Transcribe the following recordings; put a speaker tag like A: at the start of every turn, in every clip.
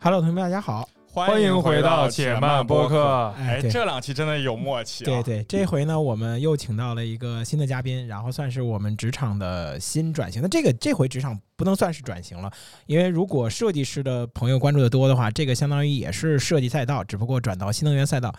A: Hello，同学们，大家好。
B: 欢迎回到且慢播客。
A: 哎
B: 哎，
A: 对
B: 这两期真的有默契、啊。
A: 对对，这回呢，我们又请到了一个新的嘉宾，然后算是我们职场的新转型。那这个这回职场不能算是转型了，因为如果设计师的朋友关注的多的话，这个相当于也是设计赛道，只不过转到新能源赛道。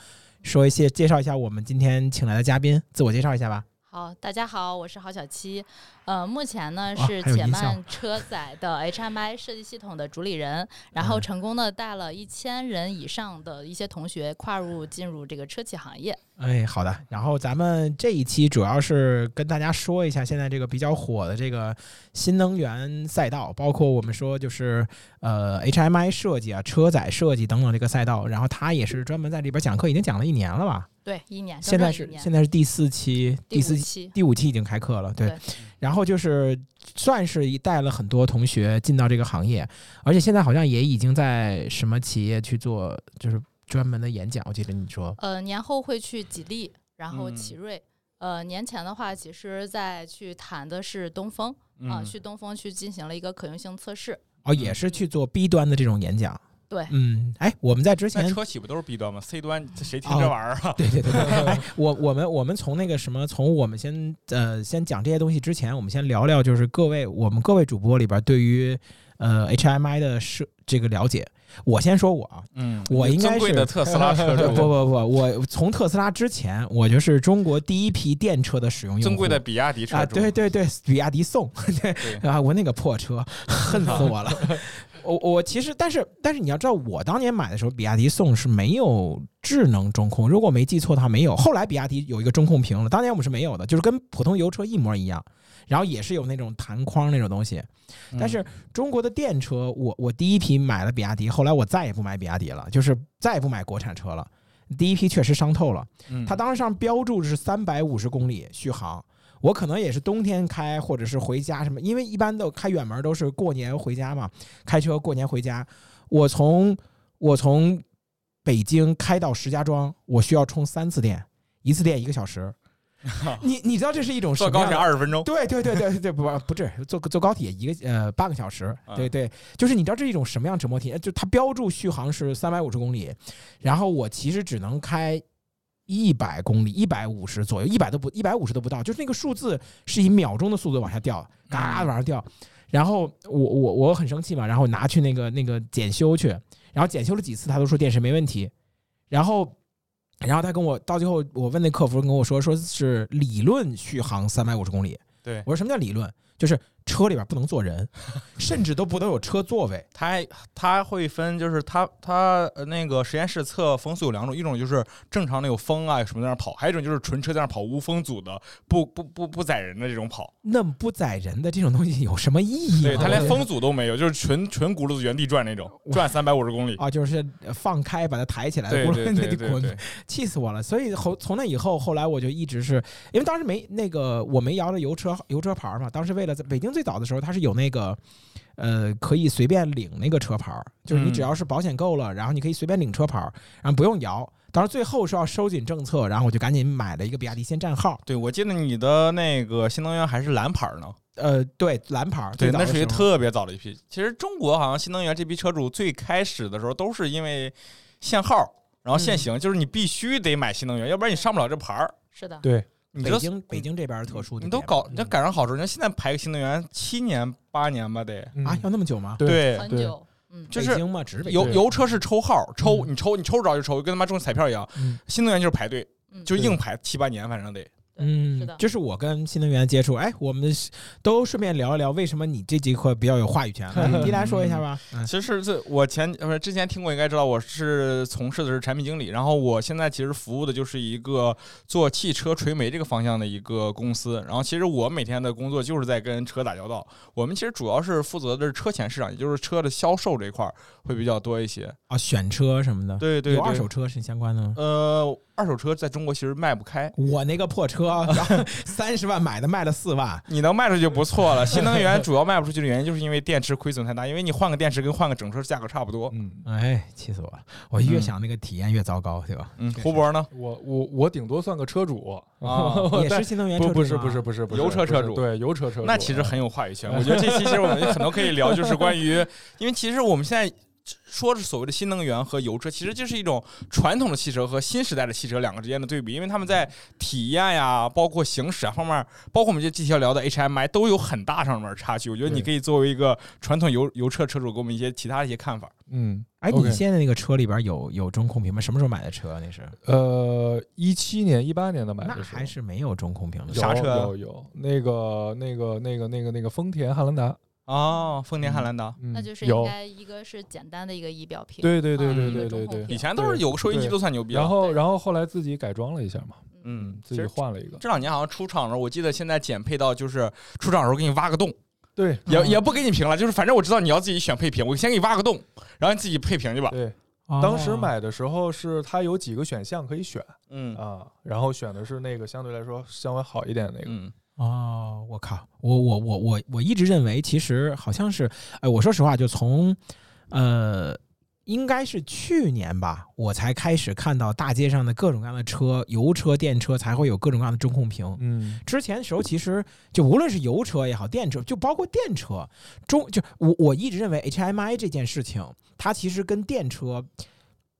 A: 说一些介绍一下我们今天请来的嘉宾，自我介绍一下吧。
C: 好，大家好，我是郝小七，呃，目前呢
A: 哇
C: 是
A: 还有
C: 且
A: 音效
C: 慢车载的 HMI 设计系统的主理人，然后
A: 嗯
C: 成功的带了一千人以上的一些同学跨入进入这个车企行业。
A: 哎，好的。然后咱们这一期主要是跟大家说一下现在这个比较火的这个新能源赛道，包括我们说就是呃 HMI 设计啊、车载设计等等这个赛道。然后他也是专门在里边讲课，已经讲了一年了吧？
C: 对，一年，
A: 现在
C: 整整
A: 是
C: 哎一年
A: 现在是第四期，第
C: 第五
A: 四期。
C: 期，
A: 第五期已经开课了，对
C: 对
A: 然后就是算是一带了很多同学进到这个行业，而且现在好像也已经在什么企业去做，就是专门的演讲。我记得你说，
C: 呃，年后会去吉利，然后
B: 嗯
C: 奇瑞。呃，年前的话，其实在去谈的是东风
B: 嗯
C: 啊、去东风去进行了一个可用性测试。
A: 哦，也是去做 B 端的这种演讲。
C: 对
A: 嗯，哎，我们在之前
B: 那，车企不都是 B 端吗？C 端这谁听这玩意儿啊？
A: 哦对对对对，哎，我我们我们从那个什么，从我们先呃先讲这些东西之前，我们先聊聊，就是各位我们各位主播里边对于呃 HMI 的设这个了解。我先说我啊，
B: 嗯
A: 我应该是
B: 尊贵的特斯拉车
A: 不
B: 主，
A: 不不，我从特斯拉之前，我就是中国第一批电车的使用用户。
B: 尊贵的比亚迪车主。
A: 啊，对对对，比亚迪宋，对
B: 对
A: 啊，我那个破车，恨死我了。我我其实，但是但是你要知道，我当年买的时候，比亚迪宋是没有智能中控，如果我没记错的话，没有。后来比亚迪有一个中控屏了，当年我们是没有的，就是跟普通油车一模一样，然后也是有那种弹框那种东西。
B: 嗯
A: 但是中国的电车，我我第一批买了比亚迪，后来我再也不买比亚迪了，就是再也不买国产车了。第一批确实伤透了。
B: 嗯
A: 它当时上标注是三百五十公里续航。我可能也是冬天开，或者是回家什么，因为一般都开远门都是过年回家嘛，开车过年回家。我从我从北京开到石家庄，我需要充三次电，一次电一个小 时。你你知道这是一种什
B: 坐
A: 么
B: 高
A: 样
B: 铁
A: 的
B: 二十分钟。
A: 对对对对对，不不是坐坐高铁一个呃半个小时，
B: 啊
A: 对对，就是你知道这是一种什么样折磨体验？就它标注续航是三百五十公里，然后我其实只能开一百公里，一百五十左右，一百都不一百五十都不到，就是那个数字是以秒钟的速度往下掉，嘎嘎
B: 嗯
A: 的往上掉。然后我我我很生气嘛，然后拿去那个那个检修去，然后检修了几次，他都说电池没问题，然后。然后他跟我到最后，我问那客服跟我说，说是理论续航三百五十公里，
B: 对，
A: 我说什么叫理论？就是车里边不能坐人，甚至都不能有车座位。
B: 它还它会分，就是它它呃那个实验室测风速有两种，一种就是正常的有风啊有什么在那儿跑，还有一种就是纯车在那儿跑无风阻的，不不不不载人的这种跑。
A: 那么不载人的这种东西有什么意义吗？
B: 对，它
A: 我觉
B: 连
A: 得
B: 风阻都没有，就是纯纯轱辘子原地转那种，转三百五十公里。
A: 啊，就是放开把它抬起来，
B: 对
A: 不
B: 对
A: 然
B: 对
A: 那就
B: 对对
A: 滚，气死我了。所以后从那以后，后来我就一直是因为当时没那个我没摇着油车油车牌嘛，当时为了在北京最早的时候，它是有那个呃可以随便领那个车牌儿，就是你
B: 嗯
A: 只要是保险够了，然后你可以随便领车牌儿，然后不用摇。当时最后是要收紧政策，然后我就赶紧买了一个比亚迪先占号。
B: 对，我记得你的那个新能源还是蓝牌呢，
A: 呃，对，蓝牌儿，
B: 对，
A: 最早
B: 那
A: 的
B: 属于
A: 时候
B: 特别早的一批。其实中国好像新能源这批车主最开始的时候都是因为限号，然后
A: 嗯
B: 限行，就是你必须得买新能源，要不然你上不了这牌儿。
C: 是的，
A: 对，
B: 你
A: 北
B: 这
A: 京北京这边儿特殊的点
B: 你都
A: 吧，
B: 搞，你这
A: 嗯
B: 赶上好时候，你看现在排个新能源七年八年吧得，
D: 嗯
A: 啊，要那么久吗？
B: 对
C: 很
D: 对
C: 久，嗯，
B: 就
A: 北
B: 是
A: 京嘛，只是北京
B: 油油车是抽号，抽
A: 嗯
B: 你抽你抽不着就抽，跟他妈中彩票一样。
A: 嗯
B: 新能源就是排队，
C: 嗯
B: 就硬排七八年，反正得。
C: 对是
A: 嗯
C: 的，
A: 这是我跟新能源的接触。哎，我们是都顺便聊一聊，为什么你这节课比较有话语权？啊 来
B: 嗯
A: 迪兰说一下吧。嗯
B: 其实这我前不是之前听过，应该知道我是从事的是产品经理，然后我现在其实服务的就是一个做汽车垂媒这个方向的一个公司。然后其实我每天的工作就是在跟车打交道，我们其实主要是负责的是车前市场，也就是车的销售这一块儿会比较多一些。
A: 啊，选车什么的，
B: 对对
A: 有二手
B: 对，
A: 车是相关的吗？
B: 呃，二手车在中国其实卖不开。
A: 我那个破 车，三十万买的，卖了四万。
B: 你能卖出去就不错了。新能源主要卖不出去的原因，就是因为电池亏损太大，因为你换个电池跟换个整车价格差不多。
D: 嗯，
A: 哎，气死我了！我越
B: 嗯
A: 想那个体验越糟糕，对吧？
B: 嗯，胡博 呢？
D: 我我我顶多算个车主
B: 啊
D: 我
A: 也
D: 但
A: 是新能源车啊
D: 不不是
A: 主吗
D: 不是不是不是
B: 油车车主
D: 不是对油车车主，
B: 那其实很有话语权。我觉得这期其实我们很多可以聊，就是关于，因为其实我们现在说是所谓的新能源和油车，其实就是一种传统的汽车和新时代的汽车两个之间的对比，因为他们在体验呀、包括行驶啊方面，包括我们这几条聊的 HMI 都有很大上面的差距。我觉得你
D: 对
B: 可以作为一个传统油油车车主，给我们一些其他的一些看法。
D: 嗯，
A: 哎，
D: OK
A: 你现在那个车里边有有中控屏吗？什么时候买的车啊？那是
D: 呃，一七年、一八年的买
A: 那
D: 的时候
A: 还是没有中控屏的
D: 有
B: 啥车啊
D: 有有那个那个那个那个那个丰田汉兰达，
B: 哦，丰田汉兰达，
D: 嗯，
C: 那就是应
D: 有，
C: 该一个是简单的一个仪表屏，
D: 对对对对
C: 嗯
D: 对
C: 中
D: 对
C: 控屏
D: 对。
B: 以前都是有个收音机
D: 对
B: 都算牛逼
D: 然
B: 了。
D: 后
C: 对
D: 然后后来自己改装了一下嘛，
B: 嗯，其
D: 自己
B: 实
D: 换了一个，
B: 这两年好像出厂的时候，我记得现在减配到就是出厂的时候给你挖个洞，
D: 对
B: 也
A: 嗯
B: 也不给你评了，就是反正我知道你要自己选配屏，我先给你挖个洞，然后你自己配屏去吧。
D: 对。
A: 哦
D: 当时买的时候是它有几个选项可以选
B: 嗯
D: 啊，然后选的是那个相对来说稍微好一点的那个，
B: 嗯
A: 哦，我靠，我我我我我一直认为，其实好像是，哎，我说实话，就从呃，应该是去年吧，我才开始看到大街上的各种各样的车，油车、电车才会有各种各样的中控屏。
D: 嗯，
A: 之前的时候，其实就无论是油车也好，电车，就包括电车中，就我我一直认为 HMI 这件事情，它其实跟电车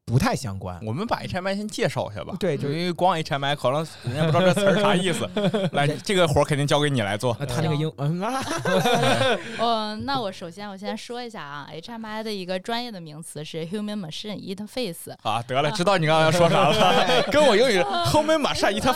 A: 不太相关。
B: 我们把 HMI 先介绍一下吧。
A: 对就
B: 就因为光 HMI 好像人家不知道这词儿啥意 思。来，这个活儿肯定交给你 来做。
A: 那它那个英，嗯啊，
C: 呃，那我首先我先说一下啊，HMI 的一个专业的名词是 Human Machine Interface，
B: 啊，得了，知道你刚才要说啥 了，跟我英语后面马上 interface。
A: 伊特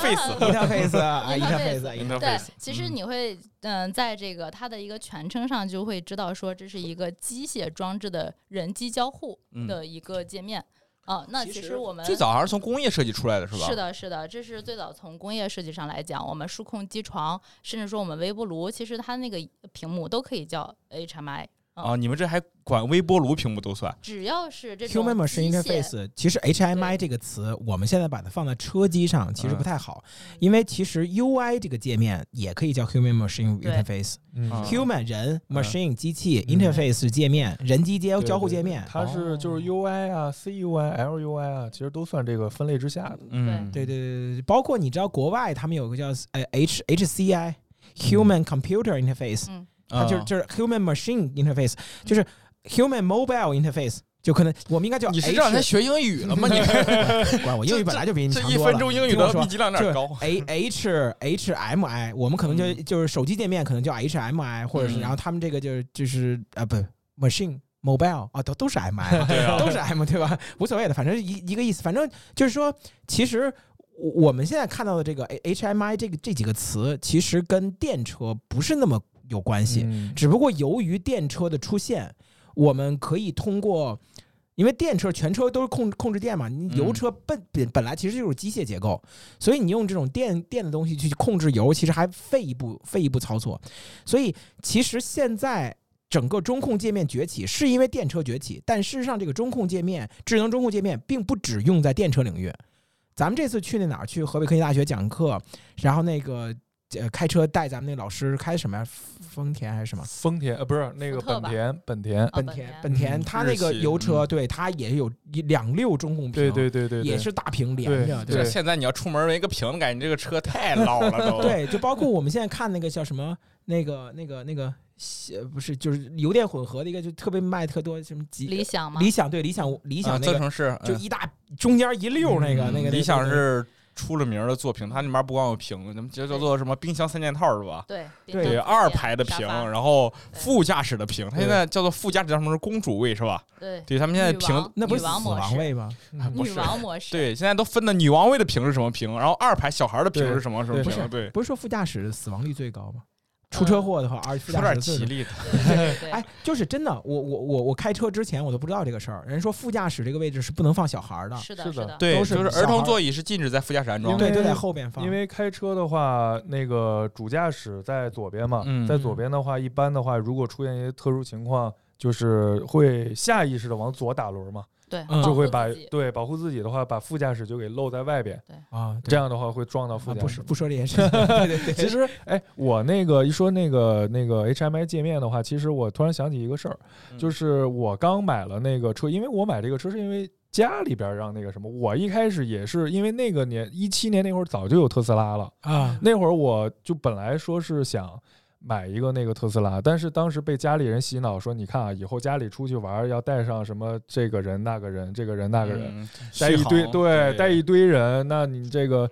A: face 啊，伊特 face，伊特
B: interface
C: 对，其实你会嗯、在这个它的一个全称上就会知道说这是一个机械装置的人机交互
B: 嗯
C: 的一个界面。啊，那
B: 其
C: 其
B: 实
C: 实我们
B: 最早还是从工业设计出来的是吧？
C: 是。的，是的，这是最早从工业设计上来讲，我们数控机床，甚至说我们微波炉，其实它那个屏幕都可以叫 HMI，
B: 啊，你们这还管微波炉屏幕都算？
C: 只要是这种
A: Human
C: 机
A: Machine
C: 械
A: Interface，其实 HMI 这个词，我们现在把它放在车机上，其实不太好，因为其实 UI 这个界面也可以叫 Human Machine
C: 对
A: Interface。
B: 啊
A: Human 人
B: 嗯
A: ，Machine 机器
D: 嗯
A: ，Interface 是界面，人机交
D: 对
A: 交互
D: 对
A: 界
D: 对
A: 面。
D: 它是就
A: 哦
D: 是 UI 啊、CUI、LUI 啊，其实都算这个分类之下的。
B: 嗯，
A: 对对对对对，包括你知道国外他们有个叫呃 H HCI Human Computer Interface，
C: 嗯，
A: 它就是
B: 啊
A: 就是 Human Machine Interface，就是 Human Mobile Interface，就可能我们应该叫
B: 你是让
A: H-
B: 人学英语了吗？你
A: 管我英语本来就 比你
B: 这
A: 强
B: 一
A: 多了。
B: 分钟英语
A: 听我
B: 的
A: 说
B: 密集量有
A: 就是
B: 点高。
A: A H H M I，我们可能就就是手机界面可能叫 H M I，或者是
B: 嗯
A: 然后他们这个就是就是啊不 machine mobile 啊都都是 M I，
B: 对啊
A: 都是 M 对吧？ 无所谓的，反正一一个意思，反正就是说，其实我我们现在看到的这个 H M I 这个这几个词，其实跟电车不是那么有关系，
D: 嗯
A: 只不过由于电车的出现，我们可以通过。因为电车全车都是控控制电嘛，你油车本本本来其实就是机械结构，所以你用这种电电的东西去控制油，其实还费一步费一步操作。所以其实现在整个中控界面崛起，是因为电车崛起，但事实上这个中控界面、智能中控界面并不只用在电车领域。咱们这次去那哪儿？去河北科技大学讲课，然后那个呃开车带咱们那老师开什么呀？丰田还是什么？
D: 丰田呃不是那个
C: 福特
D: 本
C: 吧
D: 田，本田，
C: 啊
A: 本
C: 本
A: 田
C: 田，
A: 本田，
B: 嗯
A: 它
B: 日
A: 那个
B: 系
A: 油车，
B: 嗯
A: 对，它也有一两溜中控屏，
D: 对对对对，对
A: 也是大屏连
D: 对
A: 着，
D: 对
B: 这
A: 吧
B: 现在你要出门没个屏，感觉这个车太老 了都。
A: 对，就包括我们现在看那个叫什么，那个那个那个，呃不是就是油电混合的一个，就特别卖特多什么极
C: 理想嘛，
A: 理想对理想理
B: 啊
A: 想那
B: 增
A: 个
B: 程式
A: 就
B: 嗯
A: 一大中间一溜那个
D: 嗯
A: 那个
B: 理想是出了名儿的作屏，它里面不光有屏，咱们叫叫做什么冰箱三件套是吧？
C: 对
A: 对
B: 对，二排的屏，
C: 然后
B: 然后副驾驶的屏，它现在叫做副驾驶叫什么公主位是吧？
C: 对
B: 对，他们现在
C: 女
B: 屏
C: 王
A: 那不是
C: 女
A: 死
C: 王模
A: 亡
C: 式
A: 位吗？
D: 嗯
B: 不
C: 女
B: 是
C: 王模式，
B: 对，现在都分的女王位的屏是什么屏，然后二排小孩的屏是什么什么
D: 对
A: 不是
B: 屏，对，
A: 不是说副驾驶死亡率最高吗？出车祸的话，而副
B: 有
A: 驾
B: 点
A: 驶最
B: 吉利的。
C: 对对呃对，
A: 哎，就是真的，我我我我开车之前我都不知道这个事儿。人说副驾驶这个位置是不能放小孩儿的，
C: 是的
D: 是
C: 是
D: 的
C: 的，
B: 对，
A: 都是
B: 就是
A: 小
B: 儿
A: 孩
B: 童
A: 儿
B: 座椅是禁止在副驾驶安装
D: 因
B: 的。
A: 对，
D: 为
A: 都在后边放。
D: 因为开车的话，那个主驾驶在左边嘛，
B: 嗯
D: 在左边的话，一般的话，如果出现一些特殊情况，就是会下意识的往左打轮嘛，
C: 对，
A: 嗯
C: 保
D: 就
C: 护
D: 会
C: 自
D: 把
C: 己
D: 对保护自己的话，把副驾驶就给露在外边，
A: 啊，对
D: 这样的话会撞到副
A: 啊，
D: 驾
A: 不
D: 驶
A: 是。不说这些事 情，对对对，
D: 其实，哎，我那个一说那个那个 HMI 界面的话，其实我突然想起一个事儿，
B: 嗯
D: 就是我刚买了那个车，因为我买这个车是因为家里边儿让那个什么，我一开始也是因为那个年一七年那会儿早就有特斯拉了，
A: 啊
D: 那会儿我就本来说是想买一个那个特斯拉，但是当时被家里人洗脑说，你看啊，以后家里出去玩儿要带上什么这个人那个人，这个人那个人，
B: 嗯
D: 带一堆
B: 续航
D: 对，带一堆人，那你这个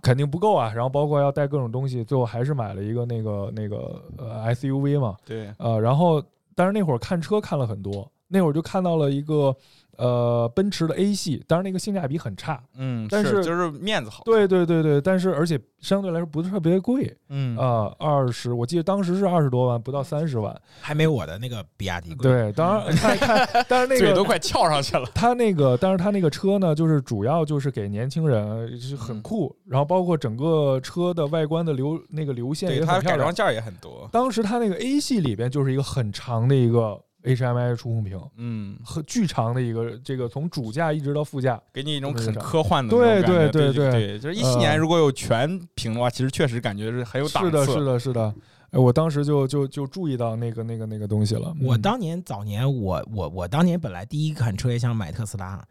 D: 肯定不够啊。然后包括要带各种东西，最后还是买了一个那个那个呃 SUV 嘛，
B: 对，
D: 呃，然后但是那会儿看车看了很多，那会儿就看到了一个呃奔驰的 A 系，当然那个性价比很差，
B: 嗯，
D: 但是
B: 就是面子好，
D: 对对对对，但是而且相对来说不是特别贵
B: 嗯
D: 啊，二十、我记得当时是二十多万，不到三十万。
A: 还没我的那个比亚迪贵。
D: 对，当然看看，但 是那
B: 嘴都
D: 个
B: 快翘上去了，
D: 他那个，但是他那个车呢，就是主要就是给年轻人，呃就是很
B: 嗯
D: 酷，然后包括整个车的外观的流那个流线
B: 对
D: 也
B: 它
D: 很漂
B: 改装。
D: 亮
B: 件儿也很多，
D: 当时他那个 A 系里边就是一个很长的一个 HMI 触控屏。
B: 嗯，
D: 很巨长的一个这个从主驾一直到副驾，
B: 给你一种
D: 这么
B: 很
D: 一个
B: 科幻的那种
D: 对
B: 感觉对
D: 对对
B: 对，就是一七
D: 呃
B: 年如果有全屏的话，其实确实感觉是很有档
D: 是的，
B: 次，
D: 是的，是的。哎，我当时就就就注意到那个那个那个东西了。
A: 我
D: 嗯
A: 当年早年，我我我当年本来第一款车也想买特斯拉，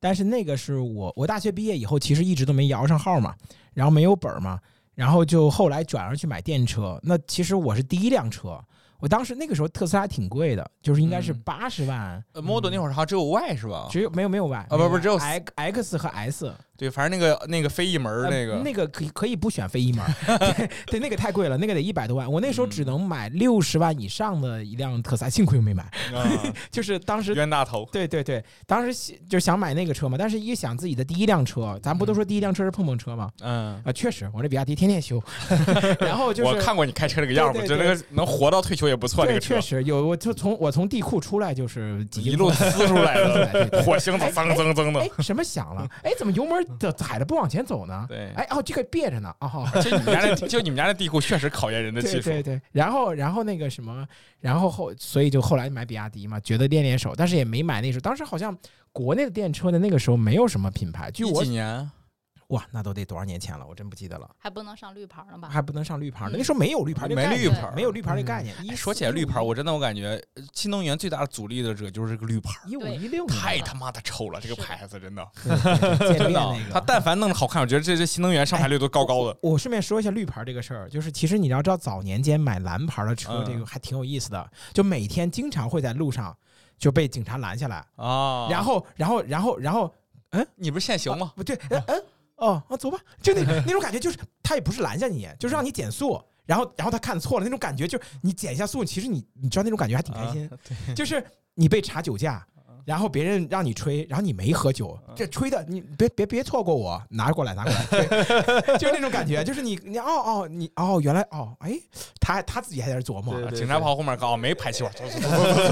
A: 但是那个是我我大学毕业以后，其实一直都没摇上号嘛，然后没有本儿嘛，然后就后来转而去买电车。那其实我是第一辆车，我当时那个时候特斯拉挺贵的，就是应该是
B: 嗯
A: 八十万，
B: 呃 Model 那会儿好像只有 Y 是吧？
A: 只有没有没有 Y 啊
B: 不不只有
A: X X 和 S，
B: 对，反正那个那个非一门儿
A: 呃
B: 那个，
A: 那个可以可以不选非一门儿， 对对，那个太贵了，那个得一百多万，我那时候
B: 嗯
A: 只能买六十万以上的一辆特斯拉，幸亏没买，
B: 啊
A: 就是当时
B: 冤大头，
A: 对对对，当时想就想买那个车嘛，但是一想自己的第一辆车，咱不都说第一辆车是碰碰车吗？
B: 嗯
A: 啊，，确实，我这比亚迪天天修， 然后就是
B: 我看过你开车这个样儿，我
A: 对
B: 觉
A: 对
B: 得那个能活到退休也不错，这
A: 对，
B: 个车
A: 确实有，我就从我从地库出来就是几
B: 一路呲出来 的，
A: 的。
B: 火星子噌噌噌
A: 哎
B: 的，，
A: 什么响了？哎，怎么油门的踩着不往前走呢？
B: 对。
A: 哎，哦，这个别着呢。哦，
B: 就你们家那，就你们家那地库确实考验人的技
A: 对
B: 术。
A: 对对。然后，然后那个什么，然后后，所以就后来买比亚迪嘛，觉得练练手，但是也没买那时候。当时好像国内的电车的那个时候没有什么品牌，据
B: 一
A: 我
B: 几年？
A: 哇，那都得多少年前了，我真不记得了。
C: 还不能上绿牌呢吧？
A: 还不能上绿牌儿呢，
C: 嗯
A: 那时候没有绿牌儿这个概
B: 没
A: 念，
B: 绿牌儿
A: 没有绿牌儿这个概念。一
B: 哎说起来绿牌儿，我真的我感觉呃新能源最大的阻力的这个就是这个绿牌儿，
A: 一五
C: 对
A: 一六
B: 太
A: 年
B: 他妈的丑了，这个
C: 是的
B: 牌子真的，
A: 见面
B: 真的
A: 那，
B: 它
A: 个。
B: 但凡弄得好看，我觉得这这新能源上牌率都高高的。
A: 我顺便说一下绿牌儿这个事儿，就是其实你要知道，早年间买蓝牌儿的车，
B: 嗯
A: 这个还挺有意思的，就每天经常会在路上就被警察拦下来，
B: 啊
A: 然后，然后，然后，然后
B: 你不是限行吗？
A: 不对，嗯嗯，哦啊，走吧，就那那种感觉，就是他也不是拦下你，就是让你减速。然后，然后他看错了，那种感觉就是你减一下速，其实你你知道那种感觉还挺开心
B: 啊，对
A: 就是你被查酒驾
B: 啊，
A: 然后别人让你吹，然后你没喝酒
B: 啊，
A: 这吹的你别别别错过我，拿过来拿过来， 对就是那种感觉，就是你你哦哦你哦原来哦哎他他自己还在这琢磨，
D: 对对
B: 警察跑后面搞，没排气管，走走 走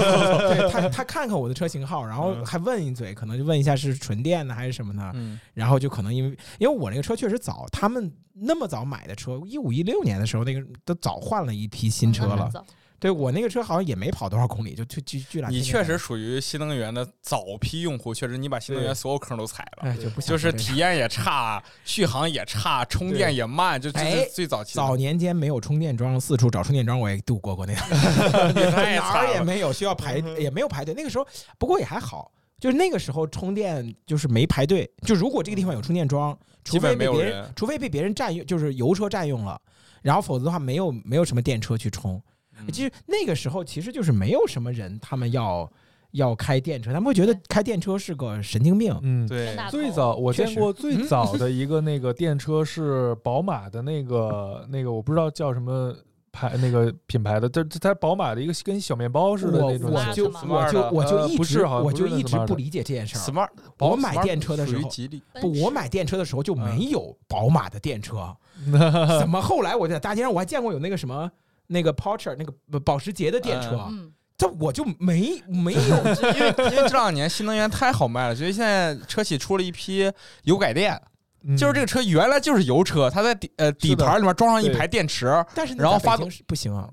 A: 对 他他看看我的车型号，然后
B: 嗯
A: 还问一嘴，可能就问一下是纯电的还是什么的，
B: 嗯
A: 然后就可能因为因为我那个车确实早，他们那么早买的车，一五一六年的时候那个都早换了一批新车
C: 那很
A: 了，
C: 早
A: 对我那个车好像也没跑多少公里，就就就巨懒。
B: 你确实属于新能源的早批用户，确实你把新能源所有坑都踩了。
A: 哎就不想
B: 就是
A: 说这个
B: 体验也差，续航也差，充电也慢，就这
A: 哎
B: 是最早期的。
A: 早年间没有充电桩，四处找充电桩，我也度过过那样，
B: 你 太
A: 哪儿
B: 惨
A: 也
B: 了。嗯
A: 没有，需要排也没有排队。那个时候，不过也还好，就是那个时候充电就是没排队，就如果这个地方有充电桩，除
B: 嗯基本
A: 非被
B: 没有
A: 别
B: 人
A: 除非被别人占用，就是油车占用了，然后否则的话没有没有什么电车去充。
B: 嗯
A: 其实那个时候其实就是没有什么人他们要要开电车，他们会觉得
C: 对
A: 开电车是个神经病。
D: 嗯，
B: 对，
C: 大
D: 最
C: 头
D: 早我
A: 确
D: 见
A: 实
D: 过最早的一个那个电车是宝马的那个那个，我不知道叫什么牌那个品牌的，它它宝马的一个跟小面包似的
A: 我
D: 那种
A: 我
D: 东西。
A: 就
C: smart
A: 我就
B: 的
A: 我就
D: 呃
A: 一
D: 不
A: 直
D: 是好像
A: 我
D: 不
A: 就是
D: 那
A: 一直
D: smart
A: 不理解这件事儿。
B: smart，
A: 我买电车的时
B: 属于
A: 候，
B: 吉利，
A: 不，我
C: 奔驰
A: 买电车的时候就
B: 嗯
A: 没有宝马的电车，
D: 嗯
A: 怎么后来我在大街上我还见过有那个什么那个 Porsche 那个呃保时捷的电车，
C: 嗯，
A: 这我就没没有
B: 因为因为这两年新能源太好卖了，所以现在车企出了一批油改电，
D: 嗯
B: 就是这个车原来就是油车，它在底呃底
D: 是的
B: 盘里面装上一
D: 对
B: 排电池。
A: 但是你
B: 然后
A: 在北
B: 发
A: 京是不行啊，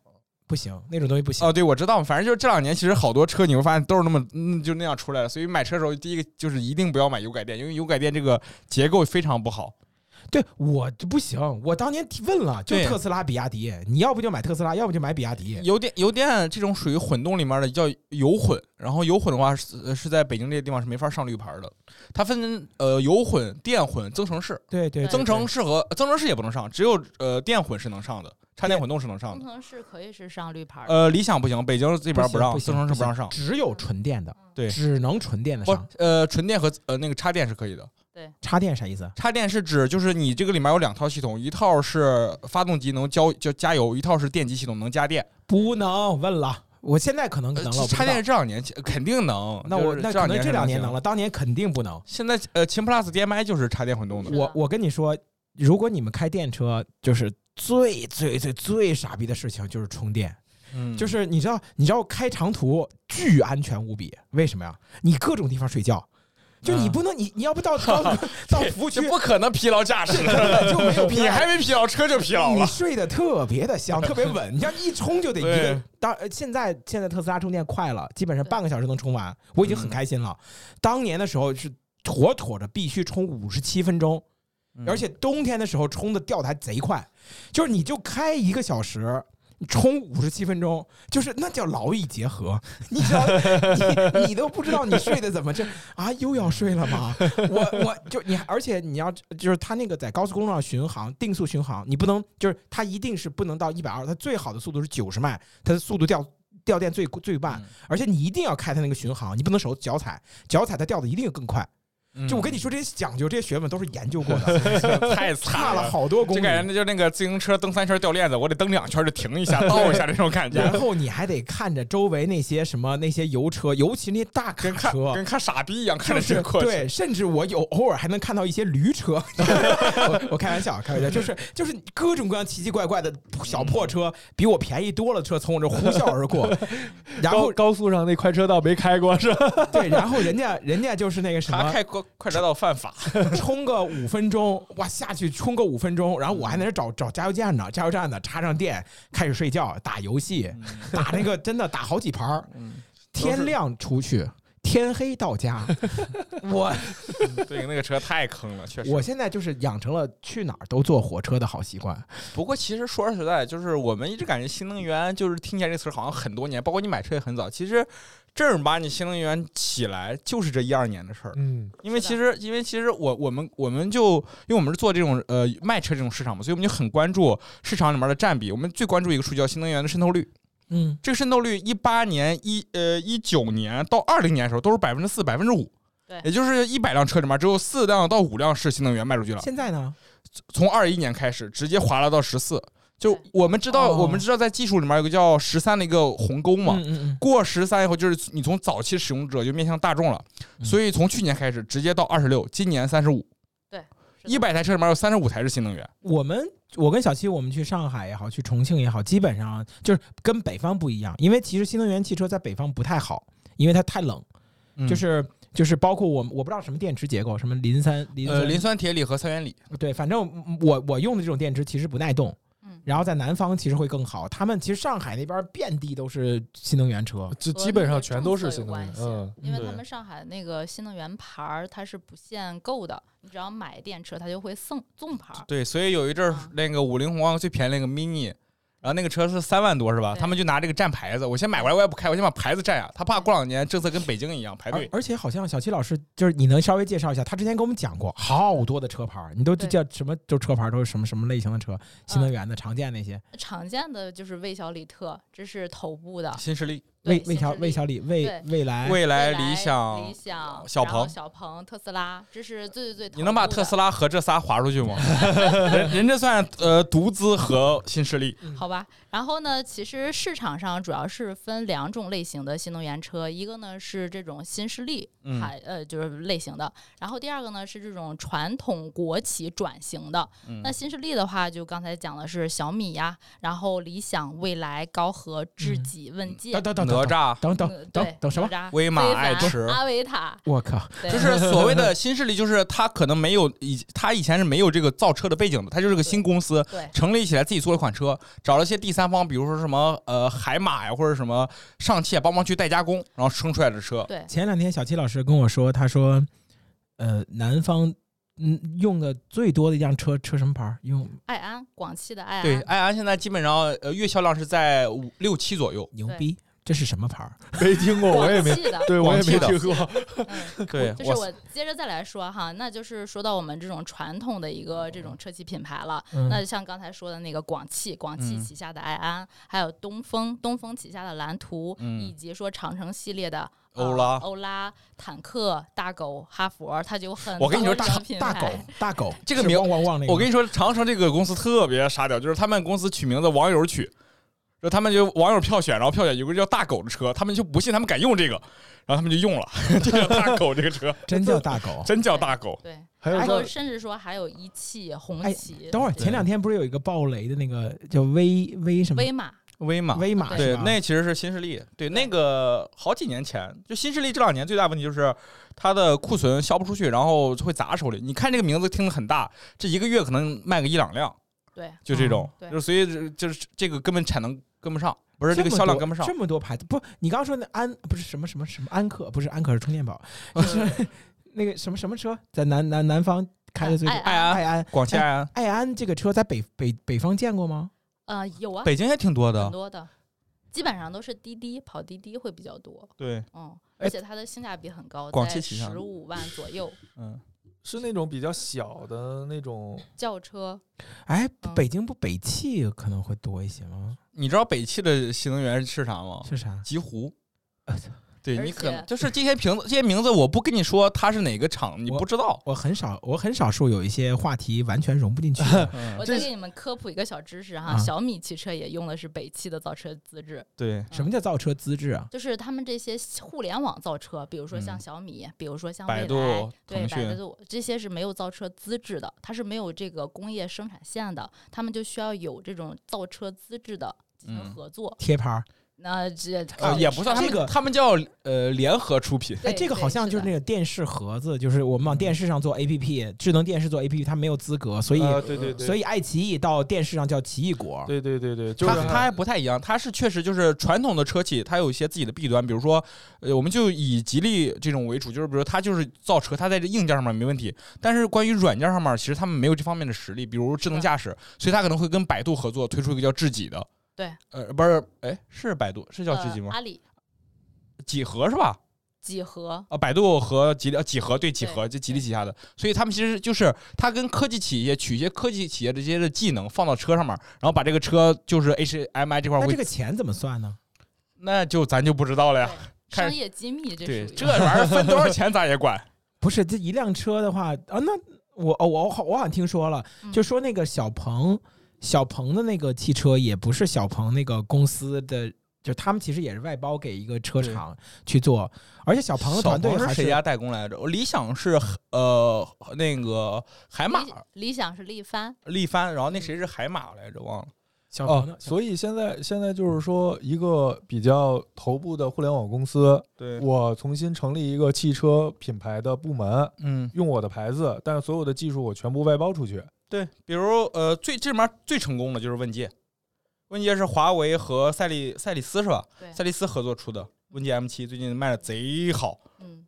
A: 不行，那种东西不行。
D: 呃
B: 哦，对，我知道，反正就是这两年，其实好多车你会发现都是那么，嗯，就那样出来了。所以买车的时候，第一个就是一定不要买油改电，因为油改电这个结构非常不好。
A: 对我就不行，我当年提问了，就
B: 对
A: 特斯拉、比亚迪，你要不就买特斯拉，要不就买比亚迪。
B: 油电油电这种属于混动里面的叫油混，然后油混的话是呃是在北京这些地方是没法上绿牌的，它分呃油混、电混、增程式，
A: 对对，
C: 对
A: 对
B: 增程式和增程式也不能上，只有呃电混是能上的，插电混动是能上
C: 工
B: 的。
C: 程师可以是上绿牌的，
B: 呃，理想不行，北京这边
A: 不行
B: 让，
A: 不
B: 四
A: 行
B: 川是
A: 不
B: 不让
A: 行
B: 上。
A: 只有纯电的，
B: 对
A: 只能纯电的
B: 不
A: 上。，
B: 呃，纯电和呃那个插电是可以的。
A: 插电啥意思？
B: 插电是指就是你这个里面有两套系统，一套是发动机能交就加油，一套是电机系统能加电。
A: 不能问了，我现在可能可能了，
B: 呃
A: 我不知
B: 插电
A: 道
B: 是这两年肯定能，
A: 那
B: 就
A: 我
B: 是
A: 那可能这两年
B: 是
A: 能
B: 行。
A: 了，当年肯定不能。
B: 现在呃，秦 PLUS DM-i 就是插电混动的
C: 是。的
A: 我我跟你说，如果你们开电车，就是最最最最傻逼的事情就是充电，
B: 嗯
A: 就是你知道你知道开长途巨安全无比，为什么呀？你各种地方睡觉，就你
B: 嗯
A: 不能你你要不到到 到服务区
B: 就不可能疲劳驾驶，
A: 就没有别
B: 你
A: 人
B: 还没疲劳，车就疲劳
A: 你
B: 了。
A: 睡得特别的香，特别稳。你像一充就得一
B: 对
A: 个，当呃现在现在特斯拉充电快了，基本上
C: 对
A: 半个小时能充完，我已经很
B: 嗯
A: 开心了。当年的时候是妥妥的必须充五十七分钟，
B: 嗯
A: 而且冬天的时候充的掉的还贼快，就是你就开一个小时。你充五十七分钟，就是那叫劳逸结合。你知道，你你都不知道你睡得怎么这啊？又要睡了吗？我我就你，而且你要就是它那个在高速公路上巡航，定速巡航，你不能就是它一定是不能到一百二，它最好的速度是九十迈，它的速度掉掉电最最慢，而且你一定要开它那个巡航，你不能手脚踩，脚踩它掉的一定更快。
B: 嗯嗯
A: 就我跟你说，这些讲究，这些学问都是研究过的，
B: 太
A: 差
B: 惨
A: 了。好多
B: 就
A: 公里。
B: 感觉那就那个自行车蹬三圈掉链子，我得蹬两圈就停 一下，倒一下这种感觉，
A: 然后你还得看着周围那些什么那些油车，尤其那些大卡
B: 跟看
A: 车，
B: 跟看傻逼一样看
A: 就
B: 着这
A: 是
B: 过去。
A: 对，甚至我有偶尔还能看到一些驴车， 我我开玩笑，开玩笑，就是就是各种各样奇奇怪怪的小破车，比我便宜多了的车从我这呼啸而 过，然
D: 高
A: 后
D: 高速上那快车道没开过是吧？
A: 对，然后人家人家就是那个什
B: 他
A: 么，
B: 开快快车道犯法，
A: 充个五分钟，哇，下去充个五分钟，然后我还在那找找加油站呢，加油站呢插上电，开始睡觉，打游戏， 打那个真的打好几盘儿，
B: 嗯，
A: 天亮出去，天黑到家， 我
B: 对，那个车太坑了，确实。
A: 我现在就是养成了去哪儿都坐火车的好习惯。
B: 不过其实说实在，就是我们一直感觉新能源就是听见这词儿好像很多年，包括你买车也很早。其实正儿八经新能源起来就是这一二年的事儿。
D: 嗯，
B: 因为
C: 是
B: 其实，因为其实我我们我们就因为我们是做这种呃卖车这种市场嘛，所以我们就很关注市场里面的占比。我们最关注一个数据叫新能源的渗透率。
A: 嗯，
B: 这个渗透率一八年一呃一九年到二零年的时候都是百分之四百分之五，
C: 对
B: 也就是一百辆车里面只有四辆到五辆是新能源卖出去了。
A: 现在呢？
B: 从二一年开始直接滑落到十四。就
C: 对
B: 我们知道，
A: 哦
B: 我们知道在技术里面有个叫十三的一个鸿沟嘛。
A: 嗯
B: 过十三以后，就是你从早期使用者就面向大众了，
A: 嗯
B: 所以从去年开始直接到二十六，今年三十五，
C: 是的
B: 一百台车里面有三十五台是新能源。
A: 我们我跟小七，我们去上海也好，去重庆也好，基本上就是跟北方不一样，因为其实新能源汽车在北方不太好，因为它太冷，
B: 嗯
A: 就是。就是包括我，我不知道什么电池结构，什么磷酸磷
B: 呃
A: 酸
B: 磷酸铁锂和三元锂，
A: 对，反正我我用的这种电池其实不耐冻，
C: 嗯，
A: 然后在南方其实会更好。他们其实上海那边遍地都是新能源车，
D: 就
C: 和
D: 基本
C: 那
D: 上
C: 个
D: 全
C: 政
D: 都
C: 策
D: 是新
C: 有
D: 能源
C: 关。系
D: 嗯，
C: 因为
B: 对
C: 他们上海那个新能源牌儿它是不限购的，你只要买电车，它就会送送牌儿。
B: 对，所以有一阵儿
C: 啊
B: 那个五菱宏光最便宜那个 mini。然后那个车是三万多是吧？
C: 对
B: 他们就拿这个占牌子，我先买过来我也不开，我先把牌子占呀，他怕过两年政策跟北京一样排
A: 而
B: 队。
A: 而且好像小七老师就是你能稍微介绍一下，他之前给我们讲过好多的车牌儿，你都
C: 对嗯
A: 叫什么？就车牌儿都是什么什么类型的车？新能源的、常见那些。
C: 常见的就是魏小李特，这是头部的。
B: 新势力、
A: 魏
C: 对
A: 魏小
C: 新势力
A: 魏小李
C: 对
A: 魏未来
B: 未来、
C: 来
B: 理想
C: 理、想、
B: 小
C: 然后
B: 鹏
C: 小鹏、特斯拉，这是最最最头部的。
B: 你能把特斯拉和这仨划出去吗？人人这算呃独资和新势力，
C: 好吧，然后呢，其实市场上主要是分两种类型的新能源车，一个呢是这种新势力
B: 嗯
C: 还呃就是类型的，然后第二个呢是这种传统国企转型的。
B: 嗯
C: 那新势力的话，就刚才讲的是小米呀，然后理想、蔚来、高和、智
A: 嗯
C: 己、问界
A: 等，等等
B: 哪
A: 等
B: 吒、
A: 等
C: 呃
A: 等等
C: 对
A: 等什么？
C: 哪吒
B: 威马
C: 非
B: 爱
C: 凡
B: 驰
C: 阿维塔，
A: 我靠！
C: 对
B: 就是所谓的新势力，就是他可能没有以他以前是没有这个造车的背景的，他就是个新公司
C: 对
B: 成立起来，自己做了一款车，找了一些第三方，比如说什么呃海马呀或者什么上汽啊帮忙去代加工，然后生出来的车。
C: 对
A: 前两天小七老师跟我说，他说，呃，南方嗯用的最多的一辆车车什么牌儿？用
C: 爱安广汽的爱
B: 对，
C: 安，
B: 埃安现在基本上呃月销量是在五六七左右，
A: 牛
C: 对
A: 逼。这是什么牌儿？
D: 嗯 没听过， 我也没
C: 广，汽的，
D: 对我也没
B: 广
D: 听
B: 汽
D: 过。
C: 嗯，
B: 对，
C: 就是
B: 哇塞
C: 我接着再来说哈，那就是说到我们这种传统的一个这种车企品牌了。
A: 嗯
C: 那就像刚才说的那个广汽，广汽
B: 嗯
C: 旗下的埃安，还有东风，东风旗下的蓝图，
B: 嗯
C: 以及说长城系列的呃
B: 欧拉
C: 欧拉、坦克、大狗、哈佛，它就很
B: 我跟你说
C: 多
A: 大
C: 这种
A: 狗
C: 品
A: 大狗
C: 牌，
A: 大狗，
B: 这个
A: 是
B: 名
A: 汪汪汪那个。
B: 我跟你说，长城这个公司特别傻屌，就是他们公司取名字网友取，就他们就网友票选，然后票选有个叫大狗的车，他们就不信他们敢用这个，然后他们就用了， 这叫大狗这个车，
A: 真叫大狗。 啊
B: 真叫大狗。
C: 对，
D: 还有
C: 然后
D: 叫
C: 甚至说还有一汽、红
A: 哎
C: 旗、
A: 等会儿前两天不是有一个爆雷的那个叫威威什么
C: 威马，
B: 威马
A: 威马
B: 对
A: 是，吧
C: 啊
B: 那其实是新势力。对，那个好几年前，就新势力这两年最大问题就是它的库存销不出去，然后会砸手里。你看这个名字听得很大，这一个月可能卖个一两辆，
C: 对
B: 就这种，
C: 嗯对
B: 就是所以这就是这个根本产能跟不上，不是这个
A: 么
B: 销量
A: 多
B: 跟不上。
A: 这么多牌子不？你刚刚说那安不是什么什么什么安可，不是安可是充电 宝，
C: 就是
A: 那个什么什么车在南南南方开的最多
C: 爱
B: 爱安、
A: 爱安
B: 广汽埃安，
A: 爱安这个车在北北北方见过吗？
C: 呃有啊，
B: 北京也挺多
C: 很
B: 的。
C: 多的，基本上都是滴滴跑滴滴会比较多，
B: 对，
C: 嗯，
A: 哎
C: 而且它的性价比很高，
B: 广
C: 在
B: 汽旗下
C: 十五万左右，
B: 嗯，
D: 是那种比较小的那种，
C: 轿车
A: 哎
C: 嗯，
A: 北京不北汽可能会多一些吗？
B: 你知道北汽的新能源是啥吗？
A: 是啥？
B: 极狐
A: 啊。
B: 对
C: 而
B: 你可
C: 且
B: 能就是这些名字，这些名字我不跟你说它是哪个厂，你
A: 我
B: 不知道。
A: 我很少，我很少数有一些话题完全融不进去 的
B: 嗯
C: 我再给你们科普一个小知识哈，
A: 啊
C: 小米汽车也用的是北汽的造车资质，嗯
B: 对，
A: 什么叫造车资质啊？
C: 就是他们这些互联网造车，比如说像
B: 嗯
C: 小米，比如说像
B: 百
C: 蔚
B: 度
C: 来，对，
B: 腾
C: 百
B: 讯
C: 度这些是没有造车资质的，它是没有这个工业生产线的，他们就需要有这种造车资质的进
B: 嗯
C: 行合作。
A: 贴牌儿？
C: 那这
B: 呃，也不算他
A: 啊这
B: 们，
A: 个
B: 他们叫呃联合出品，
A: 哎，
C: 对
A: 这个
C: 对
A: 好像
C: 是
A: 就是
C: 的
A: 那个电视盒子，就是我们往
B: 嗯
A: 电视上做 APP，智能电视做 APP，它没有资格，所以
D: 啊对对对，
A: 所
D: 以
A: 以爱奇艺到电视上叫奇异果。
D: 对对对对，就是
B: 它它还不太一样，它是确实就是传统的车企，它有一些自己的弊端，比如说，呃，我们就以吉利这种为主，就是比如它就是造车，它在这硬件上面没问题，但是关于软件上面，其实他们没有这方面的实力，比如智能驾驶，所以它可能会跟百度合作推出一个叫智己的，
C: 对，
B: 呃，不是，哎，是百度，是叫智己
C: 呃
B: 吗？
C: 阿里
A: 呃
B: 几何是吧？
C: 几何
B: 啊，百度和吉利呃几何对几
C: 对
B: 何就吉利
C: 对
B: 旗下的，所以他们其实就是他跟科技企业取一些科技企业的这些的技能放到车上面，然后把这个车就是 HMI 这块
A: 那这
B: 会，
A: 个钱怎么算呢？
B: 那就咱就不知道了呀。看
C: 商业机密这
B: 对，
C: 属于
B: 这玩意儿分多少钱咱 也管。
A: 不是这一辆车的话啊，那我哦我我好我好像听说了，
C: 嗯
A: 就说那个小鹏，小鹏的那个汽车也不是小鹏那个公司的，就他们其实也是外包给一个车
B: 对
A: 厂去做，而且小鹏的团队
B: 小鹏
A: 还
B: 是谁家代工来着？理想是呃那个海马
C: 理理想是力帆，
B: 力帆，然后
C: 嗯
B: 那谁是海马来着？忘了。
A: 小鹏
D: 哦
A: 的，，
D: 所以现在现在就是说，一个比较头部的互联网公司，
B: 对，
D: 我重新成立一个汽车品牌的部门，
B: 嗯，
D: 用我的牌子，但是所有的技术我全部外包出去。
B: 对，比如呃最这里面最成功的就是问界，问界是华为和赛力赛力斯是吧？
C: 对，
B: 赛力斯合作出的 Win G M 七最近卖的贼好，
C: 嗯，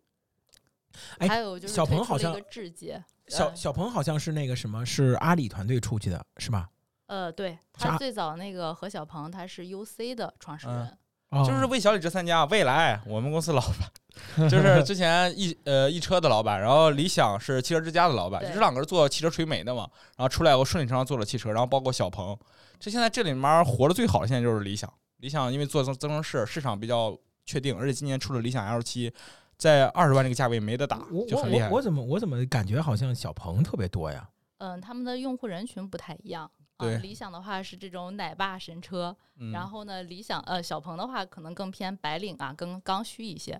A: 哎
C: 还有就是
A: 小
C: 推
A: 鹏
C: 出
A: 好
C: 了一
A: 像
C: 个智捷，
A: 小
C: 嗯
A: 小鹏好像是那个什么，是阿里团队出去的，是吧？
C: 呃，对
A: 啥
C: 他最早那个何小鹏，他是 UC 的创始人，
A: 哦
B: 就是为小李这三家，蔚来我们公司老板， 就是之前一呃一车的老板，然后理想是汽车之家的老板，
C: 对
B: 就这两个是做汽车垂美的嘛，然后出来我顺理成章做了汽车，然后包括小鹏，这现在这里面活的最好的现在就是理想，理想因为做增增程式市场比较确定，而且今年出了理想 L 七，在二十万这个价位没得打
A: 我，
B: 啊就
A: 我
B: 很厉害
A: 我。我怎么我怎么感觉好像小鹏特别多呀？
C: 嗯、他们的用户人群不太一样。啊
B: 对
C: 理想的话是这种奶爸神车，
B: 嗯
C: 然后呢，理想呃小鹏的话可能更偏白领啊，更刚需一些。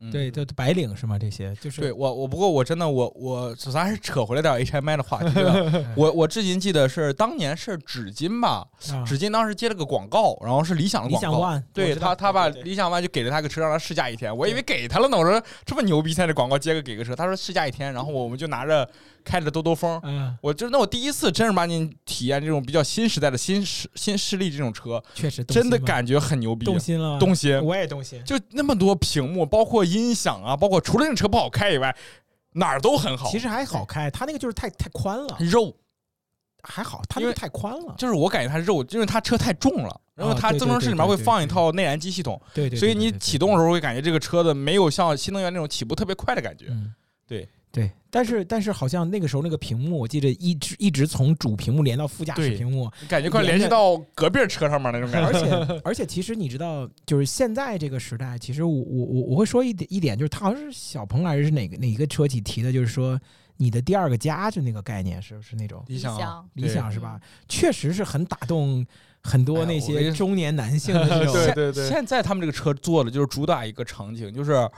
B: 嗯
A: 对，就白领是吗？这些就是
B: 对我，我不过我真的我我咱还是扯回来点 HMI 的话题 了。我我至今记得是当年是纸巾吧，
A: 啊
B: 纸巾当时接了个广告，然后是理想的
A: 理
B: 广
A: 想
B: 告。
A: ONE，
B: 对
A: 我知道
B: 他，他把
A: 对对对
B: 理想 ONE 就给了他个车，让他试驾一天。我以为给他了呢，我说这么牛逼，现在这广告接个给个车，他说试驾一天，然后我们就拿着开着兜兜风。
A: 嗯，
B: 我就那我第一次正儿八经体验这种比较新时代的新势新势力这种车，
A: 确实动
B: 真的
A: 心吗
B: 感觉很牛逼，
A: 动心了啊吗，
B: 动心。
A: 我也动心。
B: 就那么多屏幕，包括音响啊，包括除了那车不好开以外，哪儿都很好。
A: 其实还好开，它那个就是太太宽了，
B: 肉
A: 还好，它那
B: 因为
A: 个太宽了。啊
B: 就是我感觉它肉，因为它车太重了，因为它增程式里面会放一套内燃机系统，
A: 对对，
B: 所以你启动的时候会感觉这个车子没有像新能源那种起步特别快的感觉。
A: 嗯，
B: 对
A: 对，但是但是好像那个时候那个屏幕，我记得一直一直从主屏幕连到副驾驶
B: 对
A: 屏幕，
B: 感觉快联系到隔壁车上面那种感
A: 而
B: 觉。
A: 且而且其实你知道，就是现在这个时代，其实我我我我会说一点一点，就是他好像是小鹏还是哪个哪一个车企提的，就是说你的第二个家就那个概念是是那种
B: 理想啊，
A: 理想是
C: 嗯
A: 吧？确实是很打动很
B: 哎
A: 多
B: 呀
A: 那
B: 我跟
A: 些
B: 你
A: 中年男性的这 种。
D: 对
B: 现
D: 对对
B: 现在他们这个车做的就是主打一个场景，就是。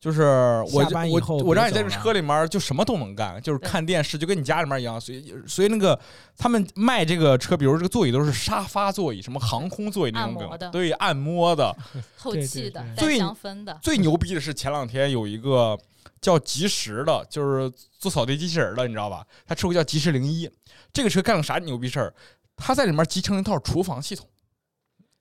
B: 就是我
A: 下班以
B: 我
A: 后
B: 我让
A: 别
B: 你在
A: 走
B: 这
A: 了
B: 车里面就什么都能干，就是
C: 对
B: 看电视，就跟你家里面一样。所以所以那个他们卖这个车，比如这个座椅都是沙发座椅，什么航空座椅那种
C: 按摩
B: 梗，
C: 的
B: 对，按 摩的。
C: 后
A: 对对
C: 期的
A: 对
C: 带
B: 最
C: 香氛的，
B: 最牛逼的是前两天有一个叫极时的，就是做扫地机器人儿的，你知道吧？它车会叫极时零一，这个车干了啥牛逼事儿？它在里面集成一套厨房 系统，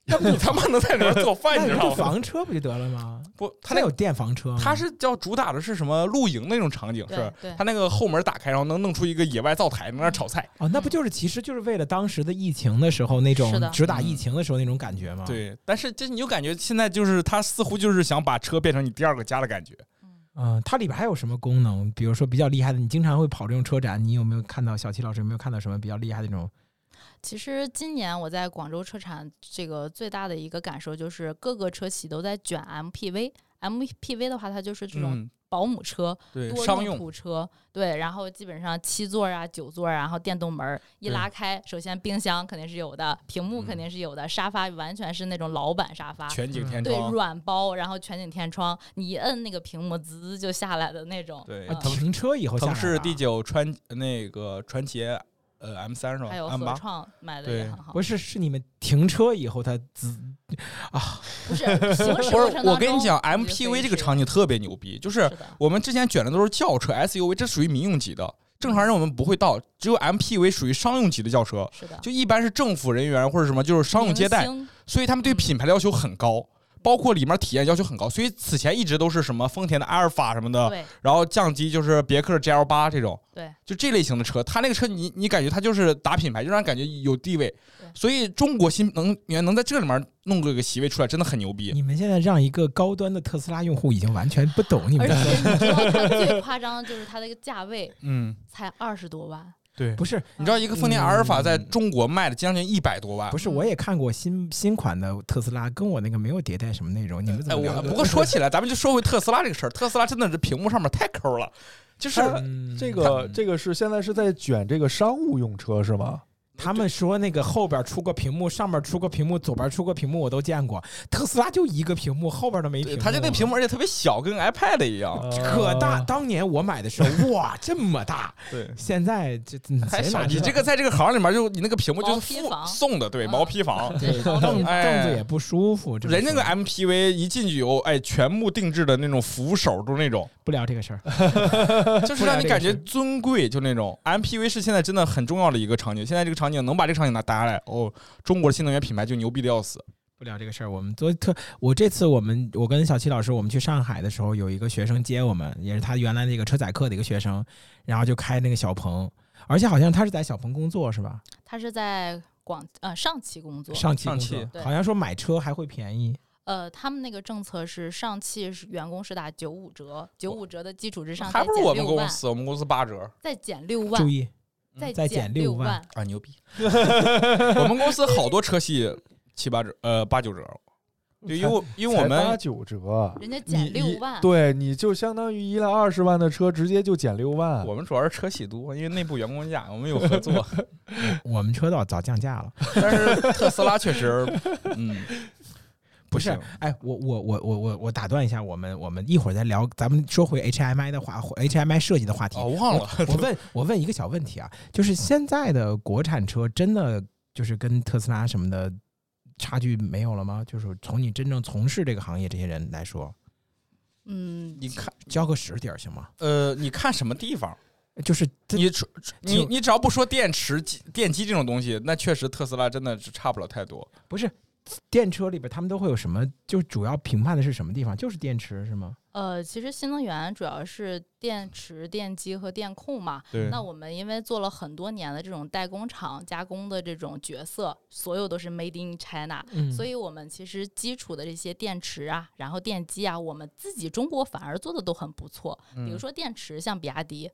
B: 要不你他妈能在里面做饭，
A: 那你
B: 你知
A: 不
B: 道吗？
A: 房车不就得了吗？
B: 不，它
A: 现在
B: 那
A: 有嗯
B: 个
A: 电房车吗？
B: 它是叫主打的是什么露营那种场景
C: 对
B: 是？
C: 对
B: 它那个后门打开，然后能弄出一个野外灶台，能那儿炒菜。
A: 哦，那不就是其实就是为了当时的疫情的时候那种
C: 是的
A: 只打疫情的时候那种感觉吗？
B: 嗯对，但是这你就感觉现在就是它似乎就是想把车变成你第二个家的感觉。
A: 嗯，它里边还有什么功能？比如说比较厉害的，你经常会跑这种车展，你有没有看到小齐老师有没有看到什么比较厉害的那种？
C: 其实今年我在广州车展，这个最大的一个感受就是各个车企都在卷 MPV。MPV 的话，它就是这种
B: 嗯，
C: 保姆车、
B: 对，
C: 多
B: 商
C: 用
B: 用
C: 途车，对，然后基本上七座啊、九座啊，然后电动门儿一
B: 对嗯
C: 拉开，首先冰箱肯定是有的，屏幕肯定是有的，沙发完全是那种老板沙发，
B: 全景天
C: 对，
B: 窗。
C: 软包，然后全景天窗，你一摁那个屏幕滋就下来的那种，
B: 对
C: 嗯
B: 呃腾
A: 呃停车以后下来
B: 腾势
A: 了
B: D 九川那个传奇呃 M 三是吧
C: 还有
B: ？M
C: 合
B: 八
C: 创卖的也
B: 对
C: 很好，
A: 啊不是是你们停车以后它滋
C: 不是行驶
B: 不
C: 过
B: 是
C: 程，当
B: 我跟你
C: 中
B: 讲
C: 就可以
B: ，MPV 这个
C: 去
B: 场景特别牛逼，就是
C: 是的。
B: 我们之前卷的都是轿车、SUV，这属于民用级的，正常人我们不会到，只有 MPV 属于商用级的轿车，
C: 是的，
B: 就一般是政府人员或者什么，就是商用接待，
C: 明星
B: 所以他们对
C: 嗯
B: 品牌的要求很高。包括里面体验要求很高，所以此前一直都是什么丰田的阿尔法什么的，
C: 对
B: 然后降级就是别克 GL 八这种，
C: 对，
B: 就这类型的车，它那个车你你感觉它就是打品牌，就让人感觉有地位
C: 对。
B: 所以中国新能源能在这里面弄个个席位出来，真的很牛逼。
A: 你们现在让一个高端的特斯拉用户已经完全不懂你们
C: 而
A: 在
C: 且
A: 说什么。
C: 你知道它最夸张的就是它那个价位
B: 嗯，
C: 才二十多万，
B: 对。
A: 不是
B: 你知道一个丰田阿尔法在中国卖的将近一百多万
A: 不。是，我也看过新新款的特斯拉，跟我那个没有迭代什么内容。你们
B: 哎，
A: 怎么聊
B: 我
A: 的？
B: 不过说起来，咱们就说回特斯拉这个事儿，特斯拉真的是屏幕上面太抠了， 就是
A: 嗯
D: 这个这个是现在是在卷这个商务用车是吗？
A: 他们说那个后边出个屏幕，上面出个屏幕，左边出个屏幕，我都见过。特斯拉就一个屏幕，后边都没屏
B: 对
A: 幕。
B: 它就那屏幕，而且特别小，跟 iPad 一
D: 啊
B: 样。
A: 可大，
B: 哦
D: 呃
A: 当年我买的时候， 哇，这么大！
B: 对，
A: 现在这嗯
B: 太
A: 谁
B: 小。
A: 买
B: 你这个在这个行里面就你那个屏幕就是
C: 毛坯
B: 附
C: 房
B: 送的，对，
C: 嗯
B: 毛坯房。
A: 对
C: 然
A: 凳
C: 后
A: 凳
B: 哎
A: 子也不舒服， 这
B: 人
A: 是
B: 家那个哎 MPV 一进去以后，哎，全幕定制的那种扶手，都是那种，
A: 不聊这个事儿。
B: 就是让你感觉尊贵，就那种。MPV 是现在真的很重要的一个场景，现在这个场景能把这个场景拿打下来，哦，中国的新能源品牌就牛逼的要死。
A: 不聊这个事儿，我们昨特我这次我们我跟小齐老师我们去上海的时候，有一个学生接我们，也是他原来那个车载课的一个学生，然后就开那个小鹏，而且好像他是在小鹏工作是吧？
C: 它是在广呃上汽工作，
A: 上汽工
B: 上
A: 作
B: 汽，
C: 对
A: 好像说买车还会便宜，
C: 呃，他们那个政策是上汽是员工是打九五折，九五折的基础之上
B: 还
C: 再
B: 不如我们
C: 减六
B: 公
C: 万，
B: 司，我们公司八折
C: 再减六
A: 注
C: 万，
A: 意嗯再减
C: 减
A: 六万
C: 万，
B: 啊，牛逼！我们公司好多车系七八折，呃，八九折。对，因为因为我
D: 才八
B: 们
D: 九折，
C: 人家
D: 你
C: 减六万，
D: 一对，你就相当于一辆二十万的车直接就减六
A: 嗯
D: 万
B: 我。们主要是车系多，因为内部员工价我们有合作，
A: 我们车倒早降价了。
B: 但是特斯拉确实，嗯，
A: 不是
B: 行，
A: 哎，我我我我我我打断一下，我们我们一会儿再聊，咱们说回 HMI 的话，HMI 设计的话题。
B: 哦，忘了。
A: 我问我问一个小问题啊，就是现在的国产车真的就是跟特斯拉什么的差距没有了吗？就是从你真正从事这个行业这些人来说，
C: 嗯，
B: 你看，
A: 交个实底儿行吗？
B: 呃，你看什么地方？
A: 就是这
B: 你除你
A: 就
C: 嗯
B: 你只要不说电池、机电机这种东西，那确实特斯拉真的是差不了太多。
A: 不是电车里边他们都会有什么？就主要评判的是什么地方？就是电池是吗？
C: 呃，其实新能源主要是电池、电机和电控嘛。
B: 对
C: 那我们因为做了很多年的这种代工厂加工的这种角色，所有都是 Made in China，、
A: 嗯
C: 所以我们其实基础的这些电池啊，然后电机啊，我们自己中国反而做的都很不错。比
B: 嗯
C: 如说电池，像比亚迪，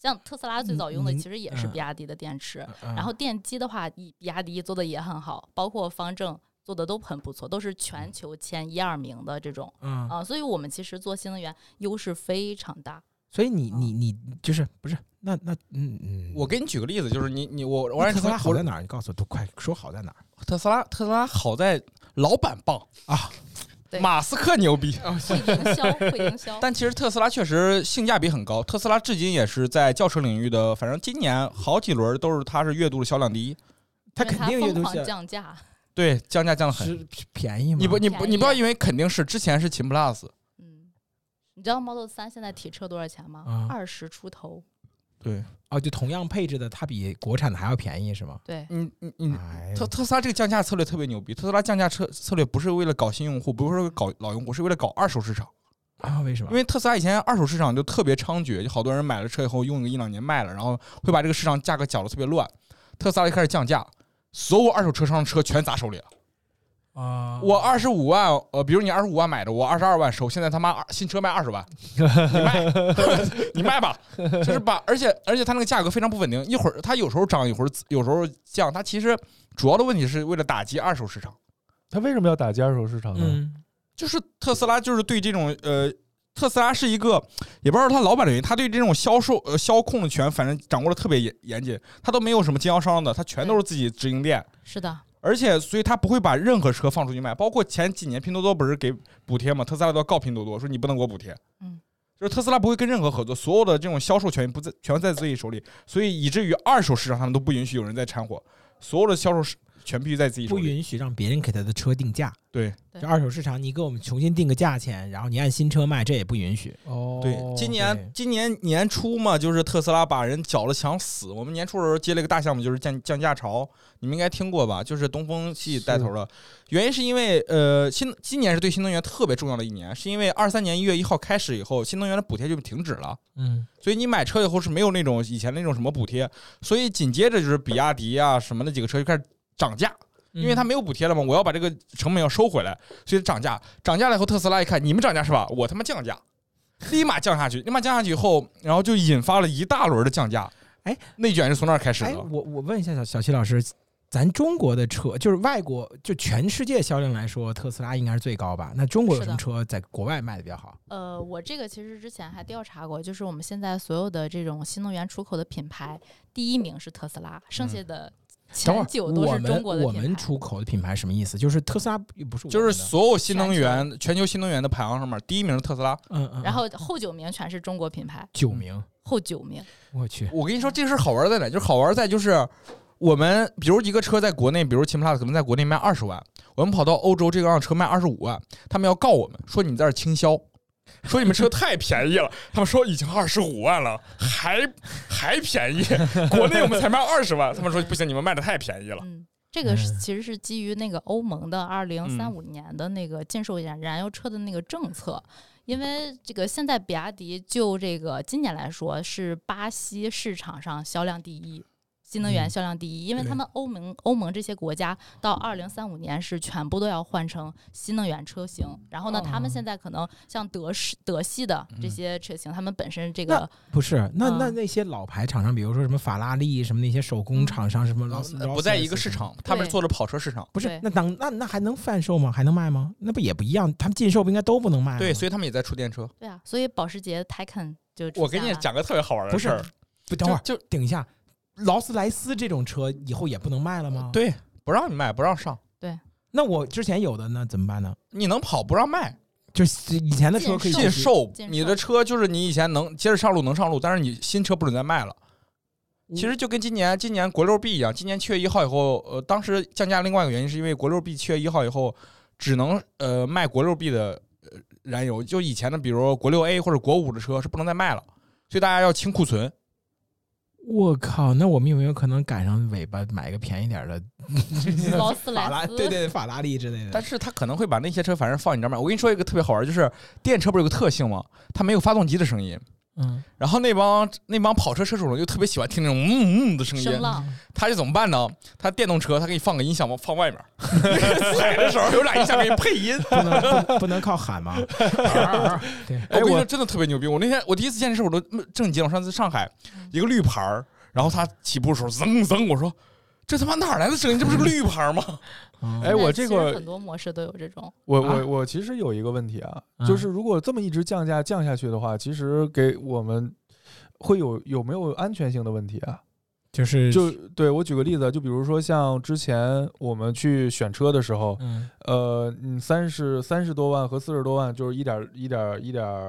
C: 像特斯拉最早用的
A: 嗯
C: 其实也是
A: 嗯
C: 比亚迪的电池。
A: 嗯
C: 然后电机的话，以比亚迪做的也很好，包括方正做的都很不错，都是全球前一二名的这种
A: 嗯，
C: 啊、所以我们其实做新能源优势非常大。
A: 所以你你你就是不是？那那嗯嗯，
B: 我给你举个例子，就是你你我我
A: 那
B: 让你
A: 特斯拉
B: 说
A: 好在哪儿？你告诉我，都快说好在哪儿？
B: 我特斯拉特斯拉好在老板棒
A: 啊，
C: 对哦
B: 马斯克牛逼。
A: 哦
C: 会营销，会营销。
B: 但其实特斯拉确实性价比很高，特斯拉至今也是在轿车领域的，反正今年好几轮都是它是月度的销量第一。
A: 他
C: 因为
A: 肯定有
C: 疯
A: 东
C: 狂
A: 西啊
C: 降价，
B: 对，降价降的很。
A: 是是便宜吗？
B: 你不你不
C: 便宜啊
B: 你不要因为肯定是之前是秦 PLUS，
C: 嗯，你知道 Model 三现在提车多少钱吗
A: 啊？
C: 二十、出头。
B: 对
A: 哦，就同样配置的，它比国产的还要便宜是吗？
C: 对，
B: 你你你
A: 哎
B: 嗯特特斯拉这个降价策略特别牛逼，特斯拉降价策策略不是为了搞新用户，不是为了搞老用户，是为了搞二手市场。
A: 啊，为什么？
B: 因为特斯拉以前二手市场就特别猖獗，就好多人买了车以后用个一两年卖了，然后会把这个市场价格搅得特别乱。特斯拉就开始降价，所有二手车商的车全砸手里了。
A: 啊
B: 我二十五万，呃，比如你二十五万买的，我二十二万收，现在他妈二新车卖二十万，你卖，你卖吧，就是把，而且而且它那个价格非常不稳定，一会儿它有时候涨，一会儿有时候降，它其实主要的问题是为了打击二手市场。
D: 他为什么要打击二手市场呢？
A: 嗯
B: 就是特斯拉就是对这种呃，特斯拉是一个也不知道他老板的原因，他对这种销售呃销控权反正掌握的特别严严谨，他都没有什么经销商的，他全都是自己直营店。
C: 是的，
B: 而且，所以他不会把任何车放出去卖，包括前几年拼多多不是给补贴嘛，特斯拉都要告拼多多说你不能给我补贴，
C: 嗯，
B: 就是特斯拉不会跟任何合作，所有的这种销售权不在全在自己手里，所以以至于二手市场他们都不允许有人在掺和，所有的销售是全必须在自己手
A: 不
B: 里。
A: 允许让别人给他的车定价。
B: 嗯对
C: 对
A: 就二手市场，你给我们重新定个价钱，然后你按新车卖，这也不允许。
D: 哦，
B: 对，
A: 对
B: 今年今年年初嘛，就是特斯拉把人搅得想死。我们年初的时候接了一个大项目，就是降降价潮，你们应该听过吧？就是东风系带头的，原因是因为呃，新今年是对新能源特别重要的一年，是因为二三年一月一号开始以后，新能源的补贴就停止了。
A: 嗯，
B: 所以你买车以后是没有那种以前那种什么补贴，所以紧接着就是比亚迪啊什么那几个车就开始涨价，
C: 嗯
A: 嗯
B: 因为它没有补贴了嘛，我要把这个成本要收回来，所以涨价。涨价了以后，特斯拉一看你们涨价是吧？我他妈降价，立马降下去，立马降下去以后，然后就引发了一大轮的降价。
A: 哎，
B: 内卷是从那儿开始
A: 哎，
B: 的。
A: 我我问一下小小齐老师，咱中国的车就是外国就全世界销量来说，特斯拉应该是最高吧？那中国有
C: 是
A: 什
C: 的
A: 么车在国外卖的比较好？
C: 呃，我这个其实之前还调查过，就是我们现在所有的这种新能源出口的品牌，第一名是特斯拉，剩下的
A: 嗯等会
C: 前
A: 儿
C: 九都
A: 我
C: 是中
A: 们
C: 国的
A: 我
C: 品
A: 们
C: 牌。
A: 出口的品牌什么意思？就是特斯拉不是我
B: 就
A: 们
B: 是
A: 的
B: 所有新能源全球新能源的排行上面，第一名是特斯拉。
A: 嗯嗯，
C: 然后后九名全是中国品牌，
A: 九名，
C: 后九名。
A: 我去，
B: 我跟你说这个事儿好玩在哪？就是好玩在就是我们比如一个车在国内，比如秦 PLUS 可能在国内卖二十万，我们跑到欧洲这个辆车卖二十五万，他们要告我们说你们在这儿倾销。说你们车太便宜了，他们说已经二十五万了，还还便宜。国内我们才卖二十万，他们说不行，你们卖的太便宜了。
C: 嗯，这个是
A: 嗯
C: 其实是基于那个欧盟的二零三五年的那个禁售燃燃油车的那个政策，因为这个现在比亚迪就这个今年来说是巴西市场上销量第一。新能源
A: 嗯
C: 销量第一，因为
A: 对
C: 他们欧盟欧盟这些国家到二零三五年是全部都要换成新能源车型。然后呢，他
A: 哦
C: 们现在可能像德式德系的这
B: 嗯
C: 些车型，他们本身这
A: 那
C: 个
A: 不是，那那
C: 嗯
A: 那些老牌厂商，比如说什么法拉利，什么那些手工厂商，什么劳斯
B: 嗯不在一个市，场，他们是做的跑车市场，
A: 不是
C: 对？
A: 那当那那还能贩售吗？还能卖吗？那不也不一样，他们禁售不应该都不能卖吗？
B: 对，所以他们也在出电车。
C: 对啊，所以保时捷 Taycan 就
B: 我给你
C: 下了
B: 讲个特别好玩
A: 不
B: 的
A: 是
B: 事儿，
A: 不等会儿
B: 就就
A: 顶一下，劳斯莱斯这种车以后也不能卖了吗？，
B: 对，不让你卖，不让上，
A: 那我之前有的那怎么办呢？你
B: 你能跑不让卖。
A: 就是以前的车可以
C: 禁
A: 禁
B: 禁售
C: 禁，售
B: 你的车就是你以前能接着上路能上路，但是你新车不准再卖了。其
C: 嗯
B: 实就跟今年今年国六 B 一样，今年七月一号以后，呃，当时降价另外一个原因是因为国六 B 七月一号以后只能呃卖国六 B 的呃燃油，就以前的比如国六 A 或者国五的车是不能再卖了，所以大家要清库存。
A: 我靠，那我们有没有可能赶上尾巴买个便宜点儿的
C: 劳斯
A: 法拉？
C: 莱斯，
A: 对对对，法拉利之类的
B: 但。是他可能会把那些车反正放你这儿卖。我跟你说一个特别好玩儿，就是电车不是有个特性吗？它没有发动机的声音。
A: 嗯，
B: 然后那帮那帮跑车车主呢，就特别喜欢听那种嗯嗯的声音
C: 声。浪，
B: 他是怎么办呢？他电动车，他给你放个音响往放外面， 踩的时候有俩音响给你配音。
A: 不能不 不能靠喊吗？对，
B: 哎，我
D: 哎
B: 跟你说，
D: 我
B: 真的特别牛逼！我那天我第一次见的时候，我都震惊了。我上次上海，一个绿牌儿，然后他起步的时候噌噌，我说这他妈哪儿来的声音？这不是个绿牌 儿吗？
A: 哎
D: 哎，我
C: 那
D: 这
C: 其实
D: 个
C: 很多模式都有这种，
D: 我
A: 啊
D: 我我其实有一个问题啊，
A: 嗯
D: 就是如果这么一直降价降下去的话，其实给我们会有有没有安全性的问题啊？
A: 就是
D: 就对我举个例子，啊就比如说像之前我们去选车的时候，
A: 嗯
D: 呃，你三十三十多万和四十多万就是一点一点一点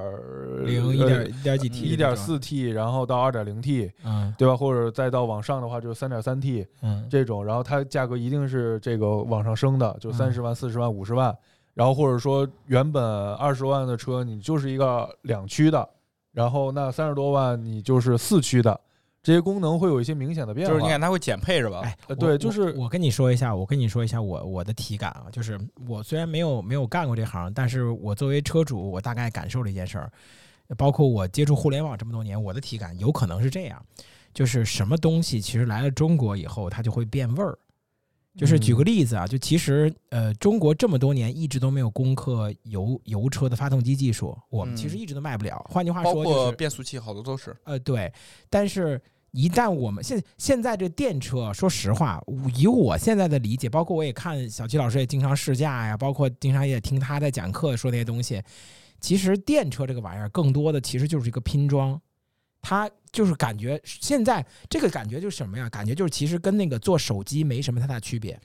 A: 零一点一点几 T
D: 呃一点四 T，然后到二点零 T，
A: 嗯
D: 对吧？或者再到往上的话就是三点三 T，
A: 嗯
D: 这种，然后它价格一定是这个往上升的，就
A: 嗯
D: 三十万、四十万、五十万，然后或者说原本二十万的车你就是一个两驱的，然后那三十多万你就是四驱的，这些功能会有一些明显的变
B: 就
D: 化。
B: 是你看他会减配是吧？
A: 啊哎
D: 呃，
A: 我
D: 对，就是
A: 我我跟你说一下，我跟你说一下我我的体感啊，就是我虽然没有没有干过这行，但是我作为车主，我大概感受了一件事儿，包括我接触互联网这么多年，我的体感有可能是这样，就是什么东西其实来了中国以后，它就会变味儿。就是举个例子啊，就其实呃，中国这么多年一直都没有攻克油油车的发动机技术，我们其实
B: 嗯
A: 一直都卖不了。换句话
B: 包
A: 说，就是
B: 括变速器好多都是。
A: 呃，对，但是一旦我们现现在这电车，说实话，我以我现在的理解，包括我也看小七老师也经常试驾呀，包括经常也听他在讲课说那些东西，其实电车这个玩意儿更多的其实就是一个拼装。它就是感觉现在这个感觉就是什么呀？感觉就是其实跟那个做手机没什么太大区别。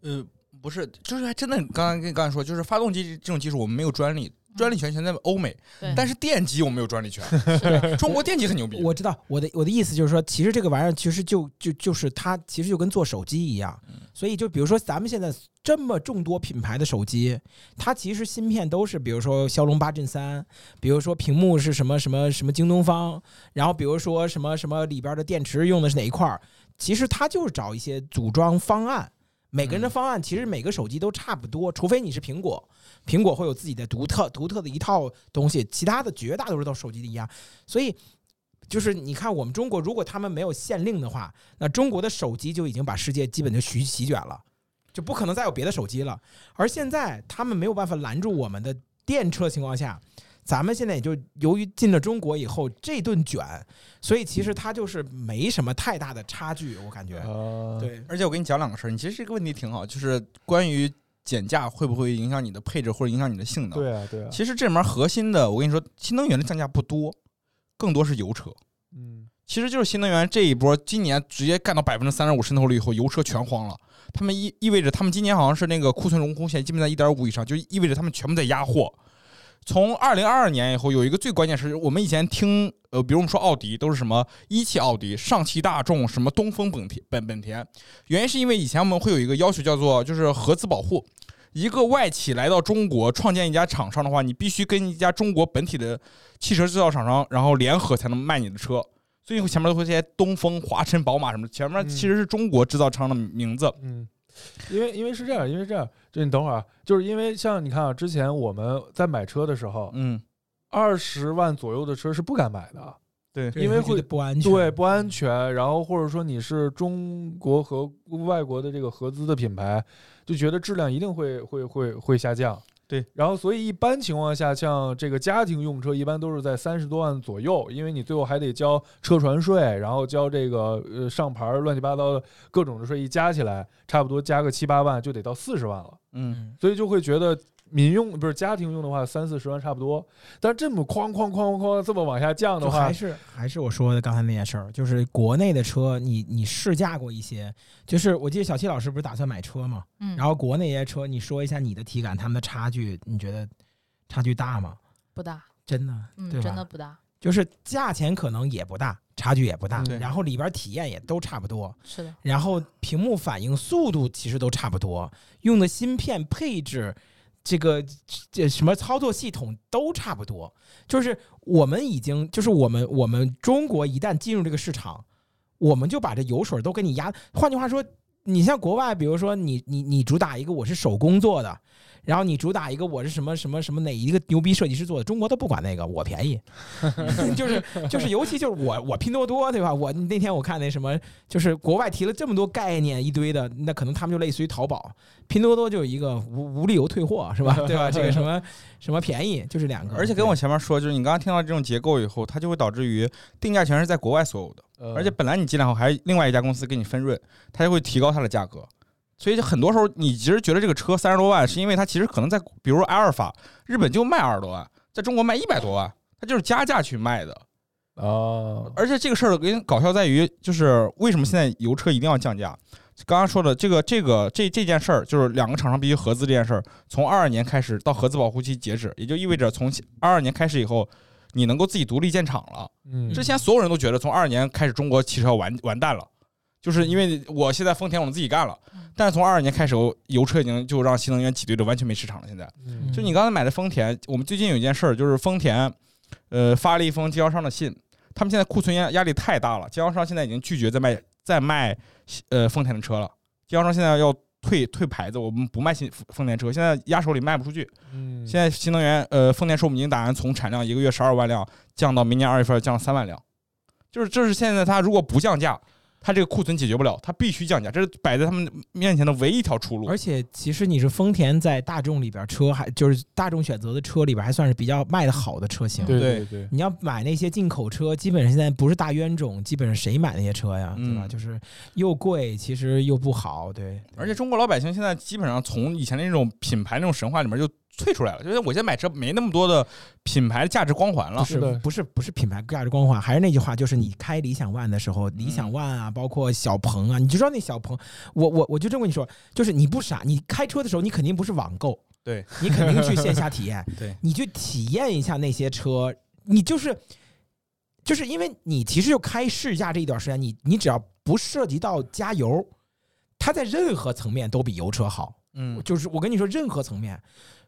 B: 呃，不是，就是还真的，刚刚跟刚才说，就是发动机这种技术我们没有专利，专利权全在欧美，
C: 对，
B: 但是电机我们有专利权。
A: 对
B: 中国电机很牛逼，
A: 我知道我的我的意思就是说，其实这个玩意儿其实就就就是它其实就跟做手机一样
B: 嗯，
A: 所以就比如说咱们现在这么众多品牌的手机，它其实芯片都是比如说骁龙八 Gen 三，比如说屏幕是什么什么什么京东方，然后比如说什么什么里边的电池用的是哪一块儿，其实它就是找一些组装方案。每个人的
B: 嗯
A: 方案其实每个手机都差不多，除非你是苹果，苹果会有自己的独特独特的一套东西，其他的绝大多数都手机一样。所以就是你看，我们中国如果他们没有限令的话，那中国的手机就已经把世界基本就席席卷了，就不可能再有别的手机了。而现在他们没有办法拦住我们的电车情况下，咱们现在也就由于进了中国以后这顿卷，所以其实它就是没什么太大的差距，我感觉。
D: 呃，
A: 对，
B: 而且我跟你讲两个事儿，你其实这个问题挺好，就是关于减价会不会影响你的配置或者影响你的性能。
D: 对啊，对啊，
B: 其实这里面核心的，我跟你说，新能源的降价不多，更多是油车。
D: 嗯，
B: 其实就是新能源这一波，今年直接干到百分之三十五渗透率以后，油车全荒了。他们意意味着他们今年好像是那个库存荣空线基本在一点五以上，就意味着他们全部在压货。从二零二二年以后，有一个最关键是，我们以前听呃，比如我们说奥迪都是什么一汽奥迪、上汽大众、什么东风本田、本本田，原因是因为以前我们会有一个要求叫做就是合资保护。一个外企来到中国创建一家厂商的话，你必须跟一家中国本体的汽车制造厂商，然后联合才能卖你的车。所以前面都会这些东风、华晨、宝马什么的，前面
D: 嗯
B: 其实是中国制造商的名字。
D: 嗯，因为因为是这样，因为是这样，就你等会儿啊，就是因为像你看啊，之前我们在买车的时候，
B: 嗯，
D: 二十万左右的车是不敢买的，
B: 对，
D: 因为会
A: 不安全，
D: 对，不安全。然后或者说你是中国和外国的这个合资的品牌，就觉得质量一定会会会会下降。
B: 对，
D: 然后所以一般情况下，像这个家庭用车，一般都是在三十多万左右，因为你最后还得交车船税，然后交这个呃上牌儿乱七八糟的各种的税，一加起来差不多加个七八万，就得到四十万了。
B: 嗯，
A: 嗯。
D: 所以就会觉得民用不是家庭用的话，三四十万差不多。但是这么哐哐哐哐这么往下降的
A: 就
D: 话
A: 还，是还是我说的刚才那件事儿，就是国内的车你，你试驾过一些，就是我记得小七老师不是打算买车吗？
C: 嗯，
A: 然后国内一些车，你说一下你的体感，他们的差距，你觉得差距大吗？
C: 不大，
A: 真的，
C: 嗯，
A: 对吧？
C: 真的不大，
A: 就是价钱可能也不大，差距也不大，
D: 嗯对
A: 然后里边体验也都差不多，
C: 是的，
A: 然后屏幕反应速度其实都差不多，用的芯片配置。这个这什么操作系统都差不多，就是我们已经就是我们我们中国一旦进入这个市场，我们就把这油水都给你压。换句话说，你像国外，比如说你你你主打一个我是手工做的，然后你主打一个我是什么什么什么哪一个牛逼设计师做的，中国都不管那个，我便宜，就是就是尤其就是我我拼多多对吧？我那天我看那什么，就是国外提了这么多概念一堆的，那可能他们就类似于淘宝，拼多多就有一个无无理由退货是吧？对吧？这个什么什么便宜就是两个，
B: 而且跟我前面说，就是你刚刚听到这种结构以后，它就会导致于定价权是在国外所有的，
D: 呃
B: 而且本来你进来后还另外一家公司给你分润，它就会提高它的价格。所以就很多时候，你其实觉得这个车三十多万，是因为它其实可能在，比如阿尔法，日本就卖二十多万，在中国卖一百多万，它就是加价去卖的。
D: 啊，
B: 而且这个事儿跟搞笑在于，就是为什么现在油车一定要降价？刚刚说的这个、这个、这这件事儿，就是两个厂商必须合资这件事儿，从二二年开始到合资保护期截止，也就意味着从二二年开始以后，你能够自己独立建厂了。
D: 嗯
B: 之前所有人都觉得从二二年开始中国汽车要完完蛋了，就是因为我现在丰田我们自己干了，但是从二二年开始，油车已经就让新能源挤兑的完全没市场了。现在。
D: 嗯
B: 就你刚才买的丰田，我们最近有一件事儿，就是丰田，呃，发了一封经销商的信，他们现在库存压压力太大了，经销商现在已经拒绝再卖再卖呃丰田的车了，经销商现在要退退牌子，我们不卖新丰田车，现在压手里卖不出去。
D: 嗯
B: 现在新能源呃丰田说我们已经打算从产量一个月十二万辆降到明年二月份降三万辆，就是这是现在它如果不降价。它这个库存解决不了，它必须降价，这是摆在他们面前的唯一一条出路。
A: 而且其实你是丰田在大众里边儿车还就是大众选择的车里边儿还算是比较卖的好的车型。
D: 对
B: 对
D: 对，
A: 你要买那些进口车，基本上现在不是大冤种，基本上谁买那些车呀，对吧？
B: 嗯
A: 就是又贵，其实又不好，对。
B: 而且中国老百姓现在基本上从以前的那种品牌那种神话里面就退出来了，就是我现在买车没那么多的品牌价值光环
A: 不
B: 了。
A: 是
D: 是的
A: 不是不是品牌价值光环，还是那句话，就是你开理想 ONE 的时候，理想 ONE 啊，
B: 嗯
A: 包括小鹏啊，你就知道那小鹏，我我我就这么跟你说，就是你不傻，你开车的时候你肯定不是网购，
B: 对
A: 你肯定去 线下体验，
B: 对，
A: 你去体验一下那些车，你就是就是因为你其实就开试驾这一段时间，你你只要不涉及到加油，它在任何层面都比油车好。
B: 嗯，
A: 就是我跟你说，任何层面，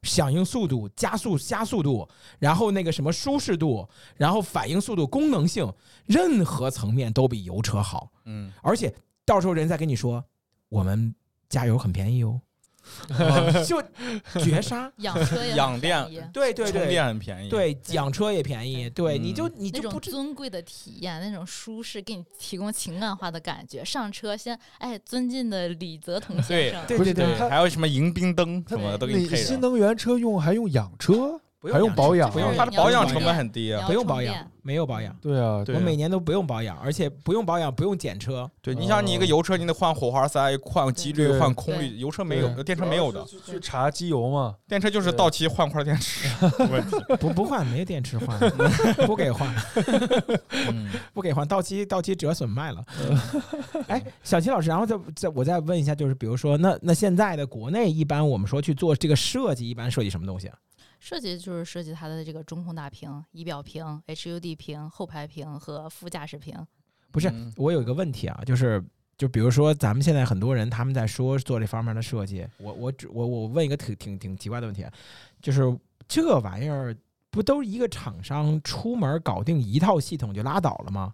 A: 响应速度、加速、加速度，然后那个什么舒适度，然后反应速度、功能性，任何层面都比油车好。
B: 嗯，
A: 而且到时候人再跟你说，我们加油很便宜哦，就绝杀。
C: 养车也
B: 养电
C: 很便宜
A: 对对
B: 充
A: 对
B: 电很便宜。，
A: 对，养车也便宜，对，你就你
C: 那
A: 就
C: 种
A: 不知
C: 尊贵的体验，那种舒适，给你提供情感化的感觉。上车先，哎，尊敬的李泽腾先
B: 对
C: 生，
A: 对
D: 不
A: 对
D: 是
A: 对，
D: 它
B: 还有什么迎宾灯什么的都给你
D: 你
B: 配上
D: 新，能源车用还用养车？
A: 不
D: 还用
A: 养车
D: 保养
A: 不
D: 啊
A: 用养
B: 它的
A: 车
B: 保养成本很低啊。
A: 不用保
C: 充
A: 养
C: 电，
A: 没有保养，
D: 对啊，
B: 对
A: 我每年都不用保养，而且不用保养，不用检车，
B: 对，你想你一个油车，你得换火花塞、换机
D: 对
B: 滤、换空
C: 对
B: 滤，油车没有，电车没有的，
D: 去查机油嘛。
B: 电车就是到期换块电池。问题，
A: 不不换，没电池换，不给换。
B: 嗯
A: 不给换，到期到期折损卖了。 哎，小齐老师，然后再再我再问一下，就是比如说，那那现在的国内一般我们说去做这个设计，一般设计什么东西啊？
C: 设计就是设计它的这个中控大屏、仪表屏、HUD 屏、后排屏和副驾驶屏。
A: 不是
B: 嗯，
A: 我有一个问题啊，就是就比如说咱们现在很多人他们在说做这方面的设计，我我只我我问一个挺挺挺奇怪的问题啊，就是这玩意儿不都一个厂商出门搞定一套系统就拉倒了吗？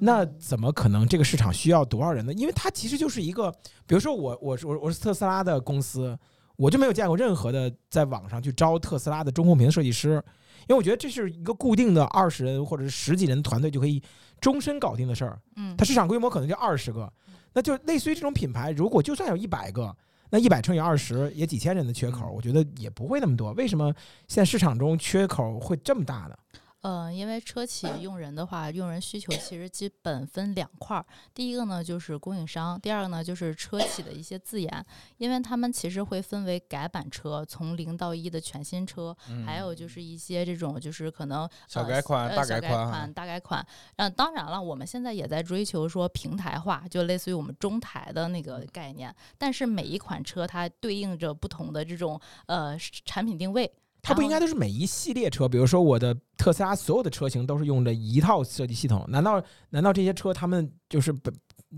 A: 那
C: 嗯
A: 怎么可能这个市场需要多少人呢？因为它其实就是一个，比如说我我是我我是特斯拉的公司，我就没有见过任何的在网上去招特斯拉的中控屏设计师，因为我觉得这是一个固定的二十人或者是十几人团队就可以终身搞定的事儿。
C: 嗯，
A: 它市场规模可能就二十个，那就类似于这种品牌，如果就算有一百个，那一百乘以二十也几千人的缺口，
C: 嗯
A: 我觉得也不会那么多。为什么现在市场中缺口会这么大呢？
C: 呃，因为车企用人的话，用人需求其实基本分两块儿。第一个呢就是供应商，第二个呢就是车企的一些字眼，因为他们其实会分为改版车、从零到一的全新车，
B: 嗯
C: 还有就是一些这种就是可能
B: 小
C: 呃
B: 改款
C: 呃
B: 大改
C: 小改
B: 款啊
C: 大改款。嗯，当然了，我们现在也在追求说平台化，就类似于我们中台的那个概念。但是每一款车它对应着不同的这种呃是产品定位。
A: 它不应该都是每一系列车，比如说我的特斯拉所有的车型都是用的一套设计系统，难道难道这些车他们就是本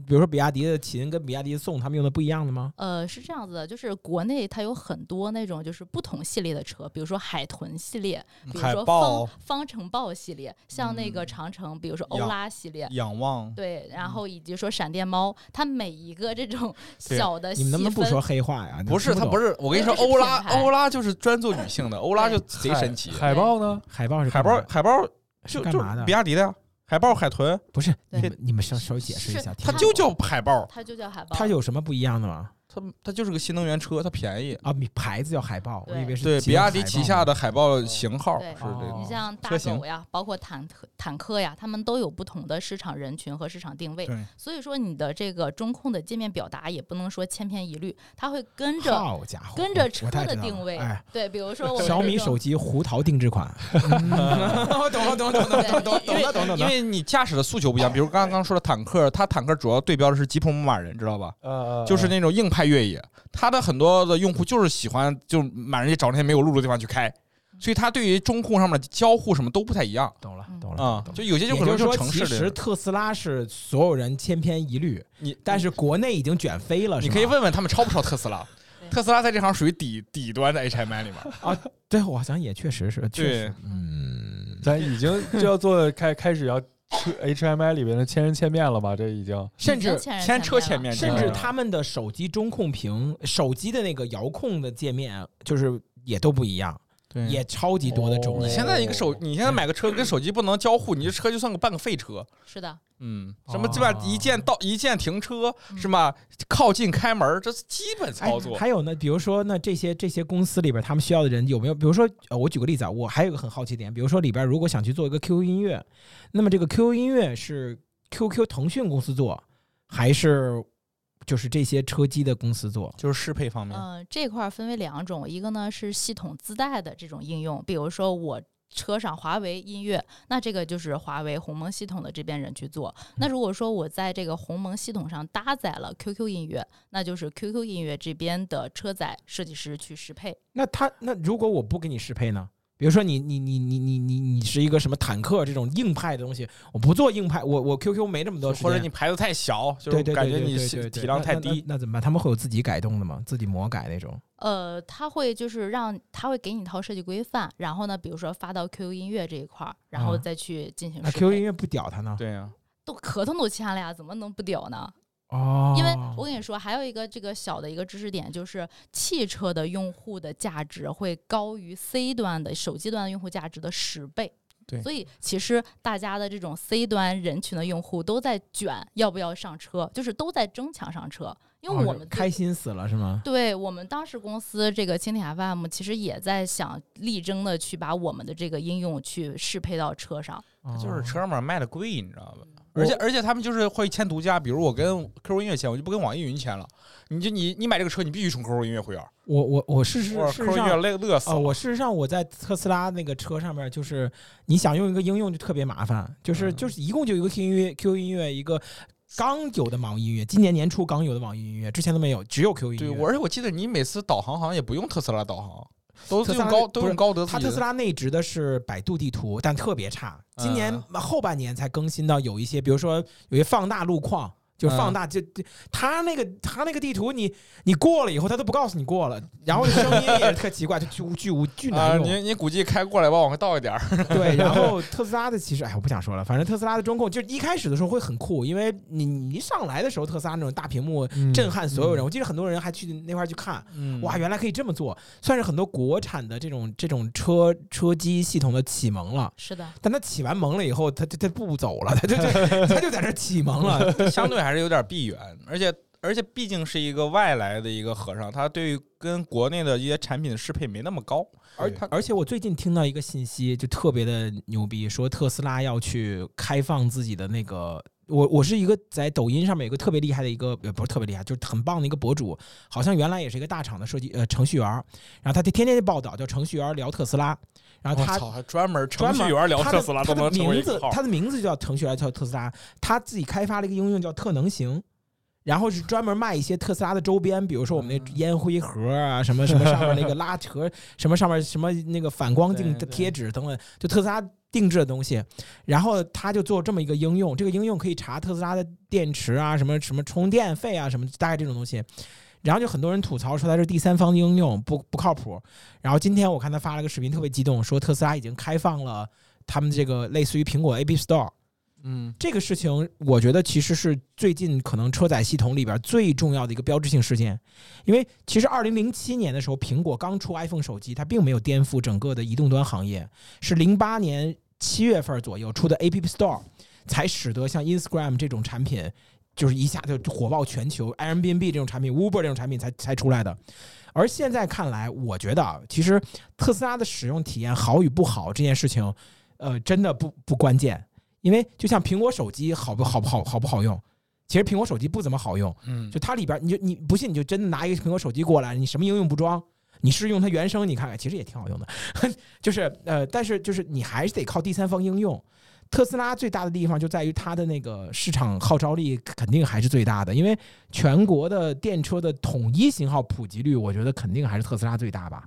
A: 比如说比亚迪的秦跟比亚迪的宋，他们用的不一样的吗？
C: 呃，是这样子的，就是国内它有很多那种就是不同系列的车，比如说海豚系列，
A: 嗯
C: 比如
B: 海
C: 说
B: 豹
C: 方方程豹系列，像那个长城，比如说欧
B: 呀
C: 拉系列。
B: 仰望，
C: 对，
A: 嗯
C: 然后以及说闪电猫，它每一个这种
B: 对
C: 小呃的细
A: 你
C: 分，
A: 们能不能不说黑话呀？
B: 不是，它不
A: 是
B: 是。我跟你说，
C: 这是
B: 欧拉
C: 品牌
B: 欧拉就是专做女性的，欧拉就贼神奇。
D: 海海豹呢？
A: 海报是
B: 海
A: 干嘛
B: 豹海豹
A: 是
B: 就
A: 干
B: 就
A: 嘛的
B: 比？亚迪的呀，海豹海豚，
A: 不是你
C: 对
A: 们你们稍稍微解释一下，
C: 是哦
A: 听
B: 它
A: 不
B: 就
A: 懂
B: 叫海豹，
C: 它就叫海豹。
A: 它有什么不一样的吗？
B: 它它就是个新能源车，它便宜。
A: 啊，你牌子叫海豹，我
C: 对
A: 以为是
B: 对，
A: 秦
B: 比亚
A: 海
B: 迪
A: 豹
B: 旗
A: 呢
B: 下的海豹型号
C: 对
B: 是这
A: 哦
B: 个。
C: 你像
B: 车
C: 大
B: 型
C: 狗呀，包括坦克、坦克呀，他们都有不同的市场人群和市场定位。
B: 对，
C: 所以说，你的这个中控的界面表达也不能说千篇一律，它会跟着
A: 好家伙，
C: 跟着
A: 我
C: 车
A: 我太
C: 的
A: 知道
C: 定
A: 了
C: 位
A: 哎，
C: 对，比如说我们
A: 小米
C: 这种嗯
A: 手机胡桃定制款，
B: 我懂了，懂了，懂
C: 对因为
B: 了，懂了。因为你驾驶的诉求不一样，比如刚刚刚说的坦克，它坦克主要对标的是吉普牧马人，知道吧？
D: 呃，
B: 嗯
A: 嗯
B: 就是那种硬派越野，它的很多的用户就是喜欢就满世界找那些没有路的地方去开，所以它对于中控上面的交互什么都不太一样
A: 懂了
C: 嗯
A: 懂了
B: 啊。就有些
A: 也
B: 就可
A: 就
B: 能
A: 是说，
B: 城
A: 其
B: 市
A: 实
B: 的，
A: 特斯拉是所有人千篇一律，
B: 你
A: 但是国内已经卷飞了。
B: 你
A: 是
B: 可以
A: 吗，
B: 问问他们超不超特斯拉
C: 对。
B: 特斯拉在这行属于底底端的 HMI 里面，
A: 对我好像也确实是，确实，嗯，
D: 呃咱已经就要做开开始要 去 HMI 里边的千人千面了吧？这已经
B: 甚至
C: 已经前人
B: 牵车前
C: 前
B: 面，
C: 面
A: 甚
B: 你知
A: 至
B: 道吗
A: 他们的手机中控屏、手机的那个遥控的界面，就是也都不一样，
B: 对
A: 也超级多的种
D: 哦
B: 嗯你
A: 类。
B: 现在一个手，你现在买个车跟手机不能交互，你这车就算个半个废车。
C: 是的，
B: 嗯，
A: 哦
B: 什么基本上一键到一键停车
C: 嗯
B: 是吧？靠近开门，这是基本操作。
A: 哎还有呢，比如说呢，这些这些公司里边，他们需要的人有没有？比如说，呃，我举个例子啊，我还有一个很好奇点，比如说里边如果想去做一个 QQ 音乐，那么这个 QQ 音乐是 QQ 腾讯公司做，还是就是这些车机的公司做？
B: 就是适配方面，
C: 嗯、这块儿分为两种，一个呢是系统自带的这种应用，比如说我。车上华为音乐，那这个就是华为鸿蒙系统的这边人去做。
A: 嗯
C: 那如果说我在这个鸿蒙系统上搭载了 QQ 音乐，那就是 QQ 音乐这边的车载设计师去适配。
A: 那他那如果我不给你适配呢？比如说你你你你你你你是一个什么坦克这种硬派的东西，我不做硬派，我我 QQ 没这么多时间，
B: 或者你牌子太小，就
A: 对对
B: 是
A: 对
B: 感觉
A: 对
B: 你
A: 对
B: 是
A: 对对
B: 体量
A: 那
B: 太
A: 那
B: 低。
A: 那那怎么办？他们会有自己改动的吗？自己魔改那种？
C: 呃，它会就是让它会给你一套设计规范，然后呢，比如说发到 QQ 音乐这一块儿，然后
A: 啊
C: 再去进行
A: 那
C: 适
A: QQ 音
C: 配。
A: 乐不屌他呢？
B: 对啊呀，
C: 都合同都签了呀，怎么能不屌呢？
A: 哦，
C: 因为我跟你说，还有一个这个小的一个知识点，就是汽车的用户的价值会高于 C 端的手机端的用户价值的十倍。
B: 对
C: 所以其实大家的这种 C 端人群的用户都在卷要不要上车，就是都在争抢上车，因为
A: 哦
C: 我
A: 就
C: 们对
A: 开心死了是吗？
C: 对我们当时公司这个蜻蜓 FM 其实也在想力争的去把我们的这个应用去适配到车上。
B: 它就是车上面卖的贵，你知道吧？
A: 哦我
B: 而且而且他们就是会签独家，比如我跟 QQ 音乐签，我就不跟网易云签了。你就你你买这个车，你必须充 QQ 音乐会员，
A: 我我我事实
B: 我
A: 事
B: QQ
A: 实
B: 音
A: 上
B: 乐累乐死
A: 啊、
B: 了。
A: 我事实上我在特斯拉那个车上面，就是你想用一个应用就特别麻烦，就是、
B: 嗯
A: 就是一共就一个 Q 音乐 Q 音乐一个。刚有的网易音乐，今年年初刚有的网易音乐，之前都没有，只有 Q 音乐。
B: 对，我而且我记得你每次导航好像也不用特斯拉导航，都
A: 特斯
B: 用
A: 拉
B: 高
A: 不
B: 都
A: 是
B: 用高德自
A: 它
B: 己
A: 特
B: 的。
A: 斯拉内植的是百度地图，但特别差。今年
B: 嗯
A: 后半年才更新到有一些，比如说有些放大路况，就
B: 啊
A: 放大就就它那个它那个地图你，你过了以后，它都不告诉你过了，然后声音也是特奇怪，就巨无巨无巨
B: 啊、
A: 难用。
B: 你你估计开过来吧，往回倒一 点儿。
A: 对，然后特斯拉的其实，哎，我不想说了。反正特斯拉的中控，就一开始的时候会很酷，因为你你一上来的时候，特斯拉那种大屏幕
D: 嗯
A: 震撼所有人。我记得很多人还去那块儿去看，
B: 嗯
A: 哇，原来可以这么做，算是很多国产的这种这种车车机系统的启蒙了。
C: 是的，
A: 但它启完蒙了以后，它它它不走了， 它就它它就在这儿启蒙了。
B: 相对还是有点闭源，而且而且毕竟是一个外来的一个和尚，他对于跟国内的一些产品的适配没那么高。
A: 而
B: 对
A: 而且我最近听到一个信息，就特别的牛逼，说特斯拉要去开放自己的那个。我我是一个在抖音上面有个特别厉害的一个，呃，不是特别厉害，就是很棒的一个博主，好像原来也是一个大厂的设计呃程序员儿，然后他天天就报道叫程序员儿聊特斯拉，然后啊
B: 我
A: 他
B: 操，还专门程
A: 专
B: 序
A: 门
B: 员聊
A: 他
B: 特斯拉
A: 的
B: 都
A: 他
B: 能
A: 的
B: 成为一
A: 名
B: 个
A: 字，
B: 号，
A: 他的名字就叫程序员叫特斯拉，他自己开发了一个应用叫特能行，然后是专门卖一些特斯拉的周边，比如说我们
B: 嗯
A: 那烟灰盒啊，什么什么上面那个拉扯，什么上面什么那个反光镜
B: 对
A: 的
B: 对
A: 贴纸等等，就特斯拉定制的东西。然后他就做这么一个应用，这个应用可以查特斯拉的电池啊，什么什么充电费啊，什么大概这种东西。然后就很多人吐槽说它是第三方的应用不不靠谱。然后今天我看他发了个视频，特别激动，说特斯拉已经开放了他们这个类似于苹果 App Store。
B: 嗯，
A: 这个事情，我觉得其实是最近可能车载系统里边最重要的一个标志性事件，因为其实二零零七年的时候，苹果刚出 iPhone 手机，它并没有颠覆整个的移动端行业，是零八年七月份左右出的 App Store，才使得像 Instagram 这种产品，就是一下就火爆全球，Airbnb 这种产品，Uber 这种产品才才出来的。而现在看来，我觉得啊，其实特斯拉的使用体验好与不好这件事情，呃，真的不不关键。因为就像苹果手机好不好不好好不好用，其实苹果手机不怎么好用，
B: 嗯
A: 就它里边你就你不信你就真的拿一个苹果手机过来，你什么应用不装，你试用它原生，你看看其实也挺好用的， 就是呃，但是就是你还是得靠第三方应用。特斯拉最大的地方就在于它的那个市场号召力肯定还是最大的，因为全国的电车的统一型号普及率，我觉得肯定还是特斯拉最大吧，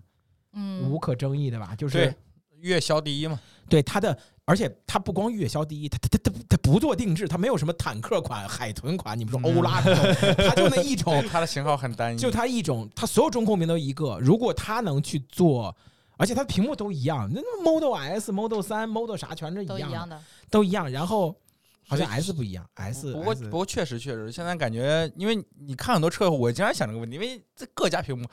C: 嗯
A: 无，可争议的吧，就是
B: 对月销第一嘛，
A: 对它的，而且它不光月销第一，它它它它它不做定制，它没有什么坦克款、海豚款，你们说欧拉这
B: 嗯
A: 种， 它就那一 种，
B: 哦它的型号很单一，
A: 就它一种，它所有中控名都一个。如果它能去做，而且它屏幕都一样，那那 Model S、Model 三、Model 啥全是一
C: 都
A: 样
C: 一
A: 的，
C: 样的，
A: 都一样。然后好像
B: 所以
A: S 不一样，S
B: 不过
A: S
B: 不过确实确实，现在感觉，因为你看很多车，我经常想这个问题，因为这各家屏幕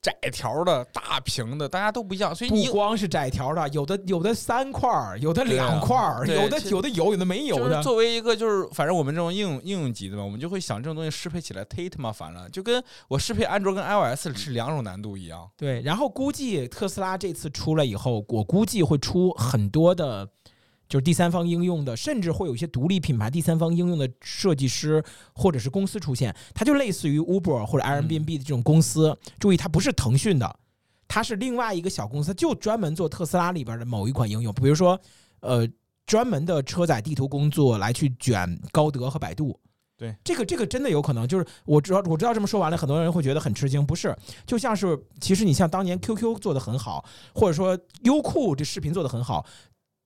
B: 窄条的、大屏的，大家都不一样，所以你
A: 不光是窄条的，有的有的三块儿，有的
B: 对啊
A: 两块儿，
B: 对
A: 有的
B: 其实
A: 有的有，有的没有
B: 就是
A: 的。
B: 作为一个就是反正我们这种应用应用级的嘛，我们就会想这种东西适配起来忒他妈烦了，就跟我适配安卓跟 iOS 是两种难度一样。
A: 对，然后估计特斯拉这次出了以后，我估计会出很多的，就是第三方应用的，甚至会有一些独立品牌第三方应用的设计师或者是公司出现。它就类似于 Uber 或者 Airbnb 的这种公司，注意它不是腾讯的，它是另外一个小公司，它就专门做特斯拉里边的某一款应用，比如说呃专门的车载地图工作来去卷高德和百度。
B: 对，
A: 这个这个真的有可能，就是我知道我知道这么说完了，很多人会觉得很吃惊，不是？就像是其实你像当年 QQ 做的很好，或者说优酷这视频做的很好，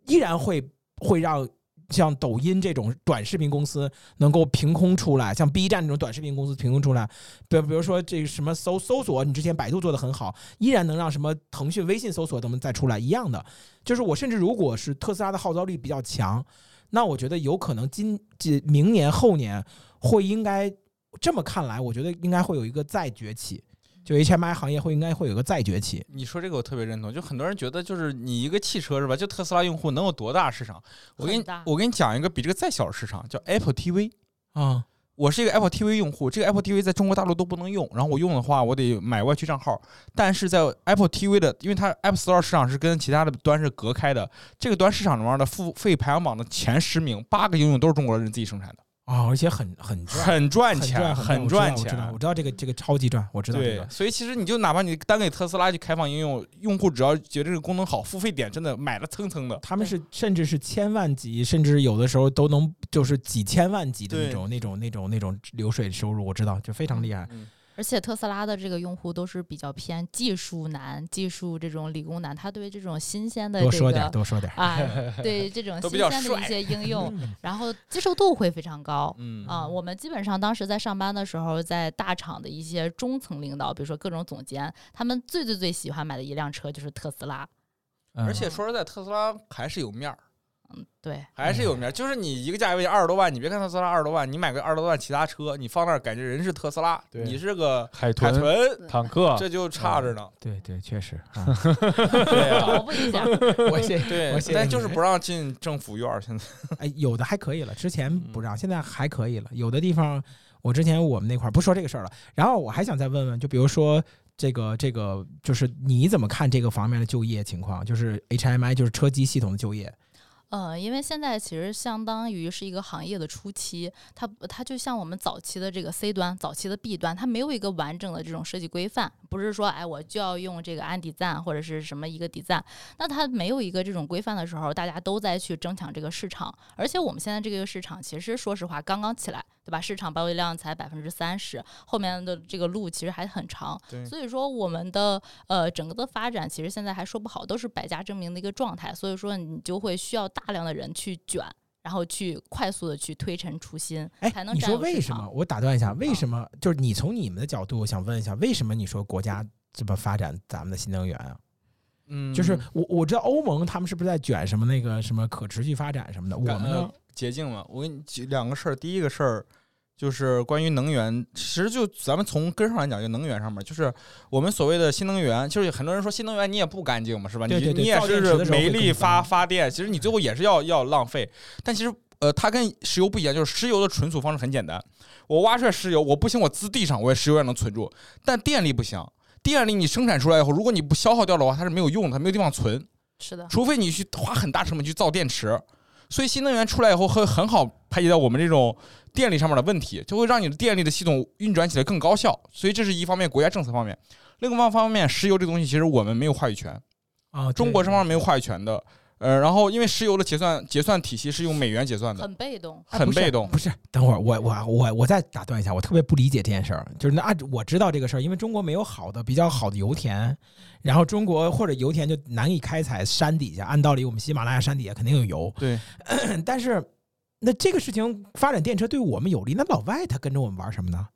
A: 依然会会让像抖音这种短视频公司能够凭空出来，像 B 站这种短视频公司凭空出来，比比如说这个什么搜搜索，你之前百度做的很好，依然能让什么腾讯、微信搜索等等再出来一样的。就是我甚至如果是特斯拉的号召力比较强，那我觉得有可能今今明年后年会应该这么看来，我觉得应该会有一个再崛起。就 HMI 行业会应该会有一个再崛起，
B: 你说这个我特别认同，就很多人觉得就是你一个汽车是吧？就特斯拉用户能有多大市场？我给你
C: 很大
B: 我给你讲一个比这个再小的市场，叫 Apple TV。
A: 啊、
B: 我是一个 Apple TV 用户，这个 Apple TV 在中国大陆都不能用，然后我用的话，我得买外区账号。但是在 Apple TV 的，因为它 App Store 市场是跟其他的端是隔开的，这个端市场里面的付费排行榜的前十名，八个应用都是中国人自己生产的，
A: 啊、而且很很赚，
B: 很赚
A: 赚
B: 钱，
A: 很
B: 赚
A: 我知道，我知道我
B: 钱。
A: 知道这个这个超级赚，我知道这
B: 对
A: 个，。
B: 所以其实你就哪怕你单给特斯拉去开放应用，用户只要觉得这个功能好，付费点真的买了蹭蹭的。
A: 他们是甚至是千万级，甚至有的时候都能就是几千万级的那
B: 对
A: 种那种那种那种流水收入，我知道就非常厉
C: 嗯
A: 害。
B: 嗯
C: 而且特斯拉的这个用户都是比较偏技术男、技术这种理工男，他对这种新鲜的
A: 多
C: 这
A: 说点，
C: 个
A: 多说点。
C: 啊，对这种
B: 都比
C: 新
B: 较
C: 鲜的一
B: 帅
C: 些应 用，然后接受度会非常高。
B: 嗯
A: 哦
C: 啊、我们基本上当时在上班的时候，在大厂的一些中层领导，比如说各种总监，他们最最最喜欢买的一辆车就是特斯拉。
A: 嗯
B: 而且说实在，特斯拉还是有面儿。
C: 嗯 对，
B: 还是有名儿，就是你一个价位二十多万，你别看特斯拉二十多万，你买个二十多万其他车，你放那儿感觉人是特斯拉，
D: 对
B: 你是个
D: 海
B: 海
D: 豚、
B: 豚，啊
D: 坦克，
B: 这就差着呢。
A: 对对，确实啊，
B: 对
C: 脑
B: 啊，
C: 补一下，
B: 我谢对
A: 我谢，
B: 但
A: 你
B: 就是不让进政府院儿，现在
A: 哎，有的还可以了，之前不
B: 嗯
A: 让，现在还可以了。有的地方，我之前我们那块儿不说这个事儿了。然后我还想再问问，就比如说这个这个，就是你怎么看这个方面的就业情况？就是 HMI，就是车机系统的就业。
C: 呃，因为现在其实相当于是一个行业的初期，它它就像我们早期的这个 C 端、早期的 B 端，它没有一个完整的这种设计规范，不是说哎我就要用这个安迪赞或者是什么一个底赞，那它没有一个这种规范的时候，大家都在去争抢这个市场，而且我们现在这个市场其实说实话刚刚起来，对吧？市场保有量才百分之三十，后面的这个路其实还很长。
B: 对
C: 所以说我们的呃整个的发展其实现在还说不好，都是百家争鸣的一个状态。所以说你就会需要大量的人去卷，然后去快速的去推陈出新，
A: 哎
C: 才，能
A: 你
C: 占
A: 说
C: 有
A: 为
C: 市
A: 什
C: 场嗯
A: 么？我打断一下，为什么？就是你从你们的角度，我想问一下，为什么你说国家这么发展咱们的新能源啊？
B: 嗯，
A: 就是我我知道欧盟他们是不是在卷什么那个什么可持续发展什么的，我
B: 感
A: 们呢
B: 呃？捷径嘛。我给你举两个事儿，第一个事儿就是关于能源，其实就咱们从根上来讲，就能源上面，就是我们所谓的新能源，就是很多人说新能源你也不干净嘛，是吧？
A: 对对对
B: 你你
A: 造
B: 也
A: 电池的
B: 是
A: 时候会
B: 煤力
A: 更
B: 发
A: 脏
B: 发电，其实你最后也是要要浪费，但其实。呃，它跟石油不一样，就是石油的存储方式很简单，我挖出来石油，我不行，我滋地上，我也石油也能存住，但电力不行，电力你生产出来以后，如果你不消耗掉的话，它是没有用的，它没有地方存，
C: 是 的，
B: 除非你去花很大成本去造电池。所以新能源出来以后，会很好排解到我们这种电力上面的问题，就会让你的电力的系统运转起来更高效。所以这是一方面，国家政策方面；另一方面，石油这东西其实我们没有话语权，
A: 啊，
B: 呃中国这
A: 这
B: 方面没有话语权的。呃，然后因为石油的结算结算体系是用美元结算的，
C: 很被动。
B: 很被动。
A: 不是，等会儿我我我我再打断一下，我特别不理解这件事儿。就是那按我知道这个事儿，因为中国没有好的比较好的油田，然后中国或者油田就难以开采山底下。按道理，我们喜马拉雅山底下肯定有油，
B: 对，
A: 但是那这个事情发展电车对我们有利，那老外他跟着我们玩什么呢？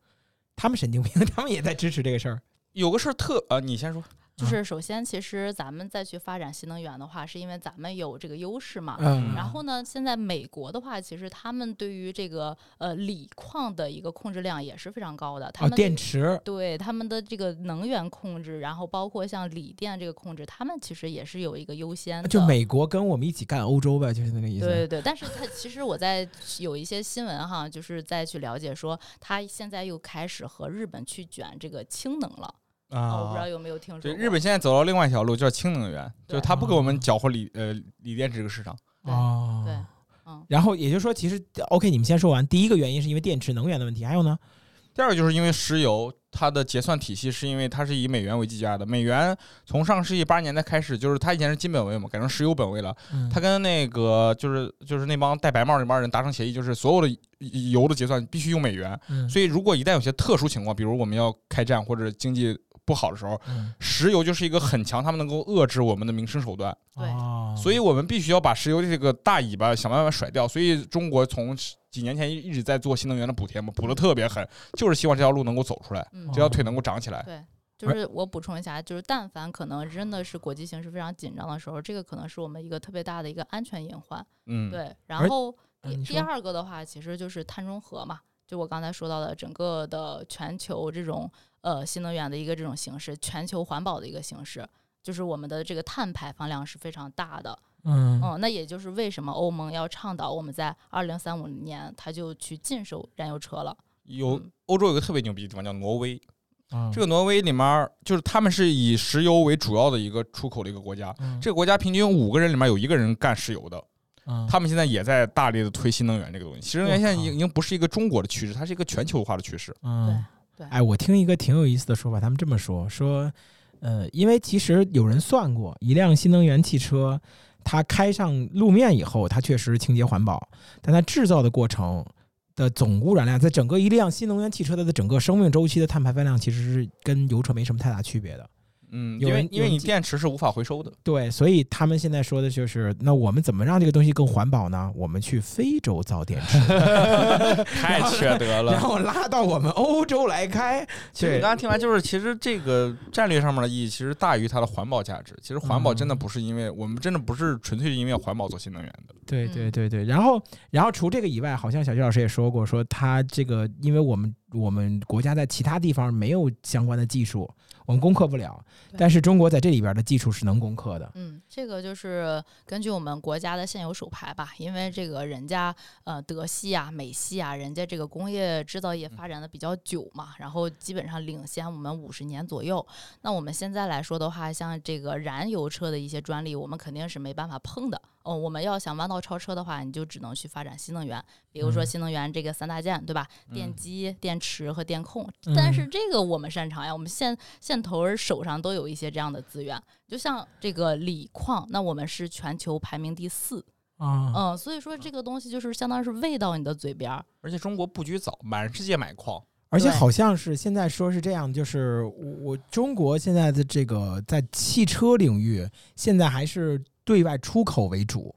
A: 他们神经病， 他们也在支持这个事儿。
B: 有个事儿特呃，你先说。
A: 嗯
C: 就是首先，其实咱们再去发展新能源的话，是因为咱们有这个优势嘛。
A: 嗯
C: 然后呢，现在美国的话，其实他们对于这个呃锂矿的一个控制量也是非常高的，他
A: 啊，
C: 们对、
A: 电池
C: 对他们的这个能源控制，然后包括像锂电这个控制，他们其实也是有一个优先的。
A: 就美国跟我们一起干欧洲呗，就是那个意思。
C: 对对对，但是他其实我在有一些新闻哈，就是再去了解说，他现在又开始和日本去卷这个氢能了。啊我不知道有没有听说
B: 对，
C: 过。
B: 日本现在走到另外一条路，叫氢能源，
C: 对
B: 就是它不给我们搅和锂呃锂电池这个市场。
C: 对
B: 啊
A: 哦
C: 对嗯
A: 然后也就是说，其实 OK，你们先说完。第一个原因是因为电池能源的问题，还有呢？
B: 第二个就是因为石油，它的结算体系是因为它是以美元为计价的。美元从上世纪八十年代开始，就是它以前是金本位嘛，改成石油本位了。
A: 嗯
B: 它跟那个就是就是那帮戴白帽那帮人达成协议，就是所有的油的结算必须用美元。
A: 嗯
B: 所以如果一旦有些特殊情况，比如我们要开战或者经济不好的时候，
A: 嗯
B: 石油就是一个很强，他们能够遏制我们的民生手段。
C: 对
A: 哦
B: 所以我们必须要把石油这个大尾巴想办法甩掉。所以中国从几年前一直在做新能源的补贴嘛，补的特别狠，就是希望这条路能够走出来，
C: 嗯
A: 哦
B: 这，条腿能够长起来。
C: 对，就是我补充一下，就是但凡可能真的是国际形势非常紧张的时候，这个可能是我们一个特别大的一个安全隐患。
B: 嗯，
C: 对，
A: 而
C: 然后
A: 嗯
C: 第
A: 你
C: 第
A: 说
C: 二个的话，其实就是碳中和嘛，就我刚才说到的整个的全球这种呃新能源的一个这种形式，全球环保的一个形式。就是我们的这个碳排放量是非常大的，
A: 嗯
C: 嗯，那也就是为什么欧盟要倡导我们在二零三五年它就去禁售燃油车了。
B: 有
C: 嗯
B: 欧洲有个特别牛逼的地方叫挪威，
A: 啊
B: 这个挪威里面儿就是他们是以石油为主要的一个出口的一个国家。
A: 嗯
B: 这个国家平均五个人里面有一个人干石油的，
A: 嗯
B: 他们现在也在大力的推新能源这个东西。新能源现在已经已经不是一个中国的趋势，它是一个全球化的趋势。
A: 嗯
C: 对对
A: 哎，我听一个挺有意思的说法，他们这么说说，呃，因为其实有人算过，一辆新能源汽车它开上路面以后，它确实清洁环保，但它制造的过程。的总污染量，在整个一辆新能源汽车的整个生命周期的碳排放量，其实是跟油车没什么太大区别的。
B: 嗯，
A: 有
B: 因为
A: 人
B: 因为
A: 有
B: 你
A: 人记
B: 电池是无法回收的。
A: 对，所以他们现在说的就是，那我们怎么让这个东西更环保呢？我们去非洲造电池，
B: 太缺德
A: 然后拉到我们欧洲来开。
B: 其实
A: 对
B: 你刚才听完，就是其实这个战略上面的意义，其实大于它的环保价值。其实环保真
A: 嗯
B: 的不是因为、我们真的不是纯粹因为环保做新能源的。
A: 对对
C: 嗯
A: 对对，然后然后除这个以外，好像小徐老师也说过，说他这个因为我们我们国家在其他地方没有相关的技术，我们攻克不了，
C: 对
A: 但是中国在这里边的技术是能攻克的。
C: 嗯，这个就是根据我们国家的现有手牌吧，因为这个人家呃德系啊、美系啊，人家这个工业制造业发展的比较久嘛，然后基本上领先我们五十年左右。那我们现在来说的话，像这个燃油车的一些专利，我们肯定是没办法碰的。哦，我们要想弯道超车的话，你就只能去发展新能源，比如说
A: 嗯
C: 新能源这个三大件，对吧？电
B: 嗯
C: 机、电池和电控。但是
A: 嗯
C: 这个我们擅长呀，我们现现头儿手上都有一些这样的资源。就像这个锂矿，那我们是全球排名第四，
A: 啊，
C: 嗯，所以说这个东西就是相当于是喂到你的嘴边儿，
B: 而且中国布局早，满世界买矿，
A: 而且
C: 对
A: 好像是现在说是这样，就是我我中国现在的这个在汽车领域，现在还是对外出口为主，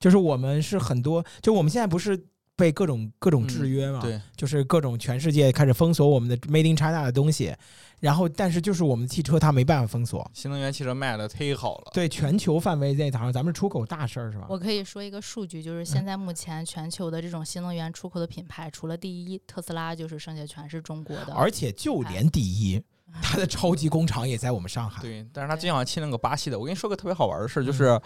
A: 就是我们是很多，就我们现在不是被各种各种制约嘛，
B: 对，
A: 就是各种全世界开始封锁我们的 Made in China 的东西，然后但是就是我们的汽车它没办法封锁，
B: 新能源汽车卖的忒好了，
A: 对全球范围内好像咱们是出口大事儿是吧？
C: 我可以说一个数据，就是现在目前全球的这种新能源出口的品牌，除了第一特斯拉，就是剩下全是中国的。嗯
A: 而且就连第一，它的超级工厂也在我们上海。
B: 对，但是他今天好像亲了个巴西的。我跟你说个特别好玩的事儿，就是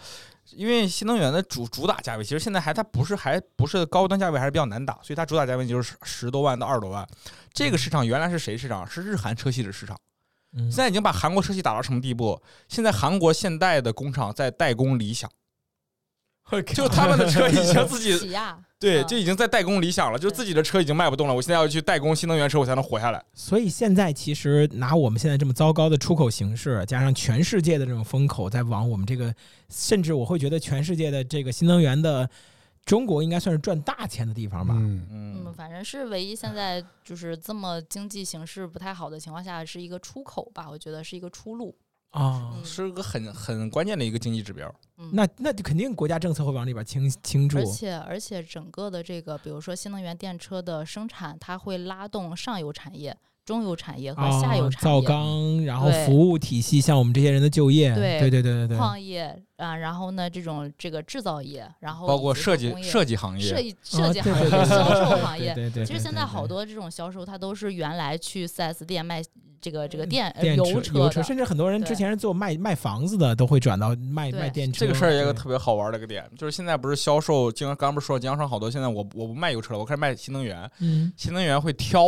B: 因为新能源的主主打价位，其实现在还它不是还不是高端价位，还是比较难打，所以它主打价位就是十多万到二十多万。这个市场原来是谁市场？是日韩车系的市场。
A: 嗯
B: 现在已经把韩国车系打到什么地步？现在韩国现代的工厂在代工理想，就他们的车已经自己
C: 起亚，
B: 对，
C: 嗯
B: 就已经在代工理想了，就自己的车已经卖不动了，我现在要去代工新能源车，我才能活下来。
A: 所以现在其实拿我们现在这么糟糕的出口形势，加上全世界的这种风口在往我们这个，甚至我会觉得全世界的这个新能源的中国应该算是赚大钱的地方吧。
D: 嗯，
C: 嗯，
B: 嗯，
C: 反正是唯一现在就是这么经济形势不太好的情况下，是一个出口吧，我觉得是一个出路。
A: 啊、
C: 嗯
B: 是个很很关键的一个经济指标。
C: 嗯，
A: 那那就肯定国家政策会往里边倾倾注
C: 而。且而且整个的这个，比如说新能源电车的生产，它会拉动上游产业、中游产业和
A: 啊
C: 下游产
A: 造
C: 业、
A: 钢，然后
C: 对
A: 服务体系，像我们这些人的就业，
C: 对
A: 对对对对对，
C: 矿业啊，然后呢，这种这个制造业，然后
B: 包括
C: 以及
B: 设
C: 手
B: 计
C: 哦工业
B: 设计行业，
C: 设计设计
A: 啊
C: 行
A: 对对
C: 业、
A: 对
C: 销售
A: 对
C: 行业。
A: 对对 对，
C: 其实现在好
A: 多。
C: 多这种销售，它都是原来去 4S 店卖这个这个
A: 嗯
C: 电呃
A: 电
C: 油
A: 车、油
C: 的，
A: 甚至很多人之
C: 对
A: 前是做卖卖房子的，都会转到卖
C: 对
A: 卖电车。
B: 这个事儿也有个
A: 对
B: 特别好玩的一个点，就是现在不是销售，经常刚不是说经销商好多，现在我我不卖油车了，我开始卖新能源，
A: 嗯
B: 新能源会挑。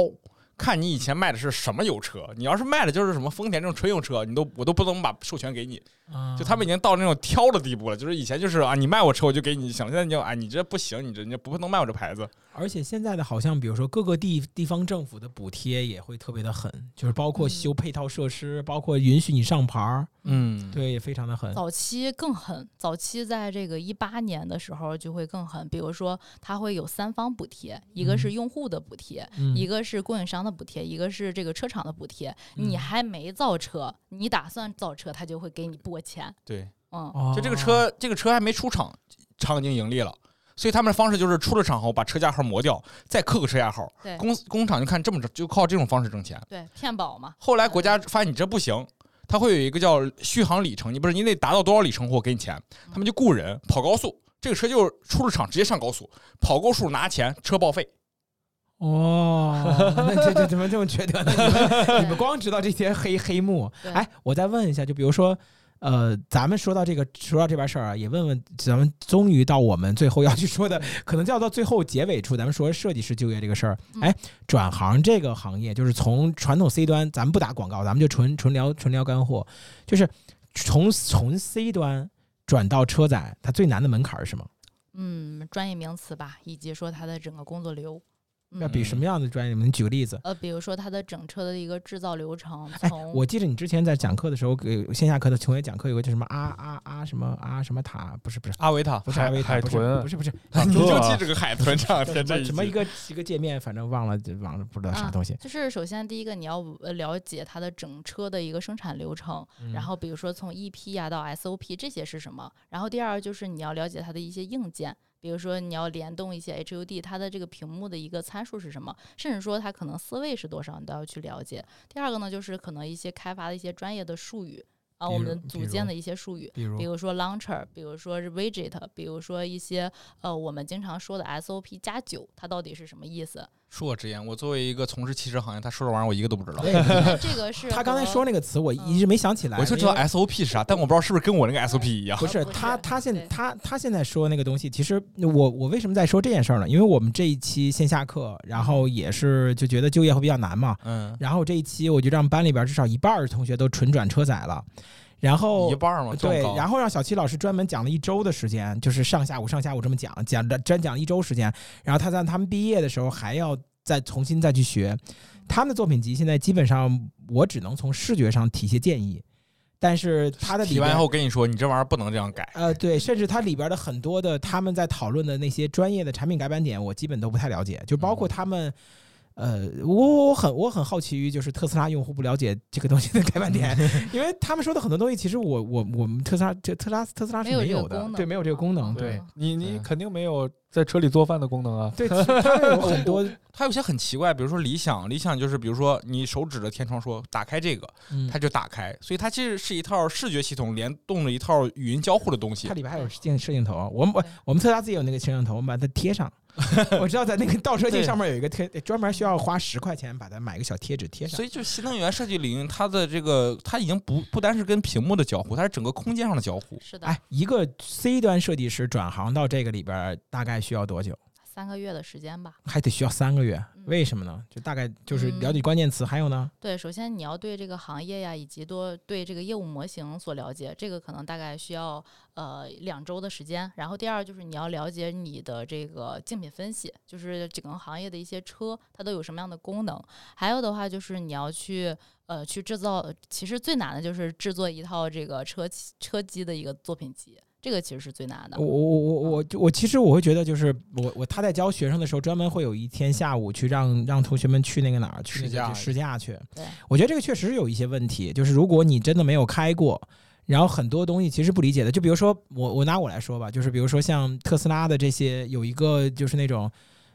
B: 看你以前卖的是什么油车，你要是卖的就是什么丰田这种乘用车，你都我都不能把授权给你。
A: 啊
B: 嗯就他们已经到那种挑的地步了，就是以前就是啊，你卖我车我就给你就行了，现在你就啊，你这不行，你这你这不能卖我这牌子。
A: 而且现在的好像，比如说各个地地方政府的补贴也会特别的狠，就是包括
C: 嗯
A: 修配套设施，包括允许你上牌儿，
B: 嗯，
A: 对，也非常的狠。
C: 早期更狠，早期在这个一八年的时候就会更狠，比如说它会有三方补贴，一个
A: 嗯
C: 是用户的补贴，
A: 嗯
C: 一个是供应商的补贴，一个是这个车厂的补贴。
A: 嗯
C: 你还没造车，你打算造车，他就会给你拨钱。
B: 对，
C: 嗯，
A: 哦
B: 就这个车，这个车还没出厂，厂已经盈利了。所以他们的方式就是出了厂后把车架号磨掉，再刻个车架号，
C: 对
B: 工工厂就看这么着就靠这种方式挣钱。
C: 对，骗保 嘛。
B: 后来国家发现你这不行，他会有一个叫续航里程，你不是你得达到多少里程我给你钱，他们就雇人跑高速，这个车就出了厂直接上高速，跑高速拿钱，车报废。
A: 哦，那这这怎么这么缺德呢？ 你们你们
C: 对
A: 光知道这些黑黑幕。
C: 对
A: 哎，我再问一下，就比如说，呃，咱们说到这个，说到这边事儿啊，也问问，咱们终于到我们最后要去说的， 可能就要到最后结尾处，咱们说设计师就业这个事儿。
C: 嗯
A: 哎，转行这个行业，就是从传统 C 端，咱们不打广告，咱们就纯纯聊纯聊干货，就是从从 C 端转到车载，它最难的门槛是什么？
C: 嗯，专业名词吧，以及说它的整个工作流。
A: 要
C: 嗯，
A: 比什么样的专业？你们举个例子。
C: 呃，比如说它的整车的一个制造流程，
A: 哎
C: 从，
A: 我记得你之前在讲课的时候，给线下课的同学讲课，有个叫什么啊啊啊什么啊什么塔，不是不是
B: 阿维塔
A: 不是
D: 海
A: 阿维塔，
D: 海
A: 不是
D: 豚
A: 不 是不啊是，
D: 塔
B: 你 就
D: 克
B: 记这个海豚这 两
A: 叫什么
B: 天啊这一
A: 什么一
B: 集
A: 个一个界面，反正忘了忘了不知道啥
C: 啊
A: 东西。
C: 就是首先第一个你要呃了解它的整车的一个生产流程，
A: 嗯
C: 然后比如说从 EP 呀、到 SOP 这些是什么，然后第二就是你要了解它的一些硬件。比如说，你要联动一些 HUD，它的这个屏幕的一个参数是什么，甚至说它可能思维是多少，你都要去了解。第二个呢，就是可能一些开发的一些专业的术语啊，
A: 比
C: 我们
A: 如
C: 的
A: 比
C: 组
A: 如
C: 件的一些术语，
A: 比如
C: 比如说 launcher，比如说是 widget，比如说一些呃我们经常说的 SOP 加九，它到底是什么 意思？
B: 恕我直言，我作为一个从事汽车行业，他说这玩意儿我一个都不知道。
C: 那这个是
A: 他刚才
C: 和
A: 说那个词，我一
C: 嗯
A: 直没想起来，
B: 我就知道
A: 因
B: 哎
A: 为
B: SOP 是啥，但我不知道是不是跟我那个 SOP 一样。
A: 不是
C: 哦不是
A: 他，他现
C: 对
A: 他他现在说那个东西，其实我我为什么在说这件事儿呢？因为我们这一期线下课，然后也是就觉得就业会比较难嘛。
B: 嗯，
A: 然后这一期我就让班里边至少一半儿同学都纯转车载了，然后
B: 一半儿嘛，这么
A: 呃对，
B: 高
A: 然后让小七老师专门讲了一周的时间，就是上下午上下午这么讲，讲了专讲了一周时间。然后他在他们毕业的时候还要再重新再去学。他们的作品集现在基本上我只能从视觉上提些建议，但是它的里
B: 提完
A: 边
B: 后跟你说，你这玩意儿不能这样改。
A: 呃，对，甚至它里边的很多的他们在讨论的那些专业的产品改版点，我基本都不太了解，就包括他们。呃，我我我很我很好奇于就是特斯拉用户不了解这个东西的改版点， 因为他们说的很多东西，其实我我我们特斯拉这特斯拉特斯拉是
C: 没有这个
A: 有的
C: 功，能
A: 对，没有这个功能，对
C: 嗯
D: 你你
B: 啊
A: 嗯
D: 肯定没有在车里做饭的功能啊。
A: 对，其实他们有很多，
B: 它有些很奇怪，比如说理想，理想就是比如说你手指着天窗说打开这个，
A: 嗯
B: 它就打开，所以它其实是一套视觉系统联动了一套语音交互的东西
A: 它。里边还有摄镜摄像头，我们我我们特斯拉自己有那个摄像头，我们把它贴上。 我知道在那个倒车镜上面有一个贴，专门需要花十块钱把它买个小贴纸贴上
B: 所。以，就新能源设计领域，它的这个它已经不不单是跟屏幕的交互，它是整个空间上的交互。
C: 是的，
A: 哎，一个 C 端设计师转行到这个里边儿大概需要多久？
C: 三个月的时间吧。
A: 还得需要三个月
C: 嗯，
A: 为什么呢？就大概就是
C: 嗯
A: 了解关键词，还有呢，
C: 对，首先你要对这个行业呀，以及多对这个业务模型所了解，这个可能大概需要呃两周的时间。然后第二就是你要了解你的这个竞品分析，就是整个行业的一些车它都有什么样的功能。还有的话就是你要去呃去制造，其实最难的就是制作一套这个车企车机的一个作品集，这个其实是最难的嗯
A: 我。我我我我就我其实我会觉得就是我我他在教学生的时候，专门会有一天下午去让让同学们去那个哪儿去那
B: 试驾
A: 个去试驾去
C: 对。
A: 我觉得这个确实是有一些问题，就是如果你真的没有开过。然后很多东西其实不理解的，就比如说我我拿我来说吧，就是比如说像特斯拉的这些有一个就是那种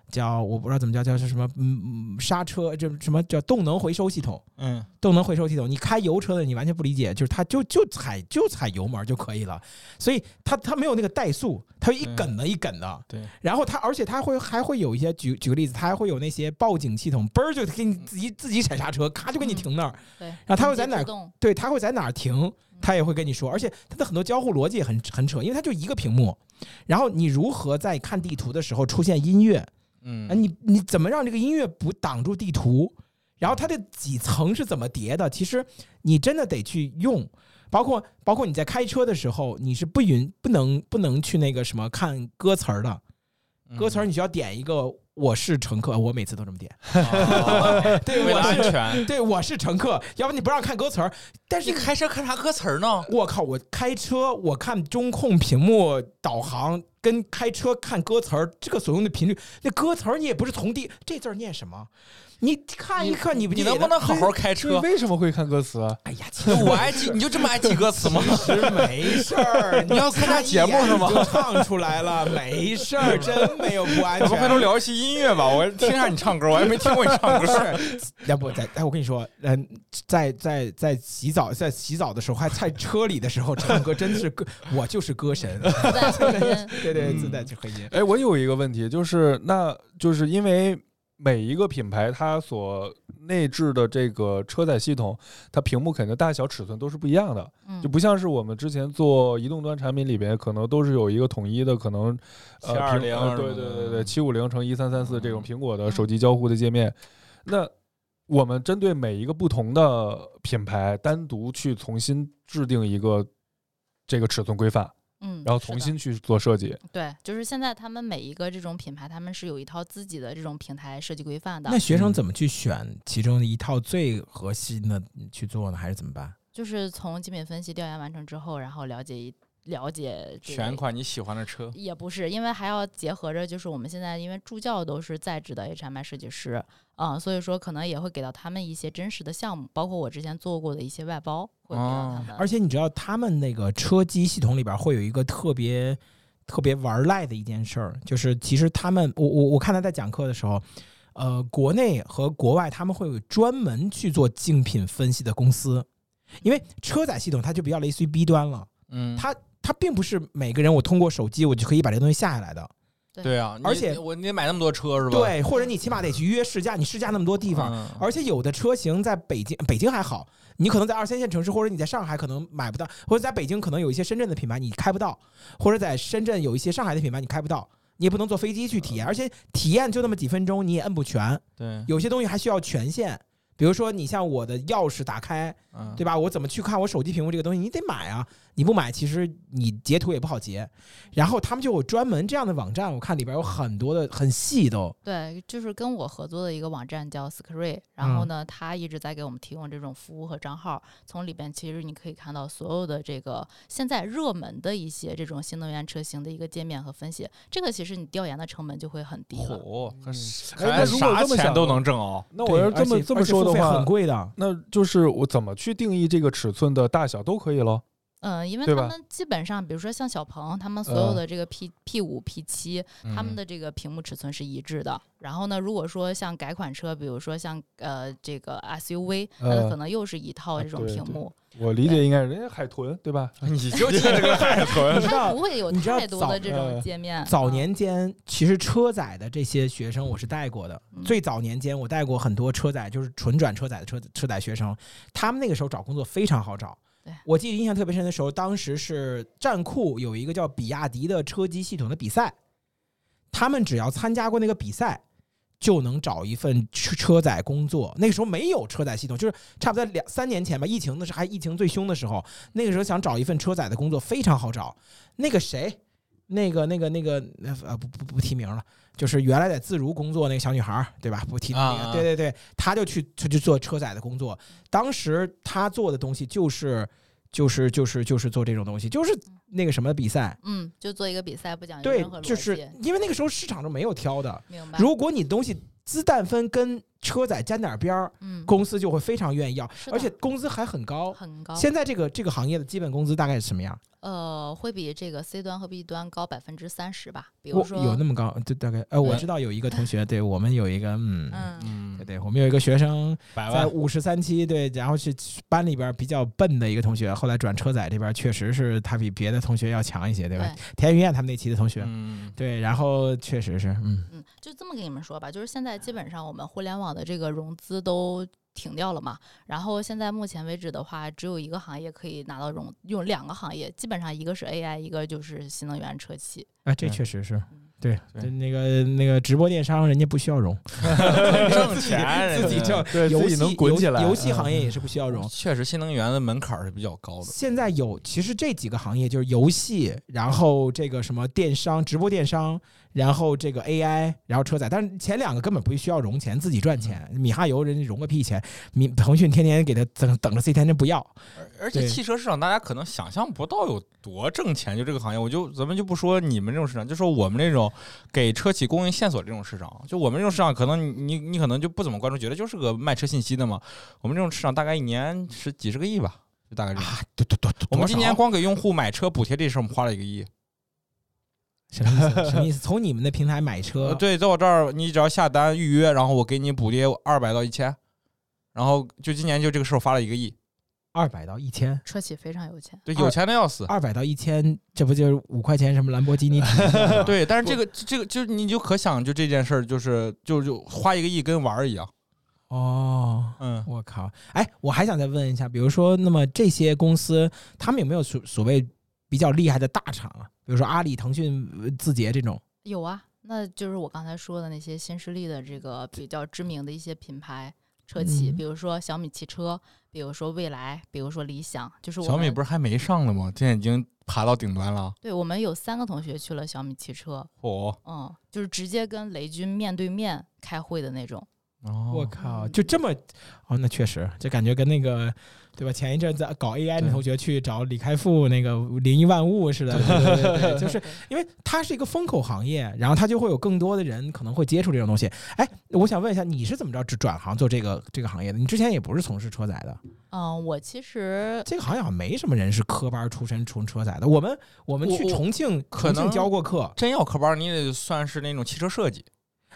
A: 叫我不知道怎么叫叫是什么嗯嗯刹车这什么叫动能回收系统，
B: 嗯，
A: 动能回收系统，你开油车的你完全不理解，就是它就就踩就踩油门就可以了，所以它它没有那个怠速，它
C: 嗯
A: 一梗的一梗的，
B: 对。
A: 然后它而且它会还会有一些举举个例子，它还会有那些报警系统，嘣儿就给你自己自己踩刹车，咔就给你停那儿，
C: 嗯对，
A: 然后它
C: 紧
A: 会
C: 急
A: 在哪
C: 制
A: 儿
C: 动
A: 对，它会在哪儿停，它也会跟你说，而且它的很多交互逻辑也很很扯，因为它就一个屏幕，然后你如何在看地图的时候出现音乐，啊，
B: 嗯，
A: 你你怎么让这个音乐不挡住地图？然后它这几层是怎么叠的？其实你真的得去用，包括包括你在开车的时候，你是不允不能不能去那个什么看歌词儿的，
B: 嗯
A: 歌 词儿你需要点一个我是乘客，我每次都这么点，
B: 哦
A: 对
B: 为了
A: 我
B: 安
A: 是
B: 全，
A: 对我是乘客，要不你不让看歌词儿，但是
B: 你开车看啥歌词儿呢？
A: 我靠，我开车我看中控屏幕导航跟开车看歌词儿，这个所用的频率，那歌词儿你也不是从第这字儿念什么，你看一看你不
B: 你
A: 你
B: 能不能好好开
D: 所以
B: 车？
D: 为什么会看歌词啊？
A: 哎呀，其
B: 就
A: 实
B: 我爱记，你就这么爱记歌 词吗？
A: 没事 儿，
B: 你要参加节目是吗
A: 你就唱出来了，没事儿，真没有不安
B: 咱们回头
A: 全。
B: 聊一期音乐吧，我听一下你唱歌，我还没听过你唱 歌。
A: 要不在哎，我跟你说，嗯，在在在洗澡，在洗澡的时候，还在车里的时候唱歌，真的是歌，我就是歌神，
C: 自带回音
A: 对对，
D: 嗯
A: 自带回音。
D: 哎，我有一个问题，就是那就是因为每一个品牌它所内置的这个车载系统，它屏幕肯定大小尺寸都是不一样的，
C: 嗯
D: 就不像是我们之前做移动端产品里边，可能都是有一个统一的，可能呃
B: 720
D: 屏呃
B: 什
D: 对
B: 么
D: 对
B: 的
D: 对对，七五零乘一三三四这种苹果的
C: 嗯
D: 手机交互的界面，那。我们针对每一个不同的品牌，单独去重新制定一个这个尺寸规范，
C: 嗯，
D: 然后
C: 是
D: 重
C: 的
D: 新去做设计。
C: 对，就是现在他们每一个这种品牌，他们是有一套自己的这种平台设计规范的
A: 那，学生怎么去选其中的一套最核心的去做呢？还是怎么办？
C: 就是从基本分析调研完成之后，然后了解一了解这个
B: 选款你喜欢的车，
C: 也不是，因为还要结合着，就是我们现在因为助教都是在职的 HMI 设计师，啊、所以说可能也会给到他们一些真实的项目，包括我之前做过的一些外包，会给到他
B: 哦
C: 们。
A: 而且你知道他们那个车机系统里边会有一个特别特别玩赖的一件事儿，就是其实他们，我我我看他在讲课的时候。呃，国内和国外他们会有专门去做竞品分析的公司，因为车载系统它就比较类似于 B 端了，
B: 嗯，
A: 它它并不是每个人我通过手机我就可以把这个东西下下来的，
B: 对啊，你
A: 而且
B: 我你得买那么多车是吧？
A: 对，或者你起码得去约试驾，你试驾那么多地
B: 嗯，
A: 方，而且有的车型在北京，北京还好，你可能在二三线城市，或者你在上海可能买不到，或者在北京可能有一些深圳的品牌你开不到，或者在深圳有一些上海的品牌你开不到，你也不能坐
D: 嗯
A: 飞机去体验，而且体验就那么几分钟，你也摁不全，
B: 对，
A: 有些东西还需要权限。比如说，你像我的钥匙打开，
B: 嗯，
A: 对吧？我怎么去看我手机屏幕这个东西？你得买啊！你不买，其实你截图也不好截。然后他们就有专门这样的网站，我看里边有很多的哦很细都，
C: 对，就是跟我合作的一个网站叫 Scree，然
D: 嗯
C: 后呢，它一直在给我们提供这种服务和账号。从里边其实你可以看到所有的这个现在热门的一些这种新能源车型的一个界面和分析。这个其实你调研的成本就会很低了。
B: 嚯，
A: 嗯
B: 还是
D: 哎那
B: 还
D: 如果
B: 啥
D: 这么想
B: 钱都能挣啊！
D: 那我要是
A: 对
D: 这么
A: 而且
D: 这
A: 而
D: 么
A: 且
D: 说的
A: 付费
D: 话
A: 很，贵的。
D: 那就是我怎么去定义这个尺寸的大小都可以咯。
C: 嗯，因为
D: 对
C: 他
D: 吧
C: 们基本上，比如说像小鹏，他们所有
D: 呃
C: 的这个 P P 五、P 七，他们
B: 嗯
C: 的这个屏幕尺寸是一致的。然后呢，如果说像改款车，比如说像呃这个 SUV，它
D: 呃
C: 的可能又是一套
D: 啊
C: 这种
D: 对
C: 屏
D: 对
C: 幕，
D: 我理解应该是人家海豚对吧？
B: 你就记 这个海豚，
C: 它不会有
A: 你知道
C: 太多
A: 早
C: 的这
D: 呃
C: 种界面。
A: 早
C: 嗯
A: 年间，其实车载的这些学生我是带过的。
C: 嗯
A: 最早年间，我带过很多车载，就是纯转车载的车车载学生，他们那个时候找工作非常好找
C: 对。
A: 我记得印象特别深的时候，当时是站酷有一个叫比亚迪的车机系统的比赛，他们只要参加过那个比赛，就能找一份车车载工作。那个时候没有车载系统，就是差不多两三年前吧，疫情的时候还疫情最凶的时候，那个时候想找一份车载的工作非常好找。那个谁，那个那个那个那呃不不不提名了，就是原来在自如工作那个小女孩儿，对吧？不提那个，
B: 啊啊
A: 对对对，她就去她就做车载的工作。当时她做的东西就是就是就是就是做这种东西，就是那个什么比赛。
C: 嗯，就做一个比赛，不讲究
A: 对
C: 任何，逻辑，
A: 就是因为那个时候市场上没有挑的，
C: 明白。
A: 如果你东西鸡蛋分跟车载沾点边儿，
C: 嗯，
A: 公司就会非常愿意要，
C: 是的
A: 而且工资还很高。
C: 很高，
A: 现在这个这个行业的基本工资大概是什么样？
C: 呃，会比这个 C 端和 B 端高百分之三十吧。比如
A: 我
C: 说，
A: 有那么高？就大概呃，我
B: 对
A: 知道有一个同学，对我们有一个嗯。
C: 嗯，
B: 嗯
A: 对，对，我们有一个学生
B: 百
A: 在
B: 万
A: 五十三期，对，然后是班里边比较笨的一个同学，后来转车载这边，确实是他比别的同学要强一些，对吧？
C: 对，
A: 田云燕他们那期的同学，
B: 嗯，
A: 对，然后确实是，嗯，
C: 嗯，就这么跟你们说吧，就是现在基本上我们互联网的这个融资都停掉了嘛，然后现在目前为止的话，只有一个行业可以拿到融，有两个行业，基本上一个是 AI，一个就是新能源车企。
A: 啊，这
B: 对
A: 确实是
C: 嗯
A: 对，
B: 对
A: 这那个那个直播电商人家不需要融，
B: 挣钱人
A: 自己
B: 家
A: 挣，
D: 对
A: 游
D: 自
A: 戏
D: 己能滚起来
A: 游戏行业也是不需要融。
B: 确实，新能源的门槛儿是比较高的。
A: 现在有，其实这几个行业就是游戏，然后这个什么电商、直播电商，然后这个 AI，然后车载，但是前两个根本不需要融
B: 嗯
A: 钱，自己赚钱。米哈游人家融个屁钱，米腾讯天天给他等等着 C 天天不要，
B: 而而且
A: 对
B: 汽车市场，大家可能想象不到有多挣钱。就这个行业，我就咱们就不说你们这种市场，就说我们这种给车企供应线索这种市场，就我们这种市场，可能你你你可能就不怎么关注，觉得就是个卖车信息的嘛。我们这种市场大概一年是几十个亿吧，就大概这种。
A: 对对对，
B: 我们今年光给用户买车补贴这事儿，我们花了一个亿。
A: 什么意思？什么意思？从你们的平台买
B: 呃，
A: 车，
B: 对，在我这儿你只要下单预约，然后我给你补贴二百到一千，然后就今年就这个事儿花了一个亿，
A: 二百到一千，
C: 车企非常有钱，
B: 对，
A: 二
B: 有钱的要死。
A: 二百到一千，这不就是五块钱什么兰博基尼体验吗？
B: 对，但是这个这个就是你就可想，就这件事儿，就是就就花一个亿跟玩儿一样。
A: 哦。
B: 嗯，
A: 我靠！哎，我还想再问一下，比如说，那么这些公司，他们有没有所所谓比较厉害的大厂啊？比如说阿里、腾讯、呃字节这种？
C: 有啊，那就是我刚才说的那些新势力的这个
B: 嗯
C: 比较知名的一些品牌车企，
A: 嗯
C: 比如说小米汽车，比如说蔚来，比如说理想，就是我
B: 小米
C: 们
B: 不是还没上呢吗？现在已经爬到顶端了。
C: 对我们有三个同学去了小米汽车，
B: 嚯、
C: 嗯，就是直接跟雷军面对面开会的那种。
B: 哦！
A: 我
B: 我
A: 靠，就这么哦？那确实，这感觉跟那个对吧？前一阵子搞 AI 的
B: 对
A: 同学去找李开复那个零一万物似的，对对 对对，就是
C: 对
A: 因为它是一个风口行业，然后它就会有更多的人可能会接触这种东西。哎，我想问一下，你是怎么着转转行做这个这个行业的？你之前也不是从事车载的？
C: 嗯，我其实
A: 这个好像好像没什么人是科班出身纯车载的。我们我们
B: 我
A: 去
B: 我
A: 重庆，
B: 可
A: 重庆
B: 能
A: 教过课。
B: 真要科班儿，你得算是那种汽车设计。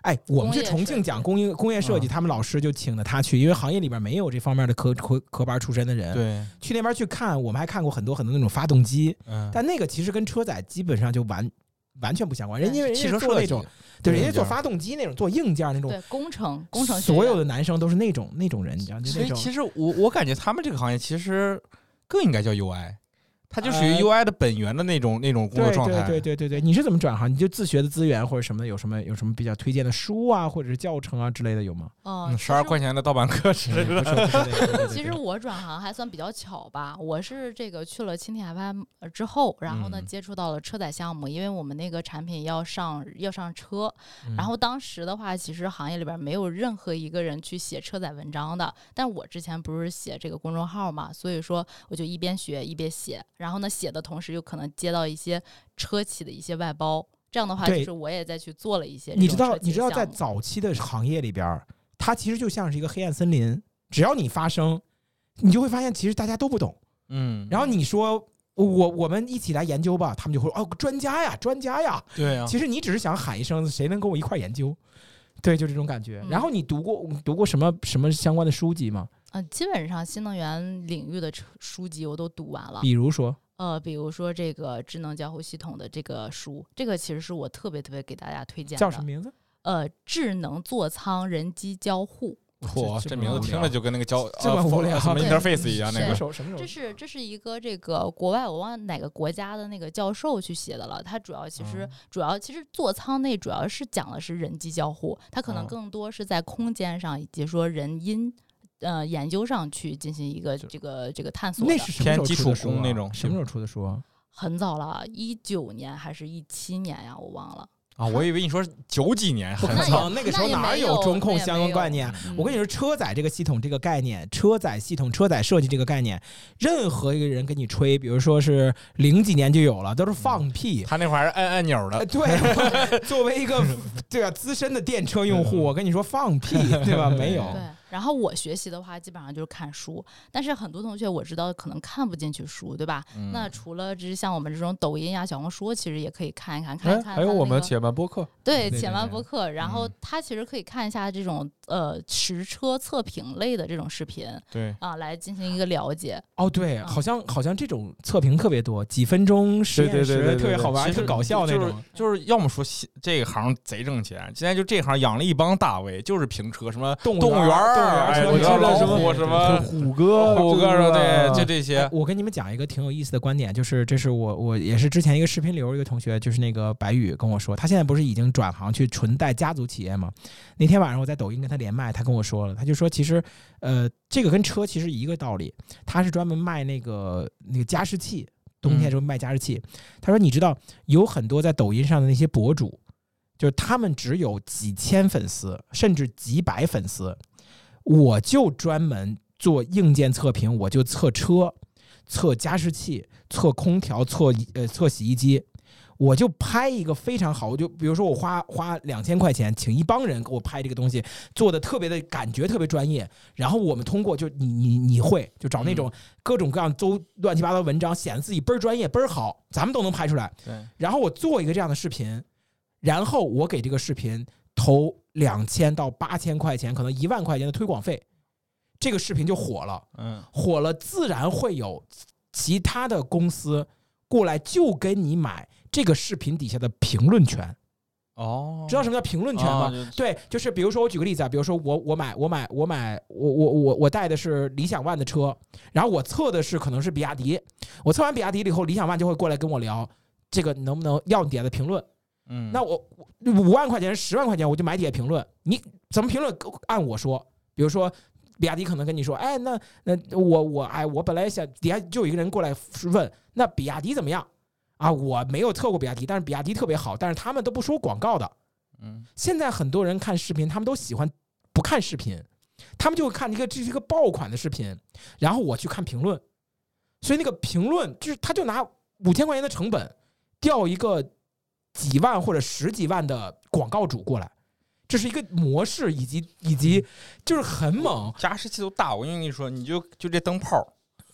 A: 哎，我们
C: 工
A: 去
C: 业
A: 重
C: 设
A: 庆
C: 计
A: 讲工业工业设计，
B: 嗯
A: 他们老师就请的他去，因为行业里边没有这方面的科科科班出身的人。
B: 对，
A: 去那边去看，我们还看过很多很多那种发动机，
B: 嗯，
A: 但那个其实跟车载基本上就完完全不相关。人
C: 对
A: 家人
B: 汽
A: 家
B: 车
A: 做
B: 设
A: 那
B: 计
A: 种，对，人家
B: 硬
A: 做
B: 件
A: 发动机那种，做硬件那种，
C: 对工程工程学
A: 所有
C: 院
A: 的男生都是那种那种人，你知道，就
B: 所
A: 那
B: 以
A: 种。
B: 其实我我感觉他们这个行业其实更应该叫 UI，它就属于
A: 呃
B: UI 的本源的那种那种工作
A: 对
B: 状态。
A: 对对对对对，你是怎么转行？你就自学的资源或者什么的，有什么有什么比较推荐的书啊，或者是教程啊之类的有 吗？嗯
C: 嗯
B: 嗯，，十二块钱的盗版课时，
A: 不是不是那个对对对
C: 其实我转行还算比较巧吧，我是这个去了蜻蜓 FM 呃之后，然后呢
B: 嗯
C: 接触到了车载项目，因为我们那个产品要上要上车，
A: 嗯
C: 然后当时的话，其实行业里边没有任何一个人去写车载文章的，但我之前不是写这个公众号嘛，所以说我就一边学一边写，然后呢写的同时又可能接到一些车企的一些外包，这样的话
A: 对
C: 就是我也再去做了一些这种
A: 你知
C: 车
A: 道
C: 企
A: 你知道
C: 的项
A: 在
C: 目
A: 早期的行业里边儿，它其实就像是一个黑暗森林，只要你发声，你就会发现其实大家都不懂。
B: 嗯，
A: 然后你说我我们一起来研究吧，他们就会哦专家呀专家呀，
B: 对
C: 嗯
B: 啊，
A: 其实你只是想喊一声，谁能跟我一块儿研究？对，就这种感觉。
C: 嗯
A: 然后你读过读过什么什么相关的书籍吗？
C: 嗯、基本上新能源领域的车书籍我都读完了。
A: 比如说，
C: 呃，比如说这个智能交互系统的这个书，这个其实是我特别特别给大家推荐的，
A: 叫什么？名字？
C: 呃，智能座舱人机交互，
B: 嚯，
A: 这
B: 这
A: 这
B: 名字听
A: 么无聊
B: 着就跟那个交
A: 这么
B: 呃
A: 无聊
B: 什么
C: 对
B: interface 一样那
A: 什
B: 个
A: 么
C: 是
A: 时候什么时
C: 这
A: 候？
C: 是这是一个这个国外我忘了哪个国家的那个教授去写的了，他主要其
A: 哦
C: 实、主要其实座舱内主要是讲的是人机交互，它可能
B: 哦
C: 更多是在空间上以及说人因。呃，研究上去进行一个
B: 就
C: 这个这个探索的，
A: 那是什么时候
B: 偏基
A: 出的
B: 础
A: 书
B: 工那
A: 啊
B: 种
A: 什么时候出的书啊？
C: 很早了，一九年还是一七年呀？我忘了。
B: 啊，我以为你说九几年，
A: 不可
B: 很
C: 那也
A: 能，哦那个时候
C: 那也
A: 哪
C: 没
A: 有
C: 有
A: 中控
C: 那也
A: 相关
C: 没有
A: 概念？啊
C: 嗯
A: 我跟你说，车载这个系统这个概念，车载系统、车载设计这个概念，任何一个人跟你吹，比如说是零几年就有了，都是放屁。
B: 他那会儿还是按按钮
A: 呃
B: 的，
A: 对， 作为一个对啊资深的电车用户，我跟你说放屁，对吧？没有，
C: 嗯对，然后我学习的话，基本上就是看书，但是很多同学我知道可能看不进去书，对吧？
B: 嗯
C: 那除了就是像我们这种抖音呀、小红书，其实也可以看一看，看
D: 哎，
C: 一看、
D: 还有我们且慢播客，
C: 对
A: 对对
C: 且慢
A: 对
C: 博客，然后
B: 嗯
C: 他其实可以看一下这种呃实车测评类的这种视频
B: 对，
C: 啊，来进行一个了解。
A: 哦，对，
C: 嗯
A: 好像好像这种测评特别多，几分钟实验
D: 对对对
A: 室
D: 对对
A: 特别好玩，
B: 其实
A: 特搞笑那种。
B: 就是要么说西这个行贼挣钱，现在就这行养了一帮大 V，就是评车，什么
A: 动
B: 动
A: 物
B: 物
A: 园
B: 园
A: 儿动物园
B: 儿
A: 儿
B: 哎
A: 车
D: 我知道
A: 之类
D: 老
A: 的
D: 虎
A: 对
B: 什
A: 对
B: 么
A: 对
B: 呃
D: 虎哥，
B: 虎哥
D: 对
B: 说对，就
D: 对
B: 这
A: 哎
B: 些，
A: 我跟你们讲一个挺有意思的观点，就是这是我我也是之前一个视频流一个同学，就是那个白宇跟我说，他现在不是已经转行去纯带家族企业吗？那天晚上我在抖音跟他连麦，他跟我说了，他就说其实呃这个跟车其实一个道理，他是专门卖那个那个加湿器，冬天
B: 嗯
A: 时候卖加湿器。他说你知道有很多在抖音上的那些博主，就是他们只有几千粉丝，甚至几百粉丝，我就专门做硬件测评，我就测车、测加湿器、测空调、测呃测洗衣机。我就拍一个非常好，我就比如说我花花两千块钱，请一帮人给我拍这个东西，做的特别的感觉特别专业。然后我们通过就你你你会就找那种各种各样都乱七八糟的文章，显得自己倍儿专业倍儿好，咱们都能拍出来。
B: 对，
A: 然后我做一个这样的视频，然后我给这个视频投两千到八千块钱，可能一万块钱的推广费，这个视频就火了。
B: 嗯，
A: 火了，自然会有其他的公司过来就跟你买这个视频底下的评论权。
B: 哦，
A: 知道什么叫评论权吗？
B: 哦就
A: 对，就是比如说我举个例子啊，比如说我我买我买我买我我我我带的是理想 ONE 的车，然后我测的是可能是比亚迪，我测完比亚迪了以后，理想 ONE 就会过来跟我聊这个能不能要你底下的评论。
B: 嗯，
A: 那我我五万块钱、十万块钱，我就买底下评论。你怎么评论？按我说，比如说。比亚迪可能跟你说，哎，那那我我哎，我本来想底下就有一个人过来问，那比亚迪怎么样啊？我没有测过比亚迪，但是比亚迪特别好，但是他们都不说广告的，
B: 嗯，
A: 现在很多人看视频，他们都喜欢不看视频，他们就会看一个这是一个爆款的视频，然后我去看评论，所以那个评论就是他就拿五千块钱的成本调一个几万或者十几万的广告主过来，这是一个模式，以及以及就是很猛，
B: 加湿器都大，我跟你说，你就就这灯泡，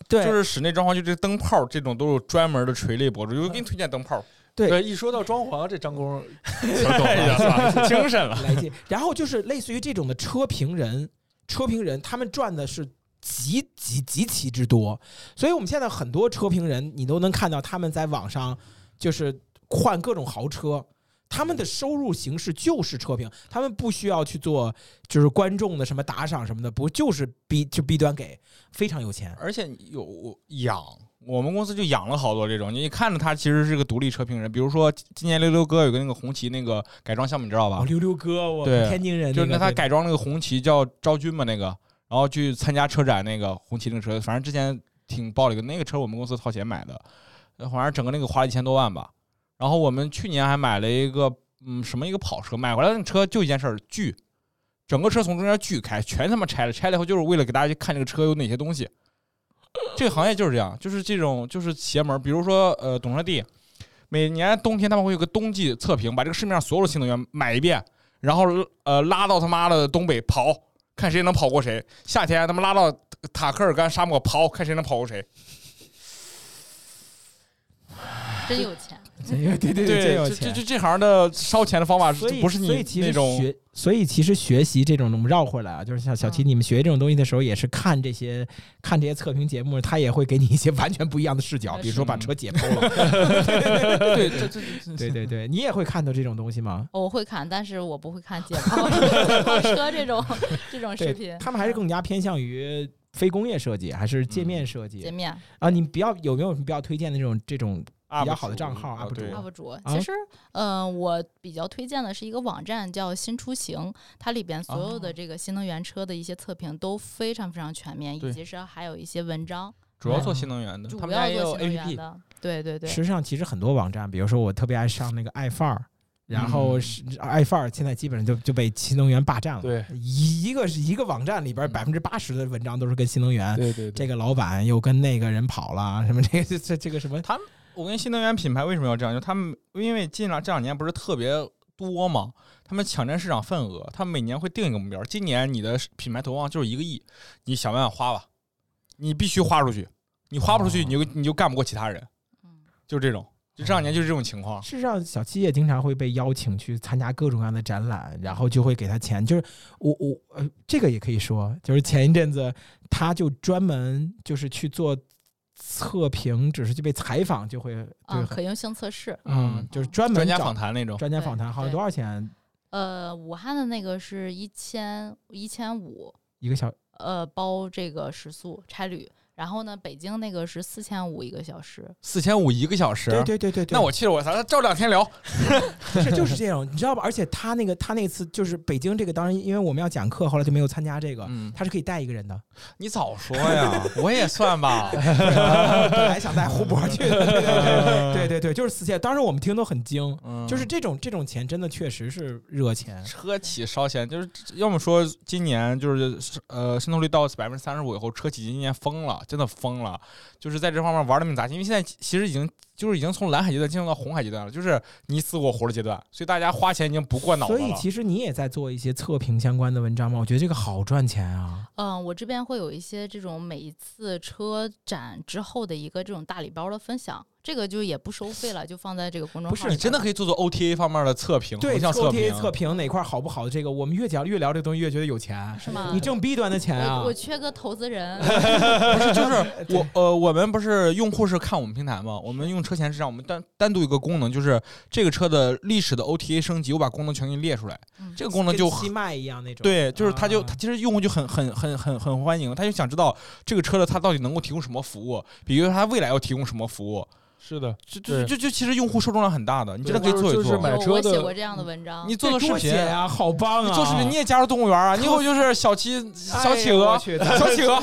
A: 对
B: 就是室内装潢，就这灯泡这种都有专门的垂类博主，就给你推荐灯泡，
A: 对
D: 对，一说到装潢，这张工
B: 了，精神了，
A: 来劲。然后就是类似于这种的车评人，车评人他们赚的是极极极其之多，所以我们现在很多车评人，你都能看到他们在网上就是换各种豪车。他们的收入形式就是车评，他们不需要去做就是观众的什么打赏什么的，不就是逼就逼端给，非常有钱。
B: 而且有养，我们公司就养了好多这种。你看着他其实是个独立车评人，比如说今年溜溜哥有个那个红旗那个改装项目，你知道吧
A: 哦，？溜溜哥，我
B: 对
A: 天津人、
B: 就
A: 那
B: 是
A: 个，
B: 那他
A: 对
B: 改装那个红旗叫昭君嘛那个，然后去参加车展那个红旗那个车，反正之前挺爆了一个那个车，我们公司掏钱买的，呃好像整个那个花了一千多万吧。然后我们去年还买了一个嗯什么一个跑车，买回来那车就一件事儿锯，整个车从中间锯开，全他妈拆了，拆了以后就是为了给大家去看这个车有哪些东西。这个行业就是这样，就是这种就是邪门儿，比如说呃懂车帝，每年冬天他们会有个冬季测评，把这个市面上所有的新能源买一遍，然后呃拉到他妈的东北跑，看谁能跑过谁。夏天他妈拉到塔克尔干沙漠跑，看谁能跑过谁。
C: 真有钱。
A: 对对对真有
B: 这这
A: 钱。
B: 这这行的烧钱的方法
A: 所以
B: 不是
A: 所以
B: 你
A: 其实
B: 那种
A: 学，所以其实学习这种，我们绕回来啊，就是像小七，
C: 嗯
A: 你们学这种东西的时候，也是看这些看这些测评节目，他也会给你一些完全不一样的视角，
C: 呃是
A: 比如说把车解剖 了，
B: 对对对
A: 对对对，你也会看到这种东西吗？
C: 哦我会看，但是我不会看解 剖解剖车这种这种视
A: 对
C: 频，。
A: 他们还是更加偏向于非工业设计还是界
B: 嗯
A: 面设
C: 界
A: 计
C: 面
A: 啊？你比较有没有什么比较推荐的这种这种？
B: UP
A: 比较好的账号
B: 主啊
A: UP 主
B: 对
C: UP 主。其实，嗯、我比较推荐的是一个网站叫新出行，它里边所有的这个新能源车的一些测评都非常非常全面，
B: 对
C: 以及是还有一些文章，
B: 主要做新能源的，
A: 嗯
C: 主
B: 他们家
C: 要
B: 也
C: 做
B: 有
C: 新能源
B: APP，
C: 的。对对对，
A: 实际上，其实很多网站，比如说我特别爱上那个爱范儿，
B: 嗯
A: 然后是爱范儿现在基本上就就被新能源霸占了。
D: 对
A: 一一个是一个网站里边
B: 嗯
A: 百分之八十的文章都是跟新能源，
D: 对对对，
A: 这个老板又跟那个人跑了，什么这个这这个 什么
B: 我跟新能源品牌为什么要这样？就他们因为近两这两年不是特别多嘛，他们抢占市场份额，他们每年会定一个目标，今年你的品牌投放就是一个亿，你想办法花吧，你必须花出去，你花不出去，
A: 哦
B: 你就你就干不过其他人，
C: 嗯
B: 就这种，就这两年就是这种情况。
A: 事实上，小七也经常会被邀请去参加各种各样的展览，然后就会给他钱。就是我我呃，这个也可以说，就是前一阵子他就专门就是去做测评，只是就被采访就会
C: 啊，
A: 对，
C: 可用性测试。
A: 嗯，就是专门
B: 专家
A: 找
B: 访谈那种，
A: 专家访谈，好像
C: 对
A: 多少钱
C: 呃，武汉的那个是一千一千五，
A: 一个小
C: 呃，包这个食宿差旅。然后呢，北京那个是四千五一个小时，
B: 四千五一个小时。
A: 对对对对对，
B: 那我气了，我操，照两天聊。
A: 是就是这种，你知道吧？而且他那个他那次就是北京这个，当然因为我们要讲课，后来就没有参加这个。
B: 嗯，
A: 他是可以带一个人 的，
B: 你早说呀， 我也算吧。
A: 本来想带胡博去的，对对对对对对，就是四千。当时我们听都很惊，
B: 嗯，
A: 就是这种这种钱真的确实是热钱，
B: 车企烧钱，就是要么说今年就是呃渗透率到百分之三十五以后，车企今年疯了，真的疯了，就是在这方面玩了命砸钱。因为现在其实已经就是已经从蓝海阶段进入到红海阶段了，就是你死我活的阶段，所以大家花钱已经不过脑子
A: 所以
B: 了。
A: 其实你也在做一些测评相关的文章吗？我觉得这个好赚钱啊！
C: 嗯，我这边会有一些这种每一次车展之后的一个这种大礼包的分享，这个就也不收费了，就放在这个公众号
A: 不
C: 里
A: 是
C: 边儿。
B: 你真的可以做做 OTA 方面的测评，
A: 对
B: 横向测
A: ，OTA
B: 评，
A: 测评哪块好不好？这个我们越讲越聊这东西，越觉得有钱。
C: 是吗？
A: 你挣 B 端的钱啊
C: 嗯我我！缺个投 资人，
B: 不是，就是 我呃，我们不是用户是看我们平台嘛？我们用车前市场，我们单单独有一个功能，就是这个车的历史的 OTA 升级，我把功能全给你列出来。
C: 嗯
B: 这个功能就
A: 跟西麦一样那种。
B: 对，就是他就
A: 啊
B: 他其实用户就很很很很很欢迎，他就想知道这个车的它到底能够提供什么服务，比如说它未来要提供什么服务，
D: 是 的，
B: 就就
D: 对
B: 就就其实用户受众量很大的，你真的可
D: 对
B: 以做一
D: 就是买
B: 做。
C: 有
D: 车
C: 我
D: 的
C: 写过这样的文章
B: 你。做个视频，
A: 呀、好棒
B: 你
A: 啊！
B: 做视频你也加入动物园啊，你以后就是小企小企
A: 哎呦我
B: 鹅，
A: 去
B: 小企鹅，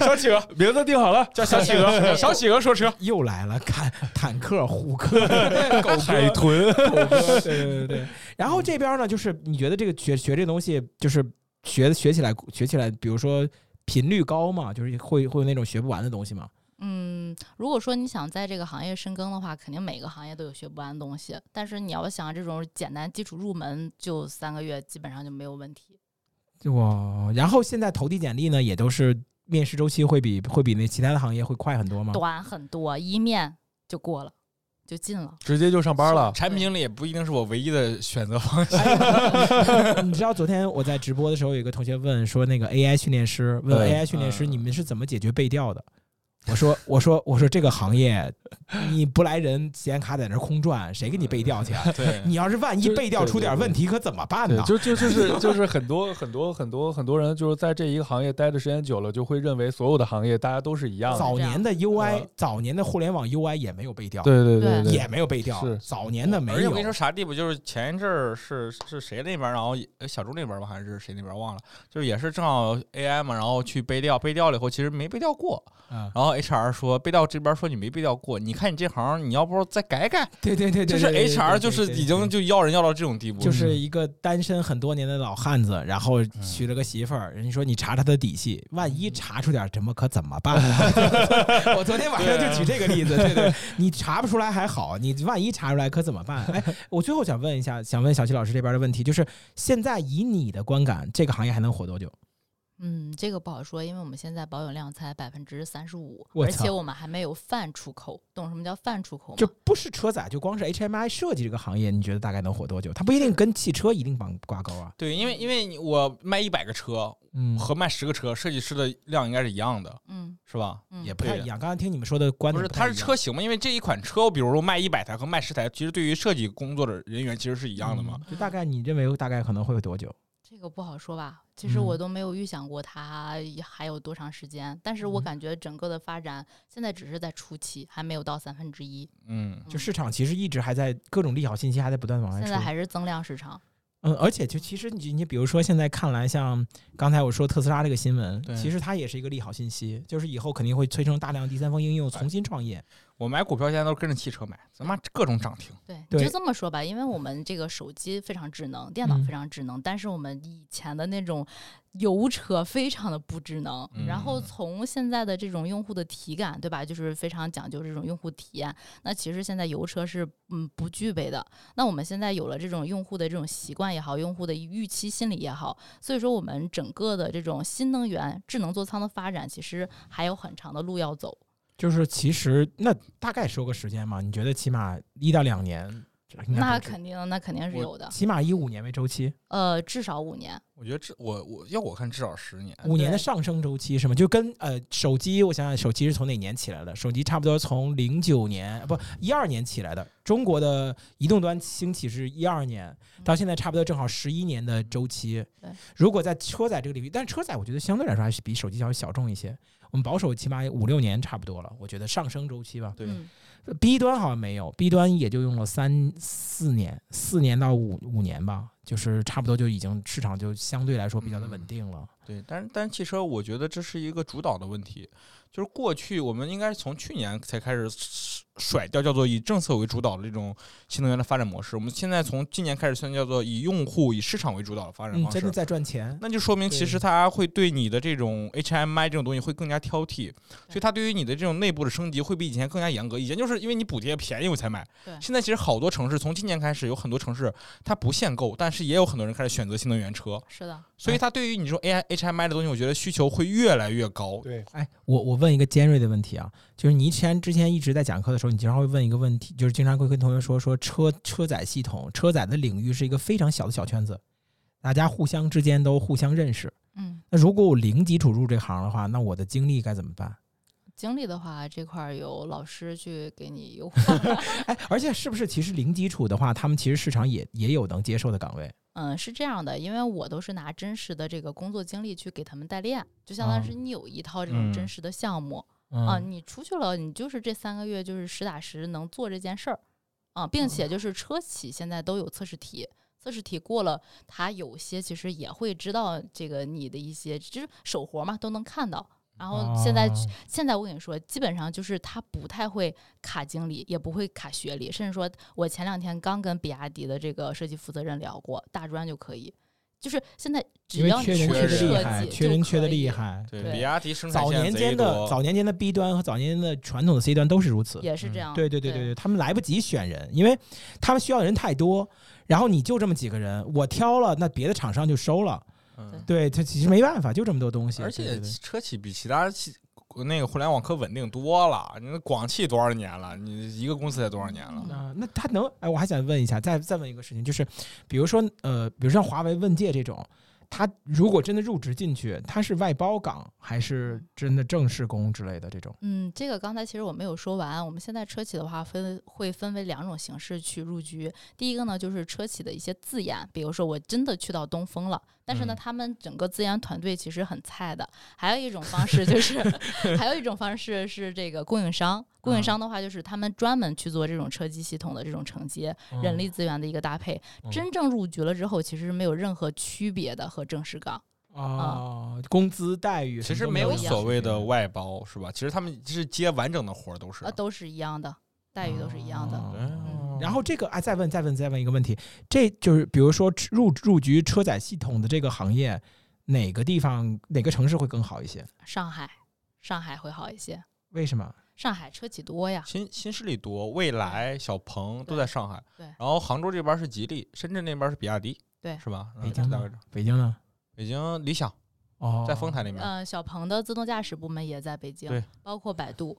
B: 小企鹅
D: 名字定好了，
B: 叫小企 鹅， 小企鹅说车。
A: 又来了，看坦克、虎 克、狗哥、
D: 海豚，
A: 狗哥，对对对对。 然后这边呢，就是你觉得这个学学这东西，就是学学起来学起来，比如说频率高嘛，就是会会有那种学不完的东西嘛。
C: 嗯，如果说你想在这个行业深耕的话，肯定每个行业都有学不完的东西。但是你要想这种简单基础入门，就三个月基本上就没有问题。
A: 哇！然后现在投递简历呢，也都是面试周期会比会比那其他的行业会快很多吗？
C: 短很多，一面就过了，就进了。
D: 直接就上班了。
B: 产品经理也不一定是我唯一的选择 方向。
A: 你知道昨天我在直播的时候，有一个同学问说，那个 AI 训练师问
D: 嗯
A: AI 训练师，
B: 嗯
A: 你们是怎么解决背调的？我说我说我说这个行业，你不来人，显卡在那儿空转，谁给你背调去 啊？
B: 对，
A: 你要是万一
D: 就是
A: 背调出点
D: 对对对
A: 问题，可怎么办
D: 对
A: 呢，？
D: 就就就是就是很多很多很多很多人就是在这一个行业待的时间久了，就会认为所有的行业大家都是一样的。
A: 早年的 UI，
D: 嗯
A: 早年的互联网 UI 也没有背调，
D: 对对对
C: 对
D: 对，
A: 也没有背调
D: 是，
A: 早年的没
B: 而且
A: 有
B: 我跟。你说啥地步，就是前一阵儿是是谁那边儿，然后呃小猪那边儿吧，还是谁那边儿忘了，就是也是正好 AI 嘛，然后去背调，背调了以后其实没背调过，
A: 嗯，
B: 然后 HR 说背调这边儿说你没背调过，你看你这行你要不再改改，
A: 对对对
B: 就
A: 对，
B: 是
A: 对对对
B: HR
A: 对
B: 就
A: 对
B: 是
A: 对对
B: 已经就要人要到这种地步，
A: 就是一个单身很多年的老汉子，然后
B: 嗯
A: 娶了个媳妇儿。人家说你查查他底细，万一查出点什么可怎么 办？我昨天晚上就举这个例子，
B: 啊
A: 对对，你查不出来还好，你万一查出来可怎么办？哎，我最后想问一下，想问小齐老师这边的问题，就是现在以你的观感，这个行业还能火多久？
C: 嗯，这个不好说，因为我们现在保有量才百分之三十五，
A: 我
C: 而
A: 操
C: 且我们还没有泛出口。懂什么叫泛出口吗？
A: 就不是车载，就光是 HMI 设计这个行业，你觉得大概能火多久？它不一定跟汽车一定绑挂钩啊。
B: 对，因为因为你我卖一百个车
A: 嗯
B: 和卖十个车，设计师的量应该是一样的，
C: 嗯
B: 是吧？
C: 嗯，
A: 也不太
B: 对
A: 一样。刚刚听你们说的观
B: 不
A: 点
B: 是，
A: 太
B: 它是
A: 一样
B: 车型嘛？因为这一款车，比如说卖一百台和卖十台，其实对于设计工作的人员其实是一样的嘛。
A: 嗯就大概你认为大概可能会有多久？
C: 这个不好说吧。其实我
A: 嗯
C: 都没有预想过它还有多长时间，但是我
A: 嗯
C: 感觉整个的发展现在只是在初期，还没有到三分之一。
B: 嗯，
A: 就
C: 嗯
A: 市场其实一直还在各种利好信息还在不断地往外
C: 现
A: 出
C: 在。还是增量市场。
A: 嗯，而且就其实你你比如说现在看来，像刚才我说特斯拉这个新闻，
B: 对
A: 其实它也是一个利好信息，就是以后肯定会催生大量第三方应用重新创业。
B: 我买股票现在都是跟着汽车买，咱妈各种涨停。
C: 对，
A: 对
C: 你就这么说吧，因为我们这个手机非常智能，电脑
A: 嗯
C: 非常智能，但是我们以前的那种油车非常的不智能。然后
B: 嗯
C: 从现在的这种用户的体感，对吧？就是非常讲究这种用户体验。那其实现在油车是嗯不具备的。那我们现在有了这种用户的这种习惯也好，用户的预期心理也好，所以说我们整个的这种新能源智能座舱的发展，其实还有很长的路要走。
A: 就是其实那大概说个时间嘛，你觉得起码一到两年？这应该
C: 那
A: 不止
C: 肯定，那肯定是
B: 我
C: 有的。
A: 起码以五年为周期，
C: 呃，至少五年。
B: 我觉得至我我要我看至少十年。
A: 五年的
C: 呃对
A: 上升周期是吗？就跟呃手机，我想想手机是从哪年起来的？手机差不多从零九年不一二年起来的。中国的移动端兴起是一二年，到现在差不多正好十一年的周期
C: 嗯对。
A: 如果在车载这个领域，但是车载我觉得相对来说还是比手机要小众一些。我们保守起码五六年差不多了，我觉得上升周期吧。
B: 对
C: 嗯
A: B 端好像没有，B 端也就用了三四年，四年到五五年吧，就是差不多就已经市场就相对来说比较的
C: 嗯
A: 稳定了。
B: 对，但是但是汽车，我觉得这是一个主导的问题，就是过去我们应该是从去年才开始甩掉叫做以政策为主导的这种新能源的发展模式，我们现在从今年开始算叫做以用户以市场为主导的发展
A: 嗯，
B: 方式，
A: 真的在赚钱。
B: 那就说明其实
A: 对
B: 它会对你的这种 HMI 这种东西会更加挑剔，所以它对于你的这种内部的升级会比以前更加严格。以前就是因为你补贴便宜我才买
C: 对，
B: 现在其实好多城市从今年开始有很多城市它不限购，但是也有很多人开始选择新能源车，
C: 是的，
B: 所以它对于你这种 AI HMI 的东西，我觉得需求会越来越高。
D: 对
A: 哎，我我问一个尖锐的问题啊，就是你之前之前一直在讲课的时候，你经常会问一个问题，就是经常会跟同学说说车车载系统、车载的领域是一个非常小的小圈子，大家互相之间都互相认识。
C: 嗯，
A: 那如果我零基础入这行的话，那我的精力该怎么办？
C: 经历的话，这块儿有老师去给你优化。
A: 哎，而且是不是其实零基础的话，他们其实市场也也有能接受的岗位？
C: 嗯，是这样的，因为我都是拿真实的这个工作经历去给他们代练，就相当于
A: 啊
C: 是你有一套这种
B: 嗯
C: 真实的项目
A: 嗯
C: 啊，你出去了，你就是这三个月就是实打实能做这件事儿啊，并且就是车企现在都有测试题。测试题过了，他有些其实也会知道这个你的一些，就是手活嘛，都能看到。然后现在
A: 哦
C: 现在我跟你说，基本上就是他不太会卡经理，也不会卡学历，甚至说我前两天刚跟比亚迪的这个设计负责人聊过，大专就可以。就是现在
A: 因
C: 只
A: 为
C: 要你
A: 缺人
B: 会
A: 缺
C: 会
A: 的
C: 设
A: 厉
C: 计
A: 害，
C: 就
A: 缺人缺的
C: 可以
A: 厉，害。
C: 对
B: 比亚迪生产
A: 早
B: 线
A: 年
B: 贼
A: 间的
B: 多，
A: 早年间的 B 端和早年间的传统的 C 端都是如此。
C: 也是
B: 嗯
C: 这样。
A: 对对对对对，他们来不及选人，因为他们需要的人太多，然后你就这么几个人，我挑了，那别的厂商就收了。
B: 嗯，
A: 对，他其实没办法，就这么多东西。
B: 而且
A: 对对对
B: 车企比其他企那个互联网可稳定多了。你那广汽多少年了？你一个公司才多少年了？
A: 啊、那他能哎，我还想问一下，再再问一个事情，就是比如说呃，比如像华为问界这种，他如果真的入职进去，他是外包岗还是真的正式工之类的这种？
C: 嗯，这个刚才其实我没有说完。我们现在车企的话分会分为两种形式去入局。第一个呢，就是车企的一些字眼，比如说我真的去到东风了，但是呢，
A: 嗯
C: 他们整个资源团队其实很菜的。还有一种方式就是， 还有一种方式是这个供应商。供
A: 嗯
C: 应商的话，就是他们专门去做这种车机系统的这种承接、人力资源的一个搭配。
A: 嗯
C: 真正入局了之后，其实没有任何区别的和正式岗。
A: 啊，工资待遇
B: 其
A: 什
B: 实
A: 么都
B: 没有
A: 一样
B: 所谓的外包是吧？其实他们是接完整的活儿都是
C: 啊，。都是一样的，待遇都是一样的。
A: 哦
B: 嗯
A: 然后这个啊，再问再问再问一个问题，这就是比如说入入局车载系统的这个行业，哪个地方哪个城市会更好一些？
C: 上海，上海会好一些，
A: 为什么？
C: 上海车企多呀。
B: 新新势力多，蔚来、小鹏都在上海，
C: 对
B: 然后杭州这边是吉利，深圳那边是比亚迪，
C: 对
B: 是吧？嗯
A: 北
B: 就
A: 京
B: 大概
A: 呢
B: 这样？
A: 北京呢？
B: 北京理想
A: 哦，
B: 在丰台那边，
C: 嗯、小鹏的自动驾驶部门也在北京
B: 对，
C: 包括百度，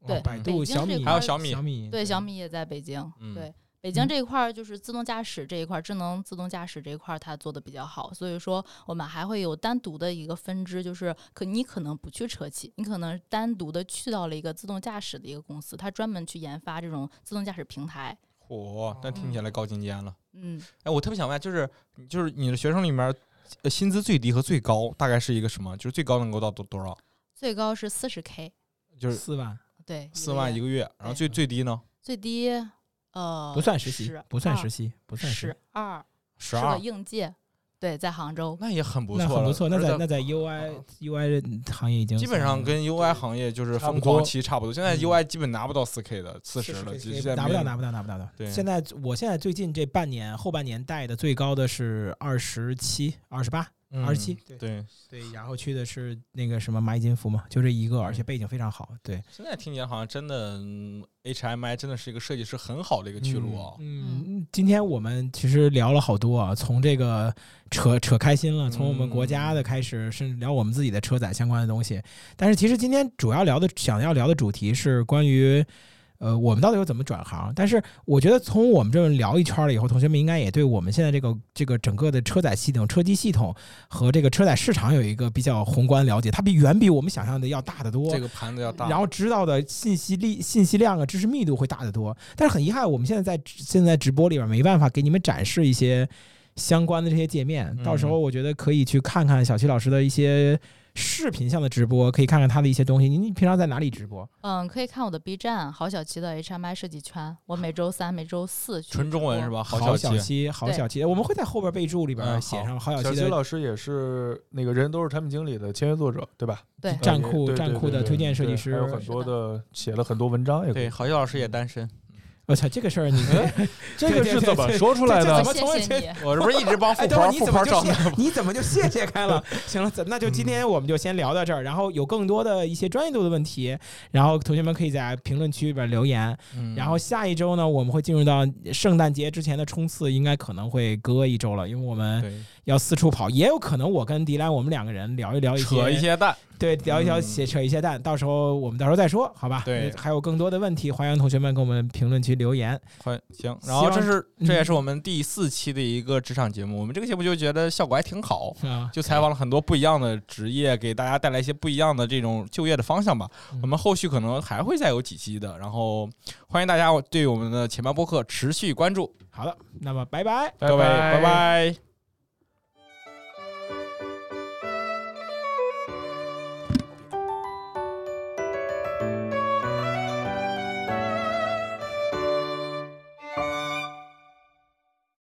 A: 哦
C: 对
A: 百
C: 北
A: 度、
C: 京
A: 小
C: 这
A: 米，
C: 块儿还有
B: 小米
A: 小米，
C: 对，小米也在北京，
B: 嗯
C: 对。北京
A: 嗯
C: 这一块儿就是自动驾驶这一块儿，智能自动驾驶这一块儿它做的比较好，所以说我们还会有单独的一个分支，就是可你可能不去车企，你可能单独的去到了一个自动驾驶的一个公司，它专门去研发这种自动驾驶平台。
B: 嚯，那听
C: 哦
B: 起来高精尖了。
C: 嗯，
B: 哎，我特别想问，就是就是你的学生里面，呃薪资最低和最高大概是一个什么？就是最高能够到多多少？
C: 最高是四十 K，
B: 就是
A: 四万，
C: 对，
B: 四万一
C: 个月，嗯
B: 个月，然后最最低呢
C: 最低呃
A: 不算实习
C: 12，
A: 不算实习，不算实
C: 十
A: 习，
C: 二
B: 十
C: 是个
B: 二，
C: 应届，对，在杭州，
B: 那也很不
A: 那
B: 错
A: 很
B: 了，
A: 不错。那
B: 而
A: 在
B: 且
A: 那在 UI UI 行业已经
B: 基本上跟 UI 行业就是疯狂期差不多。现在
A: 嗯
B: UI 基本拿不到四 K 的，四十了，就现在
A: 拿不
B: 没
A: 到，
B: 有
A: 拿不到，拿不到的。
B: 对
A: 现在我现在最近这半年后半年带的最高的是二十七、二十八、
B: 嗯
A: 二十七，
B: 对，
A: 对，然后去的是那个什么蚂蚁金服嘛，就这一个，
B: 嗯
A: 而且背景非常好，对，
B: 现在听起来好像真的嗯 HMI 真的是一个设计师很好的一个去路啊。
A: 嗯，今天我们其实聊了好多啊，从这个扯扯开心了，从我们国
B: 嗯
A: 家的开始，甚至聊我们自己的车载相关的东西。但是其实今天主要聊的想要聊的主题是关于。呃，我们到底又怎么转行？但是我觉得从我们这么聊一圈了以后，同学们应该也对我们现在这个这个整个的车载系统、车机系统和这个车载市场有一个比较宏观了解，它比远比我们想象的要大得多。
B: 这个盘子要
D: 啊
B: 大，
A: 然后知道的信息力、信息量啊、知识密度会大得多。但是很遗憾，我们现在在现在直播里边没办法给你们展示一些相关的这些界面。
B: 嗯
A: 到时候我觉得可以去看看小七老师的一些视频上的直播，可以看看他的一些东西。您平常在哪里直播？
C: 嗯，可以看我的 B 站郝小琪的 HMI 设计圈，我每周三、每周四去
B: 纯中文是
C: 吧？
B: 吧？
A: 好
B: 小气，
A: 七，好小七，我们会在后边备注里边
B: 嗯
A: 写
B: 好
A: 上好
D: 小
A: 小七
D: 新
A: 的
D: 老师也是那个人都是产品经理的签约作者，对吧？
C: 对
A: 站酷
D: 呃对对对
A: 站酷的
D: 对对
A: 推荐设计
D: 对
A: 师
D: 还有很多的写了很多文章也可以
B: 对，郝宇老师也 单身，
A: 我操，哦这个事儿你
D: 这个是怎么说出来
A: 这
D: 的
A: 怎？么从
C: 谢谢你，
B: 我这不是一直帮富
A: 哎，等会儿
B: 婆
A: 你
B: 富
A: 怎么
B: 婆 找
A: 就谢你怎么就谢谢开了？ 行了，咱那就
B: 嗯
A: 今天我们就先聊到这儿，然后有更多的一些专业度的问题，然后同学们可以在评论区里边留言。
B: 嗯
A: 然后下一周呢，我们会进入到圣诞节之前的冲刺，应该可能会隔一周了，因为我们
B: 对
A: 要四处跑，也有可能我跟迪兰我们两个人聊一聊一些
B: 扯一些蛋，
A: 对，聊一聊
B: 嗯
A: 写扯一些蛋，到时候我们到时候再说，好吧？
B: 对
A: 还有更多的问题，欢迎同学们给我们评论区留言。
B: 欢行，
A: 希
B: 然后这
A: 望
B: 是
A: 嗯
B: 这也是我们第四期的一个职场节目，我们这个节目就觉得效果还挺好。
A: 啊，
B: 就采访了很多不一样的职业，给大家带来一些不一样的这种就业的方向吧
A: 嗯。
B: 我们后续可能还会再有几期的，然后欢迎大家对我们的前半播客持续关注。
D: 哎
A: 好的，那么拜拜。
B: 各位，拜拜